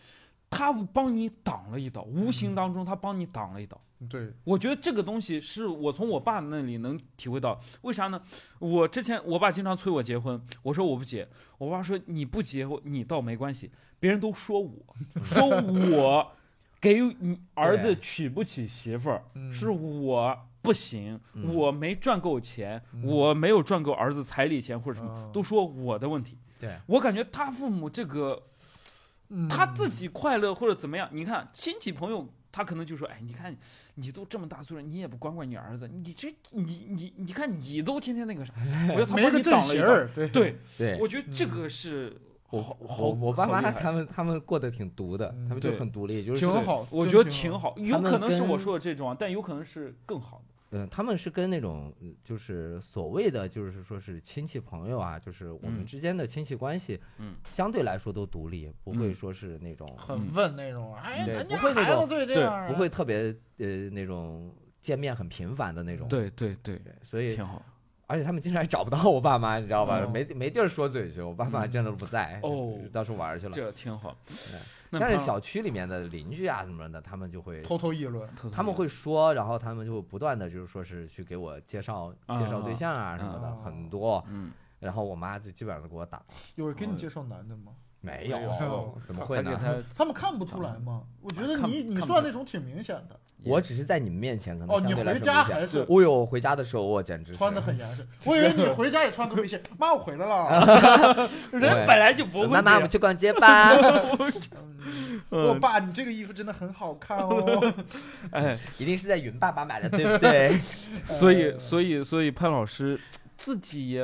Speaker 4: 他帮你挡了一道，无形当中他帮你挡了一道。
Speaker 1: 对，
Speaker 4: 我觉得这个东西是我从我爸那里能体会到，为啥呢？我之前我爸经常催我结婚，我说我不结，我爸说你不结婚你倒没关系，别人都说我说我给你儿子娶不起媳妇儿，
Speaker 1: 嗯
Speaker 4: 是我不行，
Speaker 2: 嗯
Speaker 4: 我没赚够钱，
Speaker 1: 嗯
Speaker 4: 我没有赚够儿子彩礼钱或者什么，
Speaker 1: 哦
Speaker 4: 都说我的问题。
Speaker 2: 嗯对
Speaker 4: 我感觉他父母这个他
Speaker 1: 嗯
Speaker 4: 自己快乐或者怎么样，你看亲戚朋友，他可能就说：“哎，你看你都这么大岁数，你也不管管你儿子，你这你你你看你都天天那个啥，我觉得他
Speaker 1: 没
Speaker 4: 帮
Speaker 1: 个
Speaker 4: 你
Speaker 1: 阵
Speaker 4: 挡了一
Speaker 1: 型
Speaker 4: 道。
Speaker 1: 儿，对”
Speaker 4: 对，嗯
Speaker 2: 对
Speaker 4: 我觉得这个是
Speaker 2: 我
Speaker 4: 好好
Speaker 2: 我我爸
Speaker 4: 好
Speaker 2: 妈
Speaker 4: 厉害
Speaker 2: 他们他们过得挺独的，
Speaker 1: 嗯
Speaker 2: 他们就
Speaker 4: 对
Speaker 2: 很独立，就是
Speaker 1: 挺好，
Speaker 4: 我
Speaker 1: 真
Speaker 4: 觉得
Speaker 1: 挺
Speaker 4: 挺
Speaker 1: 好。
Speaker 4: 好，有
Speaker 2: 他们
Speaker 4: 可能是
Speaker 2: 跟
Speaker 4: 我说的这种啊，但有可能是更好的。
Speaker 2: 嗯，他们是跟那种嗯就是所谓的就是说是亲戚朋友啊，就是我
Speaker 4: 嗯
Speaker 2: 们之间的亲戚关系，
Speaker 4: 嗯，
Speaker 2: 相对来说都独立，不会
Speaker 4: 嗯
Speaker 2: 说是那种
Speaker 1: 很问那种，哎，
Speaker 2: 对
Speaker 1: 人家
Speaker 2: 不会那
Speaker 1: 孩
Speaker 2: 种
Speaker 1: 子最这
Speaker 4: 对
Speaker 1: 样啊，
Speaker 2: 不会特别呃那种见面很频繁的那种，
Speaker 4: 对对对，
Speaker 2: 对，所以
Speaker 4: 挺好。
Speaker 2: 而且他们经常还找不到我爸妈，你知道吧？
Speaker 1: 哦
Speaker 2: 没没地儿说嘴去，我爸妈真的不在，
Speaker 4: 嗯哦
Speaker 2: 到处玩去了。
Speaker 4: 这挺好。那
Speaker 2: 但是
Speaker 4: 他
Speaker 2: 小区里面的邻居啊什么的，他们就会，
Speaker 1: 偷偷议论。
Speaker 4: 偷偷
Speaker 2: 他们
Speaker 4: 地
Speaker 2: 会说，然后他们就不断的就是说是去给我介绍
Speaker 4: 啊
Speaker 2: 介绍对象啊什么的，
Speaker 1: 哦
Speaker 2: 很多。
Speaker 4: 嗯，
Speaker 2: 然后我妈就基本上都给我打，
Speaker 1: 有人给你介绍男的吗？
Speaker 2: 没
Speaker 4: 有
Speaker 2: 有，怎么会
Speaker 4: 他给
Speaker 2: 呢？
Speaker 4: *laughs* 他
Speaker 1: 他们看不出来吗？我觉得
Speaker 4: 看
Speaker 1: 你你
Speaker 4: 看不
Speaker 1: 算那种挺明显的。
Speaker 2: *laughs* 我只是在你们面前可能
Speaker 1: 哦，
Speaker 2: 相
Speaker 1: 你
Speaker 2: 对来
Speaker 1: 回
Speaker 2: 说
Speaker 1: 家
Speaker 2: 明显
Speaker 1: 还是
Speaker 2: 哦呦，我回家的时候我简直是
Speaker 1: 穿的很
Speaker 2: *laughs*
Speaker 1: 严实，我以为你回家也穿个背心。妈，我回来 *laughs*
Speaker 2: 啊
Speaker 1: 了。
Speaker 4: 人本来就不会
Speaker 2: 妈妈，
Speaker 4: 这
Speaker 2: 我们
Speaker 4: 样
Speaker 2: 去逛街吧。
Speaker 1: 嗯我
Speaker 4: 嗯，
Speaker 1: 爸，你这个衣服真的很好看
Speaker 2: *laughs*
Speaker 1: 哦。
Speaker 4: 哎，
Speaker 2: 一定是在云爸爸买的，对不对？
Speaker 4: 所以
Speaker 1: 呃
Speaker 4: 所以所以潘老师自己也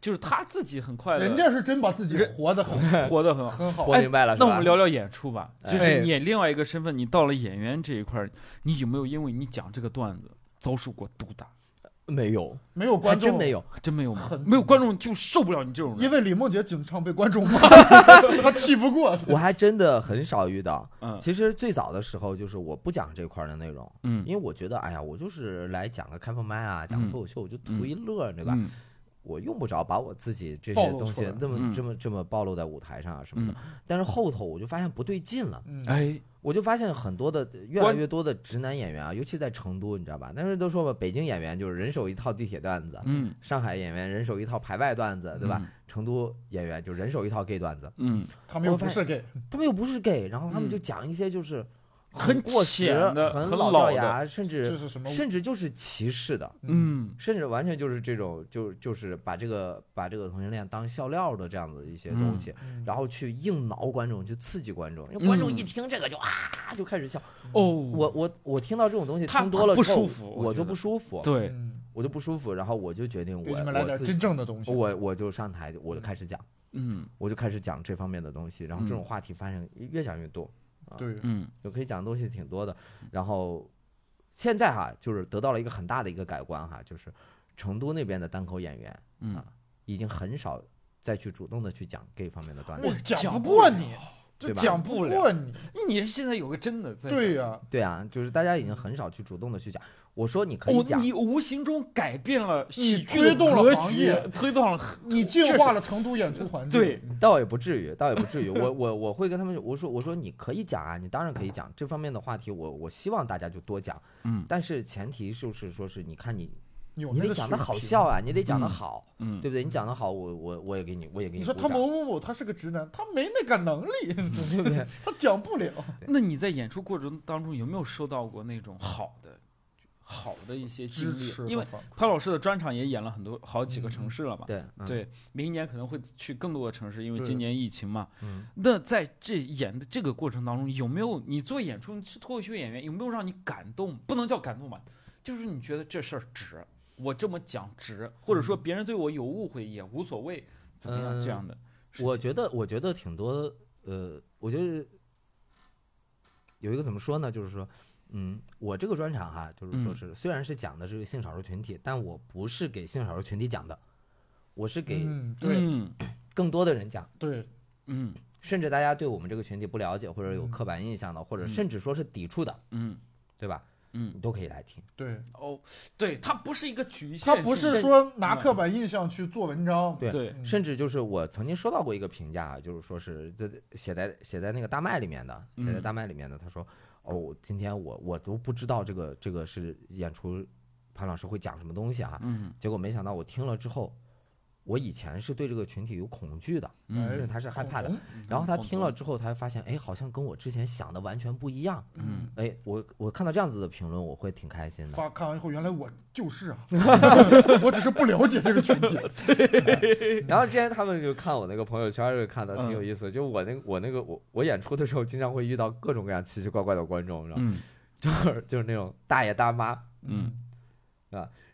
Speaker 4: 就是他自己很快乐，
Speaker 1: 人家是真把自己活得很
Speaker 4: *laughs* 活得很好。
Speaker 1: *laughs* 很好
Speaker 2: 我。明白了，是
Speaker 4: 那
Speaker 2: 吧
Speaker 4: 我们聊聊演出吧，
Speaker 2: 哎
Speaker 4: 就是你另外一个身份，你到了演员这一块儿，你有没有因为你讲这个段子遭受过毒打？
Speaker 2: *laughs* 没有，
Speaker 1: *laughs* 没有
Speaker 2: 还
Speaker 1: 观众，
Speaker 2: 真没有。
Speaker 4: 还真没有吗
Speaker 1: 很？
Speaker 4: 没有观众就受不了你这种人
Speaker 1: 因。为李梦洁经常被观众
Speaker 2: *laughs*
Speaker 1: 骂，他气不过。
Speaker 2: 我还真的很少遇到。
Speaker 4: 嗯
Speaker 2: 其实最早的时候，就是我不讲这块儿的内容，
Speaker 4: 嗯，
Speaker 2: 因为我觉得，哎呀，我就是来讲个开放麦啊，讲个脱口秀，我就图一乐，对吧？
Speaker 4: 嗯？
Speaker 2: 我用不着把我自己这
Speaker 1: 暴
Speaker 2: 些
Speaker 1: 露
Speaker 2: 东
Speaker 1: 出来
Speaker 2: 西那
Speaker 4: 嗯
Speaker 2: 么这么这么暴露在舞台上啊什么的。但是后头我就发现不对劲了，
Speaker 1: 嗯，
Speaker 4: 哎，
Speaker 2: 我就发现很多的越来
Speaker 4: 关
Speaker 2: 越多的直男演员啊，尤其在成都，你知道吧？但是都说嘛，北京演员就是人手一套地铁段子，
Speaker 4: 嗯，
Speaker 2: 上海演员人手一套排外段子，对吧？？成都演员就人手一套 gay 段子，
Speaker 4: 嗯，
Speaker 1: 他们又不是 gay，
Speaker 2: 他们又不是 gay，然后他们
Speaker 4: 嗯
Speaker 2: 就讲一些就是
Speaker 4: 很
Speaker 2: 过时、
Speaker 4: 浅的
Speaker 2: 很
Speaker 4: 很
Speaker 2: 老
Speaker 4: 老
Speaker 2: 掉牙，甚
Speaker 1: 这
Speaker 2: 至
Speaker 1: 是什么？
Speaker 2: 甚至就是歧视的，
Speaker 4: 嗯
Speaker 2: 甚至完全就是这种就就是把这个把这个同性恋当笑料的这样子一些东西。
Speaker 1: 嗯
Speaker 2: 然后去硬挠观众，去刺激观众，因为观众
Speaker 4: 嗯
Speaker 2: 一听这个就啊就开始笑。
Speaker 4: 哦，
Speaker 2: 我我我听到这种东西
Speaker 4: 他
Speaker 2: 听多了
Speaker 4: 不
Speaker 2: 之后
Speaker 4: 舒服我
Speaker 2: 我
Speaker 4: 觉
Speaker 2: 就
Speaker 4: 得
Speaker 2: 不舒服，
Speaker 4: 对，
Speaker 1: 嗯
Speaker 2: 我就不舒服。然后我就决定
Speaker 1: 给
Speaker 2: 我
Speaker 1: 你们来
Speaker 2: 我
Speaker 1: 点
Speaker 2: 自
Speaker 1: 真正的东西。
Speaker 2: 我我就上台，我就开始讲，
Speaker 4: 嗯
Speaker 2: 我就开始讲这方面的东西。然后这种
Speaker 4: 嗯
Speaker 2: 话题发现越讲越多，
Speaker 1: 对，
Speaker 4: 嗯
Speaker 2: 就可以讲的东西挺多的。然后现在哈，就是得到了一个很大的一个改观哈，就是成都那边的单口演员
Speaker 4: 嗯
Speaker 2: 啊，已经很少再去主动的去讲 gay 方面的段
Speaker 1: 我哦
Speaker 2: 子。
Speaker 1: 讲不
Speaker 4: 讲不
Speaker 1: 过你，这
Speaker 2: 对吧
Speaker 1: 讲不过你。
Speaker 4: 你是现在有个真的在
Speaker 1: 对呀，
Speaker 2: 对啊，就是大家已经很少去主动的去讲。我说你可以
Speaker 1: 哦
Speaker 4: 我
Speaker 2: 讲，
Speaker 4: 哦你无形中改变了喜剧
Speaker 1: 你推
Speaker 4: 的
Speaker 1: 动了
Speaker 4: 格
Speaker 1: 行
Speaker 4: 局
Speaker 1: 业，
Speaker 4: 推动了
Speaker 1: 你净化了成都演出环境。
Speaker 4: 对，
Speaker 2: 倒也不至于，倒也不至于。我我我会跟他们我说我说你可以讲啊，你当然可以讲这方面的话题我，我希望大家就多讲，
Speaker 4: 嗯
Speaker 2: 但是前提就是说是你看你
Speaker 1: 你有
Speaker 2: 你
Speaker 1: 哦那
Speaker 2: 得
Speaker 1: 个
Speaker 2: 讲
Speaker 1: 水
Speaker 2: 的好
Speaker 1: 平
Speaker 2: 笑啊，你得讲的
Speaker 4: 嗯
Speaker 2: 好，
Speaker 4: 嗯
Speaker 2: 对不对？你讲的好，我我我也给你我也
Speaker 1: 你
Speaker 2: 给你
Speaker 1: 说
Speaker 2: 鼓
Speaker 1: 他
Speaker 2: 掌。
Speaker 1: 某某某，他是个直男，他没那个能力，
Speaker 2: *laughs* 对不对？
Speaker 1: 他讲不
Speaker 2: *laughs*
Speaker 1: 了。
Speaker 4: 那你在演出过程当中有没有收到过那种好的、好的一些经
Speaker 1: 支持
Speaker 4: 历？
Speaker 1: 的
Speaker 4: 因为
Speaker 1: 方
Speaker 4: 潘老师的专场也演了很多好几个城市了嘛。
Speaker 2: 对嗯
Speaker 4: 对，明年可能会去更多的城市，因为
Speaker 1: 对
Speaker 4: 今年疫情嘛。
Speaker 2: 嗯
Speaker 4: 那在这演的这个过程当中，有没有你做演出，你是脱口秀演员，有没有让你感动？不能叫感动吧，就是你觉得这事儿值，我这么讲值，或者说别人对我有误会也无所谓，怎么样
Speaker 2: 嗯
Speaker 4: 这样的事情？
Speaker 2: 我觉得我觉得挺多，呃，我觉得有一个怎么说呢，就是说。嗯，我这个专场哈，就是说
Speaker 4: 嗯
Speaker 2: 是虽然是讲的是性少数群体，但我不是给性少数群体讲的，我是给
Speaker 1: 嗯，对
Speaker 4: 嗯
Speaker 2: 更多的人讲，
Speaker 1: 对，
Speaker 4: 嗯
Speaker 2: 甚至大家对我们这个群体不了解，或者有
Speaker 1: 嗯
Speaker 2: 刻板印象的，或者
Speaker 4: 嗯
Speaker 2: 甚至说是抵触的，
Speaker 4: 嗯
Speaker 2: 对吧？
Speaker 4: 嗯
Speaker 2: 你都可以来听。
Speaker 1: 对，
Speaker 4: 哦，对，它不是一个局限
Speaker 1: 他
Speaker 4: 性，
Speaker 1: 不是说拿刻板印象去做文章。
Speaker 2: 嗯对
Speaker 4: 对，
Speaker 1: 嗯
Speaker 2: 甚至就是我曾经收到过一个评价啊，就是说是这写在写在那个大麦里面的，
Speaker 4: 嗯
Speaker 2: 写在大麦里面的，他说：“哦，今天我我都不知道这个这个是演出，潘老师会讲什么东西啊？
Speaker 4: 嗯
Speaker 2: 结果没想到我听了之后，我以前是对这个群体有恐惧的，
Speaker 4: 嗯
Speaker 2: 甚至他是害怕的。
Speaker 1: 哎恐龙。
Speaker 2: 然后他听了，之后，他发现，哎，好像跟我之前想的完全不一样。
Speaker 4: 嗯，
Speaker 2: 哎，我我看到这样子的评论，我会挺开心的。
Speaker 1: 发看完以后，原来我就是
Speaker 2: *laughs*
Speaker 1: 啊，我只是不了解这个群体。
Speaker 4: *laughs*
Speaker 2: 然后之前他们就看我那个朋友圈，就看到
Speaker 4: 嗯
Speaker 2: 挺有意思的。就我那个我那个我我演出的时候，经常会遇到各种各样奇奇怪怪的观众，你知道吗？
Speaker 4: 嗯
Speaker 2: *laughs* 就是就是那种大爷大妈。
Speaker 4: 嗯，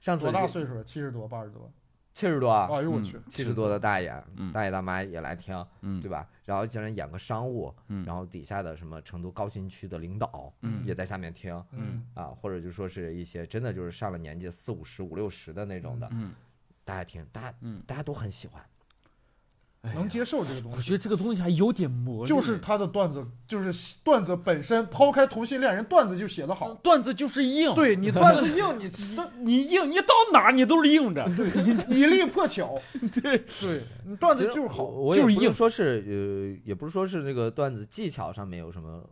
Speaker 2: 上次
Speaker 1: 多大岁数了？七十多，八十多？
Speaker 2: 七十多啊，
Speaker 1: 哎呦我去！
Speaker 2: 七十多的大爷
Speaker 4: 嗯，
Speaker 2: 大爷大妈也来听，
Speaker 4: 嗯
Speaker 2: 对吧？然后竟然演个商务
Speaker 4: 嗯，
Speaker 2: 然后底下的什么成都高新区的领导
Speaker 4: 嗯
Speaker 2: 也在下面听
Speaker 1: 嗯，
Speaker 2: 啊，或者就说是一些真的就是上了年纪四五十五六十的那种的，
Speaker 4: 嗯
Speaker 2: 大家听，大家
Speaker 4: 嗯，
Speaker 2: 大家都很喜欢。嗯
Speaker 1: 能接受这
Speaker 2: 哎
Speaker 1: 个东
Speaker 4: 我
Speaker 1: 西。
Speaker 4: 觉得这个东西还有点魔力，嗯
Speaker 1: 就是他的段子，就是段子本身，抛开同性恋，人段子就写得好。
Speaker 4: 段子就是硬，
Speaker 1: 对你段子硬，你
Speaker 4: *laughs*
Speaker 1: 你
Speaker 4: 你硬，你到哪你都是硬着，
Speaker 1: 以力破巧，对对，你段子就是好。
Speaker 2: 我我
Speaker 4: 就
Speaker 2: 也
Speaker 4: 是
Speaker 2: 不
Speaker 4: 硬
Speaker 2: 是说是呃，也不是说是这个段子技巧上面有什么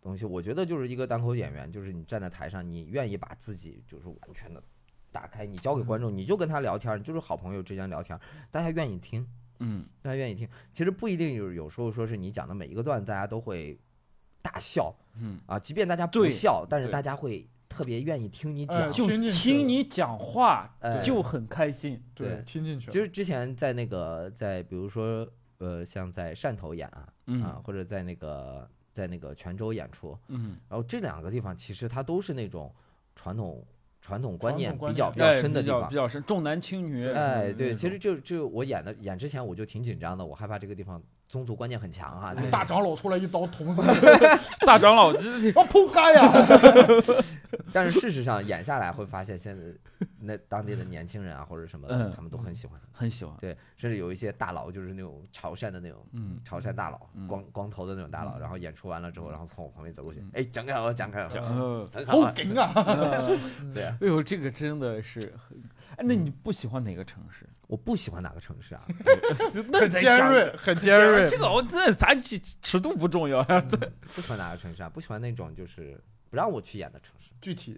Speaker 2: 东西，我觉得就是一个单口演员，就是你站在台上，你愿意把自己就是完
Speaker 1: 嗯
Speaker 2: 全的打开，你交给观众，你就跟他聊天，你就是好朋友之间聊天，大家愿意听，
Speaker 4: 嗯
Speaker 2: 大家愿意听。其实不一定有有时候说是你讲的每一个段子大家都会大笑
Speaker 4: 嗯，
Speaker 2: 啊，即便大家不
Speaker 4: 对
Speaker 2: 笑，但是
Speaker 4: 对呃
Speaker 2: 大家会特别愿意听你
Speaker 1: 哎
Speaker 2: 讲。
Speaker 1: 听进去
Speaker 5: 听你讲话
Speaker 2: 哎
Speaker 5: 就很开心。
Speaker 1: 对
Speaker 2: 对，
Speaker 1: 听进去
Speaker 2: 就
Speaker 1: 了。
Speaker 2: 是之前在那个在比如说呃像在汕头演啊
Speaker 4: 嗯
Speaker 2: 啊，或者在那个在那个泉州演出，
Speaker 4: 嗯，
Speaker 2: 然后这两个地方其实它都是那种传统传统观念
Speaker 1: 传统观
Speaker 2: 比较
Speaker 1: 念
Speaker 2: 比较
Speaker 4: 哎
Speaker 2: 深的
Speaker 4: 比
Speaker 2: 地
Speaker 4: 较
Speaker 2: 方
Speaker 4: 比。较深，重男轻女。
Speaker 2: 哎，
Speaker 4: 嗯
Speaker 2: 对，其实就就我演的演之前我就挺紧张的，我害怕这个地方宗族观念很强
Speaker 4: 嗯
Speaker 2: 啊。对
Speaker 1: 大长老出来一刀捅死 *laughs* 你！
Speaker 4: 大长老这
Speaker 1: 我扑街呀！
Speaker 2: 但是事实上演下来会发现，现在那当地的年轻人啊或者什么的，
Speaker 4: 嗯
Speaker 2: 他们都很喜欢。
Speaker 4: *laughs* 很喜欢。
Speaker 2: 对，甚至有一些大佬就是那种潮汕的那种
Speaker 4: 嗯，
Speaker 2: 潮汕大佬
Speaker 4: 嗯，
Speaker 2: 光光头的那种大佬，
Speaker 4: 嗯
Speaker 2: 然后演出完了之后，然后从我旁边走过去
Speaker 4: 嗯，
Speaker 2: 哎，讲给我，讲给我，
Speaker 4: 讲呃，
Speaker 2: 很好
Speaker 1: 好
Speaker 2: 玩。
Speaker 1: 劲啊！
Speaker 2: 对，啊
Speaker 4: 哎呦，这个真的是很，哎，那你不喜欢哪个城市？
Speaker 2: 我不喜欢哪个城市啊，
Speaker 1: 很尖锐，很尖锐。
Speaker 4: 这个我这咱这尺度不重要 *laughs* 呀，这
Speaker 2: 不喜欢哪个城市啊，不喜欢那种就是不让我去演的城市。
Speaker 1: 具体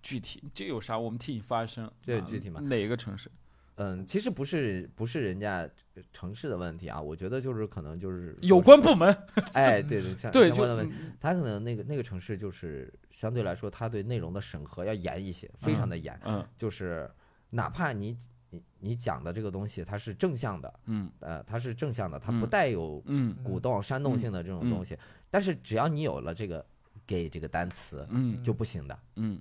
Speaker 4: 具体这有啥？我们替你发声。
Speaker 2: 这
Speaker 4: 啊
Speaker 2: 具体吗
Speaker 4: 哪个城市？
Speaker 2: 嗯，其实不是不是人家城市的问题啊，我觉得就是可能就是
Speaker 4: 有关部门
Speaker 2: 哎，对对，相
Speaker 4: 对
Speaker 2: 相
Speaker 4: 就嗯
Speaker 2: 关的问题，他可能那个那个城市就是相对来说，他对内容的审核要严一些，非常的严，
Speaker 4: 嗯
Speaker 2: 就是哪怕你你你讲的这个东西它是正向的，
Speaker 4: 嗯
Speaker 2: 呃，它是正向的，它
Speaker 4: 嗯
Speaker 2: 不带有
Speaker 4: 嗯
Speaker 2: 鼓动、煽动性的这种
Speaker 4: 嗯
Speaker 2: 东西，但是只要你有了这个给这个单词
Speaker 4: 嗯
Speaker 2: 就不行的， *laughs*
Speaker 4: 嗯，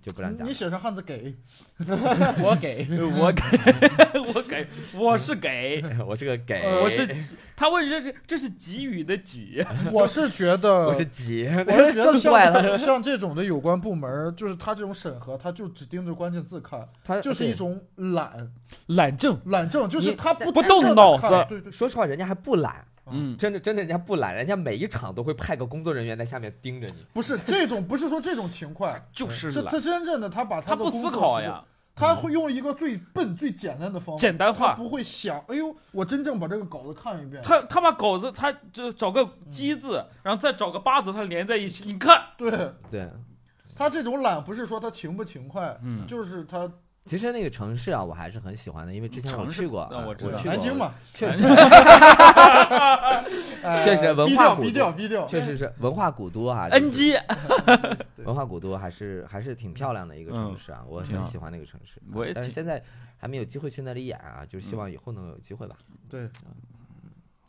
Speaker 2: 就不让讲
Speaker 1: 你。写上汉字给，我
Speaker 2: 哎
Speaker 1: 给，
Speaker 4: 我给我给我是给，
Speaker 2: *laughs* 我这个给，
Speaker 1: 呃
Speaker 4: 我
Speaker 2: *laughs*
Speaker 4: 是他问这是这是给予的给，
Speaker 1: 我是觉得，
Speaker 2: *laughs* 呃我是急，
Speaker 1: 我是觉得
Speaker 2: 更 *laughs* 怪
Speaker 1: 像 *laughs*
Speaker 2: 了，
Speaker 1: 像这种的有关部门儿，就是他这种审核，他就只盯着关键字看，
Speaker 2: 他
Speaker 1: 就是一。种懒
Speaker 4: 懒政。
Speaker 1: 懒政，就是
Speaker 2: 你
Speaker 1: 他不
Speaker 4: 不
Speaker 1: 真正地
Speaker 4: 动脑
Speaker 1: 看
Speaker 4: 子
Speaker 1: 对对，
Speaker 2: 说实话，人家还不懒，
Speaker 4: 嗯，
Speaker 2: 真的真的，人家不懒，人家每一场都会派个工作人员在下面盯着你。
Speaker 1: 不是这种，不是说这种情况，
Speaker 4: 就是
Speaker 1: 是
Speaker 4: 懒，
Speaker 1: 他真正的他把
Speaker 4: 他
Speaker 1: 的
Speaker 4: 不
Speaker 1: 工作
Speaker 4: 思考
Speaker 1: 时间，
Speaker 4: 呀，
Speaker 1: 他会用一个最笨最简单的
Speaker 2: 哦
Speaker 1: 方法，
Speaker 4: 简单
Speaker 1: 他
Speaker 4: 化。
Speaker 1: 不会想，哎呦，我真正把这个稿子看一遍，
Speaker 4: 他他把稿子，他就找个
Speaker 2: 嗯
Speaker 4: “鸡”字，然后再找个“八”字，它连在一起。你看，
Speaker 1: 对
Speaker 2: 对，
Speaker 1: 他这种懒不是说他勤不勤快，
Speaker 4: 嗯
Speaker 1: 就是他
Speaker 2: 其实那个城市啊，我还是很喜欢的，因为之前我
Speaker 4: 城市
Speaker 2: 去过，
Speaker 4: 那我
Speaker 2: 我
Speaker 4: 知道
Speaker 2: 去过
Speaker 1: 南京，嘛，
Speaker 2: 确实
Speaker 1: 哎
Speaker 2: 确实文
Speaker 1: 低
Speaker 2: 化
Speaker 1: 调
Speaker 2: 古
Speaker 1: 低
Speaker 2: 都
Speaker 1: 调低调，
Speaker 2: 确实是文化古都啊
Speaker 4: NG
Speaker 1: 对
Speaker 2: 文化古都还是还是挺漂亮的一个城市啊，我
Speaker 4: 嗯挺
Speaker 2: 很
Speaker 4: 好
Speaker 2: 喜欢那个城市。啊
Speaker 4: 我也
Speaker 2: 但是
Speaker 4: 挺嗯
Speaker 2: 现在还没有机会去那里演啊，就是希望以后能有机会吧。
Speaker 1: 对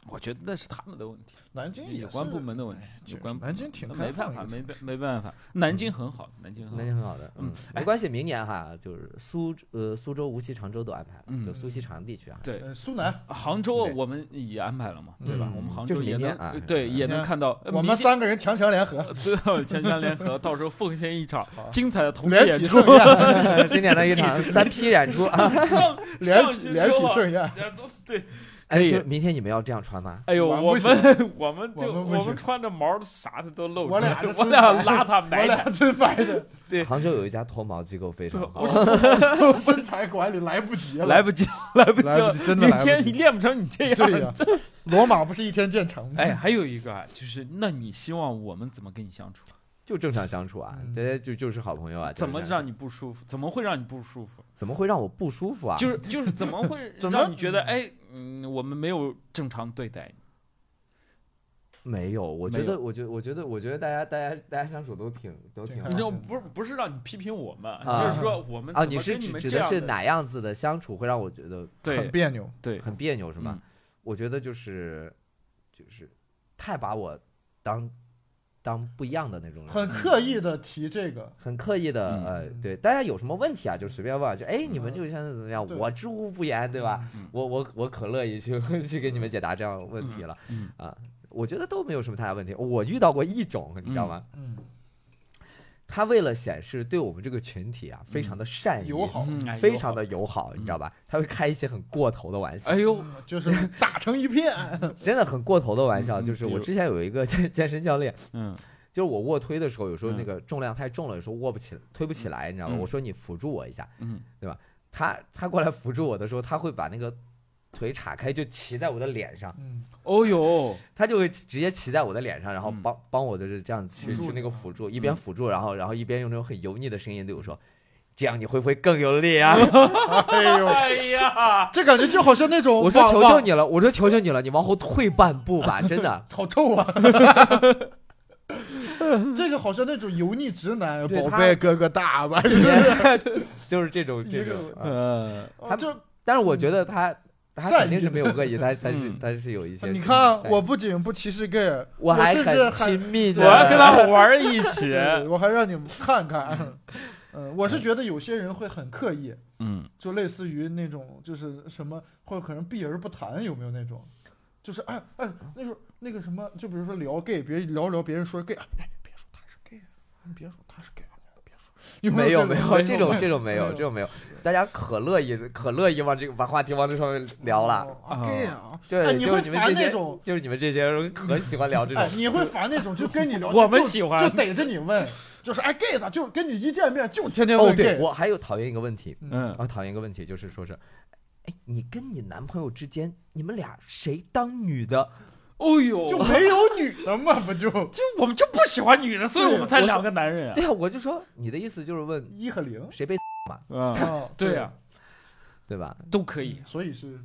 Speaker 4: 我觉得那是他们的问题，
Speaker 1: 南京也
Speaker 4: 有关
Speaker 1: 是
Speaker 4: 部门的问题，有
Speaker 1: 确
Speaker 4: 关
Speaker 1: 实南京挺
Speaker 4: 那
Speaker 1: 开
Speaker 4: 没
Speaker 1: 放
Speaker 4: 办
Speaker 1: 的
Speaker 4: 法，
Speaker 1: 一个
Speaker 4: 没
Speaker 1: 城市
Speaker 4: 没办法。南京很好，南京
Speaker 2: 那
Speaker 4: 很
Speaker 2: 也
Speaker 4: 好。
Speaker 2: 很好的，
Speaker 4: 嗯
Speaker 2: 嗯，
Speaker 4: 哎
Speaker 2: 没关系，明年哈就是苏呃苏州、无锡、常州都安排
Speaker 4: 嗯
Speaker 2: 了，就苏锡常地区啊。
Speaker 4: 对，
Speaker 1: 呃，苏南，
Speaker 4: 杭州
Speaker 2: 对
Speaker 4: 我们也安排了嘛，对吧？
Speaker 2: 嗯
Speaker 4: 我们杭
Speaker 2: 就
Speaker 4: 州
Speaker 2: 是
Speaker 4: 也
Speaker 2: 明天
Speaker 4: 能
Speaker 2: 啊
Speaker 4: 对
Speaker 2: 明
Speaker 4: 也能
Speaker 1: 天
Speaker 4: 看到呃
Speaker 1: 我
Speaker 4: 明
Speaker 1: 们
Speaker 4: 天
Speaker 1: 三个人强强联合，
Speaker 4: 最后全家联合，到时候奉献一场
Speaker 1: 好
Speaker 4: 精彩的同志
Speaker 1: 连
Speaker 4: 演
Speaker 1: 体
Speaker 4: 出
Speaker 1: 盛。宴，
Speaker 2: *laughs* 今年的一
Speaker 4: *laughs*
Speaker 2: 场三批演出啊，
Speaker 4: 上
Speaker 1: 连
Speaker 4: 上
Speaker 1: 体
Speaker 4: 去
Speaker 1: 连
Speaker 4: 之
Speaker 1: 体
Speaker 4: 后啊
Speaker 1: 盛宴，
Speaker 4: 呃都对，
Speaker 2: 哎，
Speaker 4: 以
Speaker 2: 就是明天你们要这样穿吗？
Speaker 4: 哎呦，
Speaker 1: 我
Speaker 4: 我
Speaker 1: 们不
Speaker 4: 们我们就
Speaker 1: 我们不
Speaker 4: 我
Speaker 1: 行
Speaker 4: 们穿着毛啥的都露出
Speaker 1: 我俩
Speaker 4: 来，
Speaker 1: 这
Speaker 4: 我俩
Speaker 1: 身材
Speaker 4: 邋遢
Speaker 1: 我
Speaker 4: 埋汰
Speaker 1: 俩。真白的，
Speaker 4: 对
Speaker 2: 杭州有一家脱毛机构非常好，
Speaker 1: 身材管理来不及了，
Speaker 4: 来不及，来不及
Speaker 1: 来
Speaker 4: 了
Speaker 1: 不，及，真的
Speaker 4: 明
Speaker 1: 来
Speaker 4: 天
Speaker 1: 不
Speaker 4: 你
Speaker 1: 及。
Speaker 4: 练不成你这样。
Speaker 1: 对呀，罗马不是一天建成吗？
Speaker 4: 哎，还有一个啊，就是那你希望我们怎么跟你相处？
Speaker 2: 就正常相处啊
Speaker 1: 嗯，
Speaker 2: 这些就就是好朋友啊。
Speaker 4: 怎么
Speaker 2: 就是这样
Speaker 4: 让你不舒服？怎么会让你不舒服？
Speaker 2: 怎么会让我不舒服啊？
Speaker 4: 就是就是怎么
Speaker 2: *laughs*
Speaker 4: 会
Speaker 1: 怎么
Speaker 4: 让你觉得哎，嗯，我们没有正常对待你？
Speaker 2: 没有，我觉
Speaker 4: 没有
Speaker 2: 得，我觉得，我觉得，我觉得大家，大家，大家相处都挺都
Speaker 1: 挺
Speaker 2: 挺
Speaker 1: 好
Speaker 2: 好
Speaker 4: 你
Speaker 1: 的
Speaker 4: 知道不是不是让你批评我们，
Speaker 2: 啊
Speaker 4: 就是说我们
Speaker 2: 啊。
Speaker 4: 怎么
Speaker 2: 你是
Speaker 4: 跟你
Speaker 2: 指
Speaker 4: 们
Speaker 2: 指
Speaker 4: 这
Speaker 2: 的
Speaker 4: 样
Speaker 2: 是哪样子的相处会让我觉得
Speaker 1: 很
Speaker 4: 对
Speaker 1: 别扭。
Speaker 4: 对
Speaker 2: 很别扭是吗
Speaker 4: 嗯？
Speaker 2: 我觉得就是就是太把我当当不一样的那种人，
Speaker 1: 很刻意的提这个，
Speaker 2: 很刻意的
Speaker 4: 嗯
Speaker 2: 呃，对，大家有什么问题啊，就随便问啊，就哎，你们
Speaker 1: 嗯
Speaker 2: 这个圈子怎么样？
Speaker 1: 对嗯
Speaker 2: 我知无不言，对吧？我我我可乐意去 *laughs* 去给你们解答这样的问题了
Speaker 4: 嗯
Speaker 2: 啊。我觉得都没有什么太大问题，我遇到过一种，你知道吗？
Speaker 1: 嗯，
Speaker 2: 他为了显示对我们这个群体啊非常的善意、
Speaker 1: 友好，
Speaker 4: 嗯哎
Speaker 2: 非常的友好，
Speaker 4: 嗯
Speaker 2: 你知道吧？他会开一些很过头的玩笑，
Speaker 4: 哎呦，
Speaker 1: 嗯就是打成一片。
Speaker 2: 真的很过头的玩笑。
Speaker 4: 嗯嗯
Speaker 2: 就是
Speaker 4: 比
Speaker 2: 我
Speaker 4: 如
Speaker 2: 之前有一个健健身教练，
Speaker 4: 嗯
Speaker 2: 就是我卧推的时候，有时候
Speaker 4: 嗯
Speaker 2: 那个重量太重了，有时候握不起，推不起来，你知道吧？
Speaker 4: 嗯
Speaker 2: 我说你辅助我一下，
Speaker 4: 嗯，
Speaker 2: 他他过来辅助我的时候，他会把那个腿岔开，就骑在我的脸上，
Speaker 1: 嗯，
Speaker 2: *laughs*
Speaker 4: 哦呦，
Speaker 2: 他就会直接骑在我的脸上，然后
Speaker 4: 嗯
Speaker 2: 帮帮我就是这样去
Speaker 1: 辅助
Speaker 2: 去那
Speaker 1: 你
Speaker 2: 个
Speaker 1: 啊
Speaker 2: 辅助，一边辅助，然后然后一边用那种很油腻的声音对我说：“这样你会不会更有力啊？
Speaker 1: *laughs* 哎呦，
Speaker 4: 哎呀，
Speaker 1: 这感觉就好像那种
Speaker 2: 我说
Speaker 1: 网
Speaker 2: 求求
Speaker 1: 网。
Speaker 2: 你了，我说求求你了，你往后退半步吧，真的
Speaker 1: *laughs* 好臭啊！这个好像那种油腻直男，
Speaker 2: 对
Speaker 1: 宝
Speaker 2: 他
Speaker 1: 贝哥哥大吧？
Speaker 2: 就是这种这
Speaker 1: 一个
Speaker 2: 种，啊
Speaker 4: 呃，
Speaker 2: 他
Speaker 1: 哦就
Speaker 2: 但是我觉得他他
Speaker 1: 善
Speaker 2: 肯定
Speaker 1: 意
Speaker 2: 是
Speaker 1: 的
Speaker 2: 没有恶意，他他是
Speaker 4: 嗯
Speaker 2: 他是有一些。
Speaker 1: 你看，我不仅不歧视 gay，
Speaker 2: 我还
Speaker 1: 甚至
Speaker 2: 很
Speaker 1: 还
Speaker 2: 亲密的，
Speaker 4: 我要跟
Speaker 2: 啊
Speaker 4: 他玩儿一
Speaker 2: *laughs*
Speaker 4: 起。
Speaker 1: 对我还让你们看看。嗯，我是觉得有些人会很刻意，
Speaker 4: 嗯，
Speaker 1: 就类似于那种就是什么，或者可能避而不谈，有没有那种？就是哎哎，那时候那个什么，就比如说聊 gay，别聊聊别人说 gay，哎，哎别说他是 gay，你别说他是 gay，你别说，有
Speaker 2: 没有
Speaker 1: 没
Speaker 2: 有这种这种
Speaker 1: 没
Speaker 2: 没
Speaker 1: 有
Speaker 2: 有这种没有，大家可乐意可乐意往这个把话题往这上面聊了，
Speaker 1: 啊
Speaker 4: 啊
Speaker 1: gay 啊，哎，
Speaker 2: 对，
Speaker 1: 你
Speaker 2: 就是
Speaker 1: 会
Speaker 2: 你们
Speaker 1: 烦
Speaker 2: 这
Speaker 1: 那
Speaker 2: 些，
Speaker 1: 种，
Speaker 2: 就是你们这些人可喜欢聊这
Speaker 1: 哎
Speaker 2: 种，，
Speaker 1: 你会烦那种就跟你聊，
Speaker 4: *laughs* 我们
Speaker 1: 就
Speaker 4: 喜欢
Speaker 1: 就逮着你问，就是哎 gay 咋，就跟你一见面就天天
Speaker 2: 哦，
Speaker 1: 问
Speaker 2: 对
Speaker 1: gay，
Speaker 2: 我还有讨厌一个问题，
Speaker 4: 嗯，
Speaker 2: 我讨厌一个问题就是说是，哎，你跟你男朋友之间，你们俩谁当女的？ *laughs*
Speaker 4: 哦呦，
Speaker 1: 就没有女的嘛，不就 *laughs*
Speaker 4: 就我们就不喜欢女的，所以我们才两个男人啊。
Speaker 2: 对啊，我就说你的意思就是问
Speaker 1: 一和零？
Speaker 2: 谁被， *laughs*
Speaker 4: 嗯，
Speaker 1: 啊，
Speaker 4: 对呀，
Speaker 2: 对吧？
Speaker 4: 都可
Speaker 2: 啊
Speaker 4: 以。
Speaker 1: 嗯所以
Speaker 2: *laughs*
Speaker 1: 是，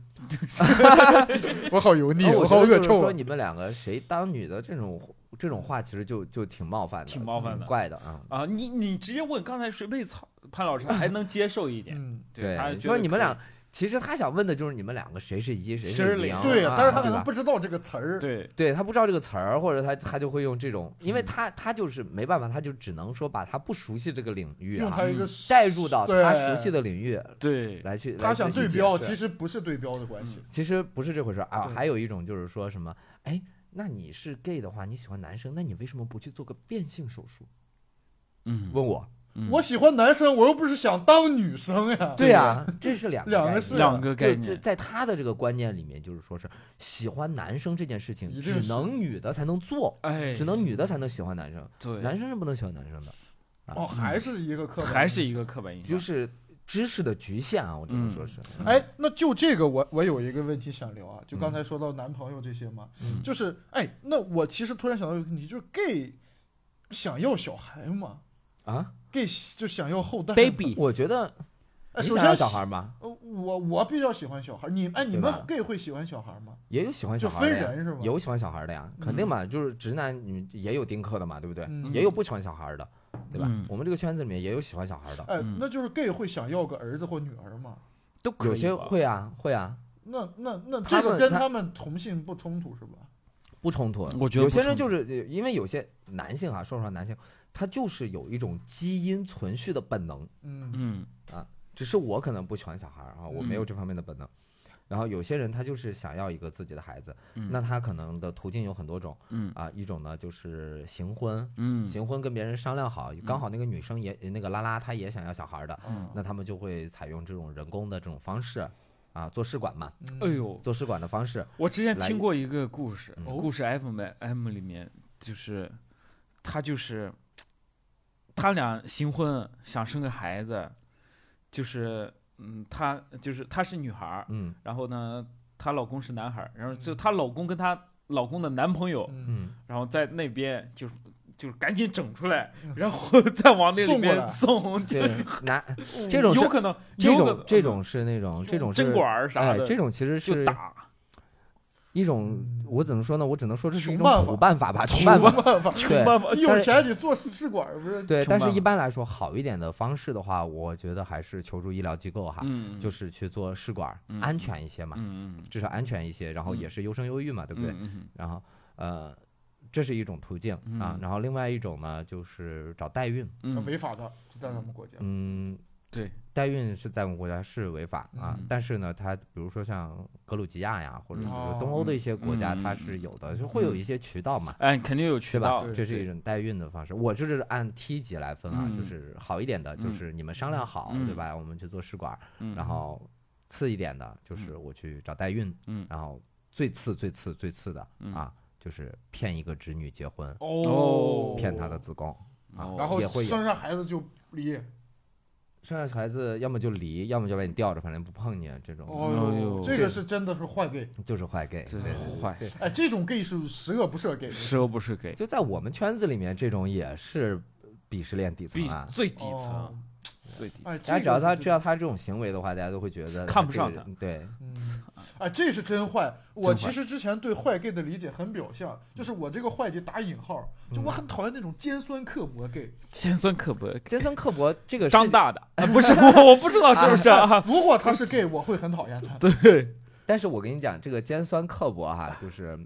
Speaker 1: 我好油腻
Speaker 2: 然后
Speaker 1: 我
Speaker 2: 哦我
Speaker 1: 好
Speaker 2: 觉
Speaker 1: 恶
Speaker 2: 得就是
Speaker 1: 臭
Speaker 2: 说
Speaker 1: 啊！
Speaker 2: 你们两个谁当女的这种这种话，其实就就挺冒犯的，
Speaker 4: 挺冒犯的
Speaker 2: 怪的啊。
Speaker 4: 啊，你你直接问刚才谁被操，
Speaker 2: *laughs*
Speaker 4: 潘老师还能接受一点，
Speaker 1: 嗯，
Speaker 2: 对
Speaker 4: 他，觉
Speaker 2: 说
Speaker 4: 得
Speaker 2: 你们
Speaker 4: 可以
Speaker 2: 俩，其实他想问的就是你们两个谁是一，谁
Speaker 4: 谁是
Speaker 2: 是
Speaker 4: 零
Speaker 2: 零，
Speaker 1: 对
Speaker 2: 啊
Speaker 1: 但是他可
Speaker 2: 对
Speaker 1: 能
Speaker 2: 吧？
Speaker 1: 不知道这个词儿，
Speaker 4: 对，
Speaker 2: 对他不知道这个词儿，或者他他就会用这种，因为他他就是没办法，他就只能说把他不熟悉这个领域
Speaker 1: 用
Speaker 2: 啊
Speaker 1: 他一个
Speaker 2: 带入到
Speaker 1: 对
Speaker 2: 他熟悉的领域
Speaker 4: 对，
Speaker 2: 来去。
Speaker 1: 他
Speaker 2: 来去
Speaker 1: 想
Speaker 2: 去
Speaker 1: 对
Speaker 2: 解
Speaker 1: 标，
Speaker 2: 释嗯
Speaker 1: 其实不是对标的关系。
Speaker 2: 其实不是这回事儿啊。
Speaker 1: 对
Speaker 2: 还有一种就是说什么，哎，那你是 gay 的话，你喜欢男生，那你为什么不去做个变性手术？
Speaker 4: 嗯，
Speaker 2: 问我，
Speaker 4: 嗯
Speaker 1: 我喜欢男生，我又不是想当女生呀。
Speaker 2: 对啊呀、这是两
Speaker 1: 两个
Speaker 2: 概念
Speaker 1: 是
Speaker 4: 两个概
Speaker 2: 就在
Speaker 4: 念，
Speaker 2: 在他的这个观念里面，就是说是喜欢男生这件事情
Speaker 1: 一定
Speaker 2: 只
Speaker 1: 是
Speaker 2: 能女的才能做，
Speaker 4: 哎，
Speaker 2: 只能女的才能喜欢男生，
Speaker 4: 对，
Speaker 2: 男生是不能喜欢男生的。啊
Speaker 1: 哦，还是一个刻板，
Speaker 4: 还是。一个刻板印象
Speaker 2: 就，是知识的局限啊，我只能说是。
Speaker 4: 嗯
Speaker 1: 哎，那就这个我，我有一个问题想聊啊，就刚才说到男朋友这些嘛，
Speaker 2: 嗯
Speaker 1: 就是哎，那我其实突然想到一个问题，就是 gay 想要小孩嘛
Speaker 2: 啊，
Speaker 1: ，gay 就想要后代嘛
Speaker 4: baby，
Speaker 2: 我觉
Speaker 1: *laughs*
Speaker 2: 得
Speaker 1: 哎，
Speaker 2: 你
Speaker 1: 首
Speaker 2: 想要
Speaker 1: 先
Speaker 2: 小孩吗？
Speaker 1: 呃，我我比较喜欢小孩，你哎，你
Speaker 2: 对
Speaker 1: 们
Speaker 2: 吧
Speaker 1: gay 会喜欢小孩吗？
Speaker 2: 也有喜欢
Speaker 1: 就
Speaker 2: 小孩
Speaker 1: 分
Speaker 2: 的呀，
Speaker 1: 人是吧？
Speaker 2: 有喜欢小孩的呀，肯定嘛，就是直男女也有丁克的嘛，对不对？
Speaker 1: 嗯
Speaker 2: 也有不喜欢小孩的，对吧
Speaker 4: 嗯？
Speaker 2: 我们这个圈子里面也有喜欢小孩的，
Speaker 1: 哎
Speaker 4: 嗯，
Speaker 1: 那就是 gay 会想要个儿子或女儿嘛？
Speaker 4: 都可
Speaker 2: 有
Speaker 4: 以
Speaker 2: 些
Speaker 4: 吧，
Speaker 2: 会啊会啊，
Speaker 1: 那那那这
Speaker 2: 他
Speaker 1: 个
Speaker 2: 们
Speaker 1: 跟
Speaker 2: 他
Speaker 1: 他们同性不冲突是吧？
Speaker 2: 不冲突。
Speaker 4: 我觉
Speaker 2: 有
Speaker 4: 得不
Speaker 2: 些人
Speaker 4: 冲
Speaker 2: 就是呃因为有些男性啊，说实话，男性他就是有一种基因存续的本能，
Speaker 1: 嗯
Speaker 4: 嗯
Speaker 2: 只是我可能不喜欢小孩儿啊，我没有
Speaker 4: 嗯
Speaker 2: 这方面的本能。然后有些人他就是想要一个自己的孩子，
Speaker 4: 嗯
Speaker 2: 那他可能的途径有很多种
Speaker 4: 嗯
Speaker 2: 啊，一种呢就是行婚，
Speaker 4: 嗯
Speaker 2: 行婚跟别人商量好，刚好那个女生也那个拉拉她也想要小孩儿的，
Speaker 1: 嗯
Speaker 2: 那他们就会采用这种人工的这种方式啊，做试管嘛，
Speaker 1: 嗯
Speaker 4: 哎呦，
Speaker 2: 做试管的方式，
Speaker 4: 我之前
Speaker 2: 来
Speaker 4: 听过一个故事，
Speaker 2: 嗯
Speaker 4: 故事 F 们 M 里面就是，他就是，他俩新婚想生个孩子，就是嗯，她就是她是女孩儿，
Speaker 2: 嗯
Speaker 4: 然后呢，她老公是男孩儿，然后就她老公跟她老公的男朋友，
Speaker 1: 嗯，
Speaker 2: 嗯，
Speaker 4: 然后在那边就是就是赶紧整出来
Speaker 1: 嗯，
Speaker 4: 然后 *laughs* 再往那里
Speaker 1: 送过来
Speaker 4: 面送， *laughs*
Speaker 2: 这男嗯这种是
Speaker 4: 有可能
Speaker 2: 这
Speaker 4: 有可
Speaker 2: 种
Speaker 4: 能嗯
Speaker 2: 这种是那种这种是
Speaker 4: 针管儿啥
Speaker 2: 哎，
Speaker 4: 的
Speaker 2: 这种其实
Speaker 4: 就是打，
Speaker 2: 一种我怎么说呢？我只能说这是一
Speaker 1: 穷
Speaker 2: 种
Speaker 1: 办
Speaker 2: 土
Speaker 1: 法
Speaker 2: 办法吧，穷
Speaker 1: 穷
Speaker 2: 办法。
Speaker 1: 嗯办法，
Speaker 2: *laughs* 对
Speaker 4: 办法
Speaker 1: 有钱你做试管不是？
Speaker 2: 对，
Speaker 4: 穷
Speaker 2: 但是
Speaker 4: 办
Speaker 2: 一
Speaker 4: 法
Speaker 2: 般来说，好一点的方式的话，我觉得还是求助医疗机构哈，
Speaker 4: 嗯，
Speaker 2: 就是是去做试管儿，
Speaker 4: 嗯
Speaker 2: 安全一些嘛，
Speaker 4: 嗯嗯，
Speaker 2: 至少安全一些，然后也
Speaker 4: 嗯
Speaker 2: 是优生优育嘛，对
Speaker 4: 对
Speaker 2: 不对？
Speaker 4: 嗯
Speaker 2: 然后呃，这是一种途径啊
Speaker 4: 嗯。
Speaker 2: 然后另外一种呢，就是找代孕。
Speaker 4: 嗯
Speaker 1: 违法的，在咱们国家。
Speaker 2: 嗯，
Speaker 4: 对，
Speaker 2: 代孕是在我们国家是违法啊
Speaker 1: 嗯，
Speaker 2: 但是呢，它比如说像格鲁吉亚呀，或者是
Speaker 1: 哦
Speaker 2: 东欧的一些国家，
Speaker 4: 嗯
Speaker 2: 它是有的，就会有一些渠道嘛。
Speaker 4: 哎，肯定有渠
Speaker 2: 对吧
Speaker 4: 道，？
Speaker 2: 这是一种代孕的方式。我就是按梯级来分啊，
Speaker 4: 嗯
Speaker 2: 就是好一点的，就是你们商量好，
Speaker 4: 嗯
Speaker 2: 对吧？我们去做试管，
Speaker 4: 嗯
Speaker 2: 然后次一点的，就是我去找代孕，
Speaker 4: 嗯
Speaker 2: 然后最次最次最次的
Speaker 4: 嗯
Speaker 2: 啊，就是骗一个侄女结婚，
Speaker 1: 哦
Speaker 2: 骗她的，子宫。
Speaker 4: 哦
Speaker 1: 然后
Speaker 2: 也会有
Speaker 1: 生下孩子就离。
Speaker 2: 生下孩子要么就离，要么就把你吊着，反正不碰你，啊这种
Speaker 1: 哦
Speaker 4: 哎
Speaker 1: 呦，
Speaker 4: 呦
Speaker 1: 这个是真的是坏 gay，
Speaker 2: 就是坏 gay。
Speaker 4: 真
Speaker 2: 对
Speaker 4: 坏，
Speaker 1: 哎，这种 gay 是十恶不赦 gay。
Speaker 4: 十恶不赦给
Speaker 2: 就在我们圈子里面，这种也是鄙视链底层
Speaker 4: 比
Speaker 2: 啊。
Speaker 4: 最底
Speaker 1: 哦
Speaker 4: 层，最低。
Speaker 1: 哎，
Speaker 2: 大家
Speaker 1: 这
Speaker 2: 只要
Speaker 1: 个
Speaker 2: 他
Speaker 1: 是
Speaker 2: 知道他这种行为的话，大家都会觉得
Speaker 4: 看不
Speaker 2: 这个
Speaker 4: 上
Speaker 2: 人。对，
Speaker 1: 嗯，哎，这是真坏。我
Speaker 2: 真
Speaker 1: 其
Speaker 2: 坏
Speaker 1: 实之前对坏 gay 的理解很表象，就是我这个坏就打引号，就
Speaker 2: 嗯
Speaker 1: 我很讨厌那种尖酸刻薄 gay。
Speaker 4: 尖酸刻薄，
Speaker 2: 尖酸刻薄这个事
Speaker 4: 张大的、啊、不是我，我不知道是不是
Speaker 2: *laughs*
Speaker 4: 啊？
Speaker 1: 如果他是 gay，我会很讨厌他。
Speaker 4: 对，
Speaker 2: 但是我跟你讲，这个尖酸刻薄
Speaker 1: *laughs*
Speaker 2: 哈，就是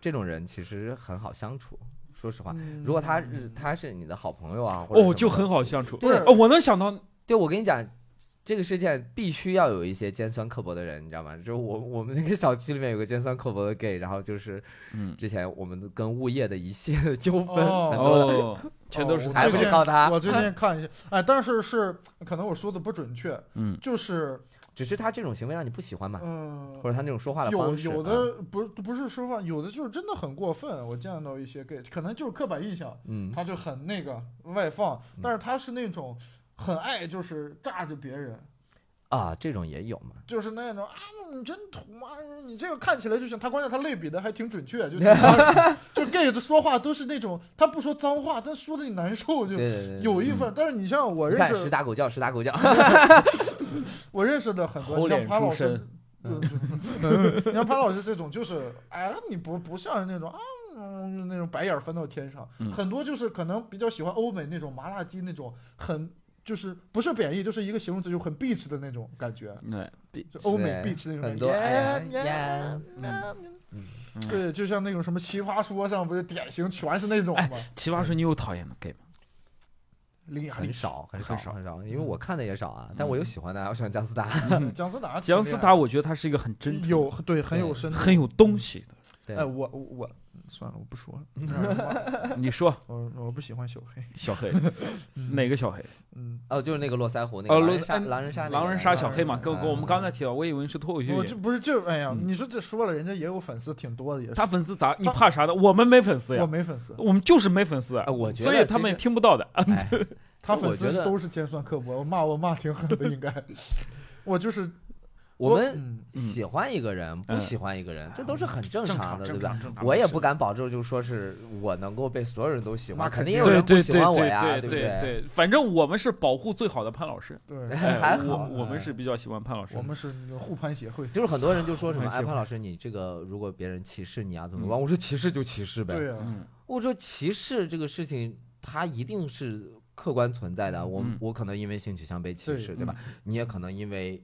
Speaker 2: 这种人其实很好相处。说实话，
Speaker 1: 嗯
Speaker 2: 如果他是他是你的好朋友啊，或者什么
Speaker 4: 哦，
Speaker 2: 的
Speaker 4: 就很好相处。
Speaker 1: 对
Speaker 4: 哦，我能想到
Speaker 2: 对，我跟你讲，这个世界必须要有一些尖酸刻薄的人，你知道吗？就是我我们那个小区里面有个尖酸刻薄的 gay，然后就是
Speaker 4: 嗯
Speaker 2: 之前我们跟物业的一系列的纠纷，
Speaker 1: 哦
Speaker 2: 很多
Speaker 4: 哦，全都是
Speaker 1: 哦
Speaker 4: 他
Speaker 2: 还
Speaker 1: 我
Speaker 2: 不
Speaker 1: 最
Speaker 2: 是
Speaker 1: 近
Speaker 2: 靠他，啊
Speaker 1: 我最近看一些，哎，但是是可能我说的不准确，
Speaker 4: 嗯
Speaker 1: 就是
Speaker 2: 只是他这种行为让你不喜欢嘛，
Speaker 1: 嗯
Speaker 2: 啊或。者他那种说话的
Speaker 1: 有
Speaker 2: 方式，
Speaker 1: 有
Speaker 2: 嗯
Speaker 1: 的不不是说话，有的就是真的很过分。我见到一些 gay，可能就是刻板印象，
Speaker 2: 嗯，
Speaker 1: 他就很那个外放
Speaker 2: 嗯，
Speaker 1: 但是他是那种很爱就是炸着别人，
Speaker 2: 啊，这种也有嘛，
Speaker 1: 就是那种啊，你真土啊，你这个看起来就行。他关键他类比的还挺准确，
Speaker 2: *laughs*
Speaker 1: 就就就 gay 的说话都是那种他不说脏话，但说的你难受就
Speaker 2: 对。对对，嗯
Speaker 1: 有一份，但是你像我
Speaker 2: 你
Speaker 1: 认
Speaker 2: 看十
Speaker 1: 识，
Speaker 2: 打狗叫，十打狗叫，
Speaker 1: 我认识的很多，
Speaker 4: 猴
Speaker 1: 你像
Speaker 4: 脸
Speaker 1: 潘
Speaker 4: 出
Speaker 1: 老师
Speaker 4: 身，
Speaker 1: 对对
Speaker 2: *laughs*
Speaker 1: 你像潘老师这种，就是哎，你不不像是那种啊，嗯那种白眼儿翻到天上，
Speaker 4: 嗯
Speaker 1: 很多就是可能比较喜欢欧美那种麻辣鸡那种很。就是不是贬义，就是一个形容词，就很 bitch 的那种感觉，
Speaker 4: 对，比
Speaker 1: 就欧美
Speaker 2: 对
Speaker 1: bitch 那种感
Speaker 2: 很
Speaker 1: 觉。
Speaker 2: 多
Speaker 1: Yeah,
Speaker 2: 哎
Speaker 1: yeah,
Speaker 2: 呀，
Speaker 4: 嗯
Speaker 1: 对，就像那种什么奇葩说上不是典型全是那种吗？
Speaker 4: 奇葩说你有讨厌的 gay 吗？
Speaker 1: 伶牙
Speaker 2: 很
Speaker 1: 俐
Speaker 2: 少很少
Speaker 4: 哎很少
Speaker 2: 很少，因为我看的也少啊，但我有喜欢的啊，我喜欢姜思达，
Speaker 4: *laughs*
Speaker 1: 齿，嗯姜思达挺厉害
Speaker 4: 姜
Speaker 1: 的，
Speaker 4: 思达，我觉得他是一个很真诚、
Speaker 1: 有对很有
Speaker 2: 对
Speaker 1: 深度。
Speaker 4: 很有东西的。
Speaker 2: 对
Speaker 1: 哎，我我我算了，我不说了让人骂
Speaker 4: *laughs*
Speaker 1: 我。
Speaker 4: 你说
Speaker 1: 我我不喜欢小
Speaker 4: *laughs*
Speaker 1: 黑。
Speaker 2: *laughs*
Speaker 4: 小黑
Speaker 1: 嗯
Speaker 4: 哪个小黑？
Speaker 1: 嗯，
Speaker 2: 哦，就是那个络腮胡那
Speaker 4: 哦
Speaker 2: 个
Speaker 4: 络
Speaker 2: 狼人杀，
Speaker 4: 嗯
Speaker 2: 狼人杀啊那个，
Speaker 4: 狼人杀小黑嘛，跟
Speaker 2: 嗯
Speaker 4: 跟我们刚才提到，我以为是脱口秀
Speaker 1: 我
Speaker 4: 演
Speaker 1: 就
Speaker 4: 员。
Speaker 1: 不是就哎呀，
Speaker 4: 嗯
Speaker 1: 你说这说了，人家也有粉丝挺多的，也是
Speaker 4: 他粉丝咋？你怕啥呢？我们没粉丝
Speaker 1: 我
Speaker 4: 呀，
Speaker 1: 没粉丝，
Speaker 4: 我们就是没粉丝啊 *laughs*
Speaker 2: 哎，，我觉得
Speaker 4: 所以他们也
Speaker 2: 其实
Speaker 4: 听不到的。
Speaker 2: *laughs* 哎
Speaker 1: 他
Speaker 2: 我
Speaker 1: 粉丝
Speaker 2: 觉得
Speaker 1: 都是尖酸刻薄，我骂我骂挺狠的，应该。
Speaker 4: *laughs*
Speaker 1: 我就是
Speaker 2: 我们
Speaker 1: 嗯
Speaker 2: 喜欢一个人，不
Speaker 4: 嗯
Speaker 2: 喜欢一个人，这都是很正
Speaker 4: 正
Speaker 2: 常的，对
Speaker 4: 正
Speaker 2: 吧
Speaker 4: 常，？正常。
Speaker 2: 我也不敢保证，就说是我能够被所有人都喜欢，
Speaker 1: 那肯
Speaker 2: 肯
Speaker 1: 定
Speaker 2: 定有人
Speaker 4: *laughs* 对
Speaker 2: 不
Speaker 4: 对
Speaker 2: 喜
Speaker 4: 对
Speaker 2: 欢我
Speaker 4: 对
Speaker 2: 呀，
Speaker 4: 对
Speaker 2: 不
Speaker 4: 对？对，反正我们是保护最好的潘老
Speaker 2: *laughs*
Speaker 4: 师。
Speaker 1: 对，
Speaker 4: 哎
Speaker 2: 还好
Speaker 4: 我我们
Speaker 2: 哎
Speaker 4: 是比较喜欢潘老师的。
Speaker 1: 我们是那个护盘协会。
Speaker 2: 就是很多人就说什么
Speaker 4: 我很喜
Speaker 2: 哎，
Speaker 4: 欢
Speaker 2: 潘老师，你这个如果别人歧视你啊，怎么
Speaker 4: 嗯
Speaker 2: 办？我说歧视就歧视呗。
Speaker 1: 对啊呀，
Speaker 4: 嗯
Speaker 2: 我说歧视这个事情，它一定是客观存在的。啊我
Speaker 4: 嗯
Speaker 2: 我可能因为性取向被歧视，
Speaker 1: 对
Speaker 2: 对吧？你也可能因为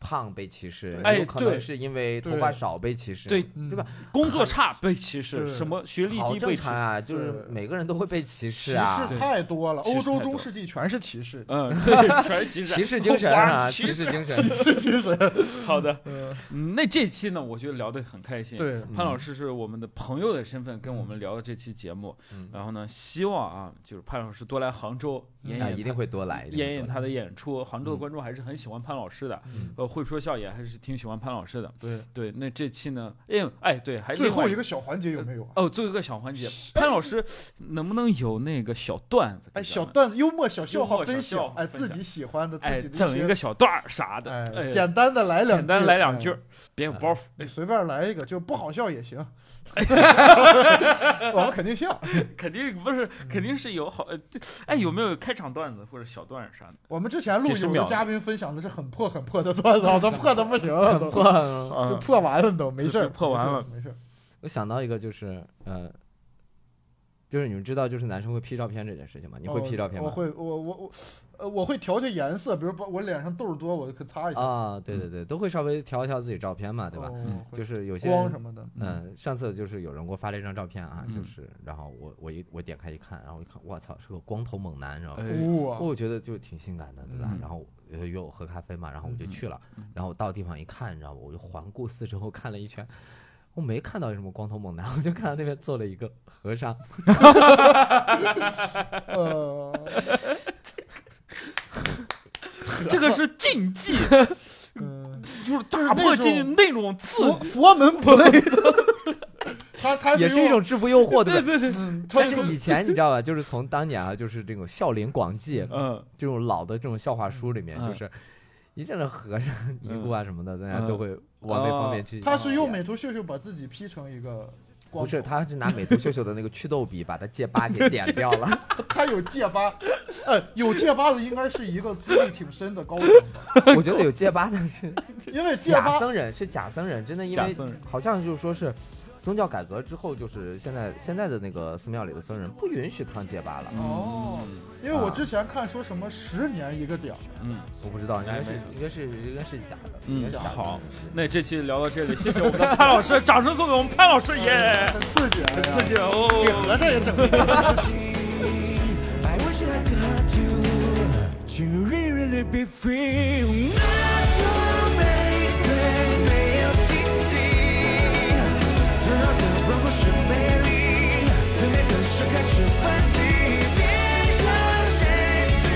Speaker 2: 胖被歧视，
Speaker 1: 对
Speaker 2: 你
Speaker 4: 哎
Speaker 2: 有可
Speaker 4: 对
Speaker 2: 能是因为头发少被歧视，
Speaker 4: 对，
Speaker 1: 嗯
Speaker 2: 对吧？
Speaker 4: 工
Speaker 2: *laughs*
Speaker 4: 作差被歧视，
Speaker 1: 对
Speaker 4: 什么学历
Speaker 2: 好
Speaker 4: 低被
Speaker 2: 正
Speaker 4: 歧视
Speaker 2: 常，啊，就是
Speaker 1: 对
Speaker 2: 每个人都会被歧
Speaker 1: 歧
Speaker 2: 视啊
Speaker 1: 视。太多了，
Speaker 4: 歧视
Speaker 1: 欧洲
Speaker 4: 太多
Speaker 1: 中
Speaker 4: 了，
Speaker 1: 世纪全是歧视
Speaker 4: 嗯，对，全是歧
Speaker 2: *laughs*
Speaker 4: 视，
Speaker 2: 歧视精神
Speaker 4: 哇
Speaker 2: 啊，
Speaker 4: 歧
Speaker 2: 歧视精
Speaker 1: 歧 *laughs*
Speaker 2: 神。
Speaker 1: 视精神。
Speaker 4: 好的，
Speaker 1: 嗯，
Speaker 4: 嗯那这期呢，我觉得聊得很开心。，
Speaker 1: 对，嗯
Speaker 4: 潘老师是我们的朋友的身份跟我们聊这期节目，
Speaker 2: 嗯
Speaker 4: 然后呢，希望啊，就是潘老师多来杭州
Speaker 1: 嗯
Speaker 4: 演
Speaker 2: 啊，
Speaker 4: 演
Speaker 2: 一定会多来，一定
Speaker 4: 演
Speaker 2: 会
Speaker 4: 演
Speaker 2: 多来
Speaker 4: 他的演出，杭州
Speaker 2: 嗯
Speaker 4: 的观众还是很喜欢潘老师的，
Speaker 1: 嗯
Speaker 4: 呃，会说笑也还是挺喜欢潘老师的。
Speaker 1: 对，
Speaker 4: 对，那这期呢，哎哎，对，还
Speaker 1: 最
Speaker 4: 另外
Speaker 1: 后一个小环节有没有啊？
Speaker 4: 哦，最后一个小环节，潘老师能不能有那个小段子给咱们？
Speaker 1: 哎，小段子、幽默小笑
Speaker 4: 呃啊幽默
Speaker 1: 话
Speaker 4: 小
Speaker 1: 分
Speaker 4: 笑
Speaker 1: 享，
Speaker 4: 话
Speaker 1: 哎，
Speaker 4: 分享
Speaker 1: 自己喜欢的，
Speaker 4: 哎，
Speaker 1: 自己的
Speaker 4: 整
Speaker 1: 些
Speaker 4: 一个，小段儿啥的，
Speaker 1: 哎，
Speaker 4: 哎，
Speaker 1: 简单的来两句，
Speaker 4: 简单来两句
Speaker 1: 哎嗯
Speaker 4: 儿，别有包袱，
Speaker 1: 你随便来一个，就不好笑也
Speaker 4: *laughs*
Speaker 1: 行。我们肯定笑，
Speaker 4: 肯定不是，肯定是有好，呃这哎，有没有开场段子或者小段儿啥的？
Speaker 1: 我们之前录
Speaker 4: 几十
Speaker 1: 有
Speaker 4: 秒
Speaker 1: 的嘉宾分享的是很破很破的段子，我都破的不行了，都
Speaker 2: 哇
Speaker 1: 就
Speaker 4: 啊，
Speaker 1: 破完了都没事儿，
Speaker 4: 就破完了
Speaker 1: 没事儿。
Speaker 2: *laughs* 我想到一个，就是呃，就是你们知道，就是男生会 P 照片这件事情吗？你
Speaker 1: 没事儿
Speaker 2: 会 P 照片
Speaker 1: 哦我
Speaker 2: 吗？
Speaker 1: 会，我我我，呃，我会调调颜色，比如把我脸上痘儿多，我可擦一下，
Speaker 2: 啊，对对对，都会稍微调一调自己照片嘛，对吧？
Speaker 4: 嗯
Speaker 1: 哦？会
Speaker 2: 就是有些
Speaker 1: 光
Speaker 2: 人
Speaker 1: 什么的，
Speaker 2: 嗯，上次就是有人给我发了一张照片啊，
Speaker 4: 嗯
Speaker 2: 就是，然后我我一我点开一看，然后我一看，我操，是个光头猛男，你知道吗？
Speaker 4: 哎
Speaker 1: 哇，
Speaker 2: 我觉得就挺性感的，对吧
Speaker 4: 嗯？
Speaker 2: 然后呃约我喝咖啡嘛，然后我就去了
Speaker 4: 嗯，
Speaker 2: 然后我到地方一看，你知道吗？我就环顾四周看了一圈，我没看到有什么光头猛男，我就看到那边坐了一个和尚，
Speaker 4: *laughs*
Speaker 1: 呃，
Speaker 4: 这个是禁 *laughs* 忌，
Speaker 1: 嗯
Speaker 4: 就是打破禁忌那种
Speaker 1: 佛
Speaker 4: 刺激。
Speaker 1: 佛门不类，
Speaker 4: *laughs*
Speaker 1: 他他
Speaker 2: 也是一种制服诱惑，
Speaker 4: 哎对
Speaker 2: 吧？
Speaker 4: 对对，
Speaker 1: 嗯，他
Speaker 2: 但是以前你知道吧，就是从当年啊，就是这种孝廉广济
Speaker 4: 嗯，
Speaker 2: 这种老的这种笑话书里面，
Speaker 4: 嗯
Speaker 2: 就是一见到和尚、尼姑啊什么的，大家
Speaker 4: 嗯啊
Speaker 2: 都会往那方面去。
Speaker 1: 他是用美图秀秀把自己 P 成一个光
Speaker 2: 不是，
Speaker 1: 头
Speaker 2: 他是拿美图秀秀的那个祛痘笔把他结疤给点掉了。
Speaker 4: *laughs*
Speaker 1: 他有戒疤，哎，有戒疤的应该是一个资历挺深的高层吧，
Speaker 2: 我觉得有结疤的
Speaker 4: *laughs*
Speaker 2: 是
Speaker 1: 因为戒
Speaker 2: 假
Speaker 1: 疤
Speaker 2: 僧人，是假僧人，真的因
Speaker 4: 假
Speaker 2: 为
Speaker 4: 僧人
Speaker 2: 好像就是说是宗教改革之后，就是现在现在的那个寺庙里的僧人不允许烫结疤了。
Speaker 4: 嗯
Speaker 1: 哦，因为
Speaker 4: 啊
Speaker 1: 我之前看说什么十年一个点儿，
Speaker 4: 嗯，
Speaker 2: 我不知道，应该
Speaker 4: 哎
Speaker 2: 是
Speaker 4: 没事
Speaker 2: 应该是应该是假的，
Speaker 4: 嗯
Speaker 2: 应该是假的
Speaker 4: 好。那这期聊到这里，谢谢我们的 *laughs* 潘老师，掌声送给我们潘老师，耶，
Speaker 1: 很刺激，很
Speaker 4: 刺激哦。
Speaker 1: 给和尚也整了。
Speaker 6: I wish I could hurt you to really be free. Not to make them feel sincere. 这让的不过是美丽，最美的时刻是放弃，变成现实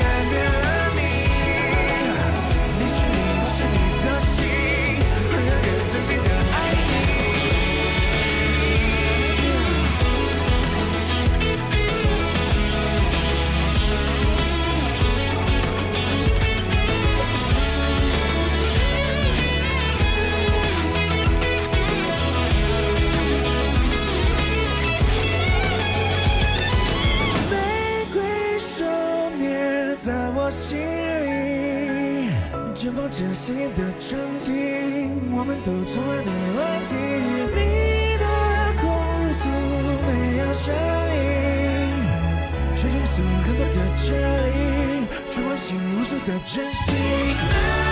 Speaker 6: 改变了你。你是你，我是你的心，还有个真心的爱你。玫瑰少年在我心里，绽放着新的春情，我们都充满了问题。你的控诉没有声音，却倾诉更多的真理，去唤醒无数的真心。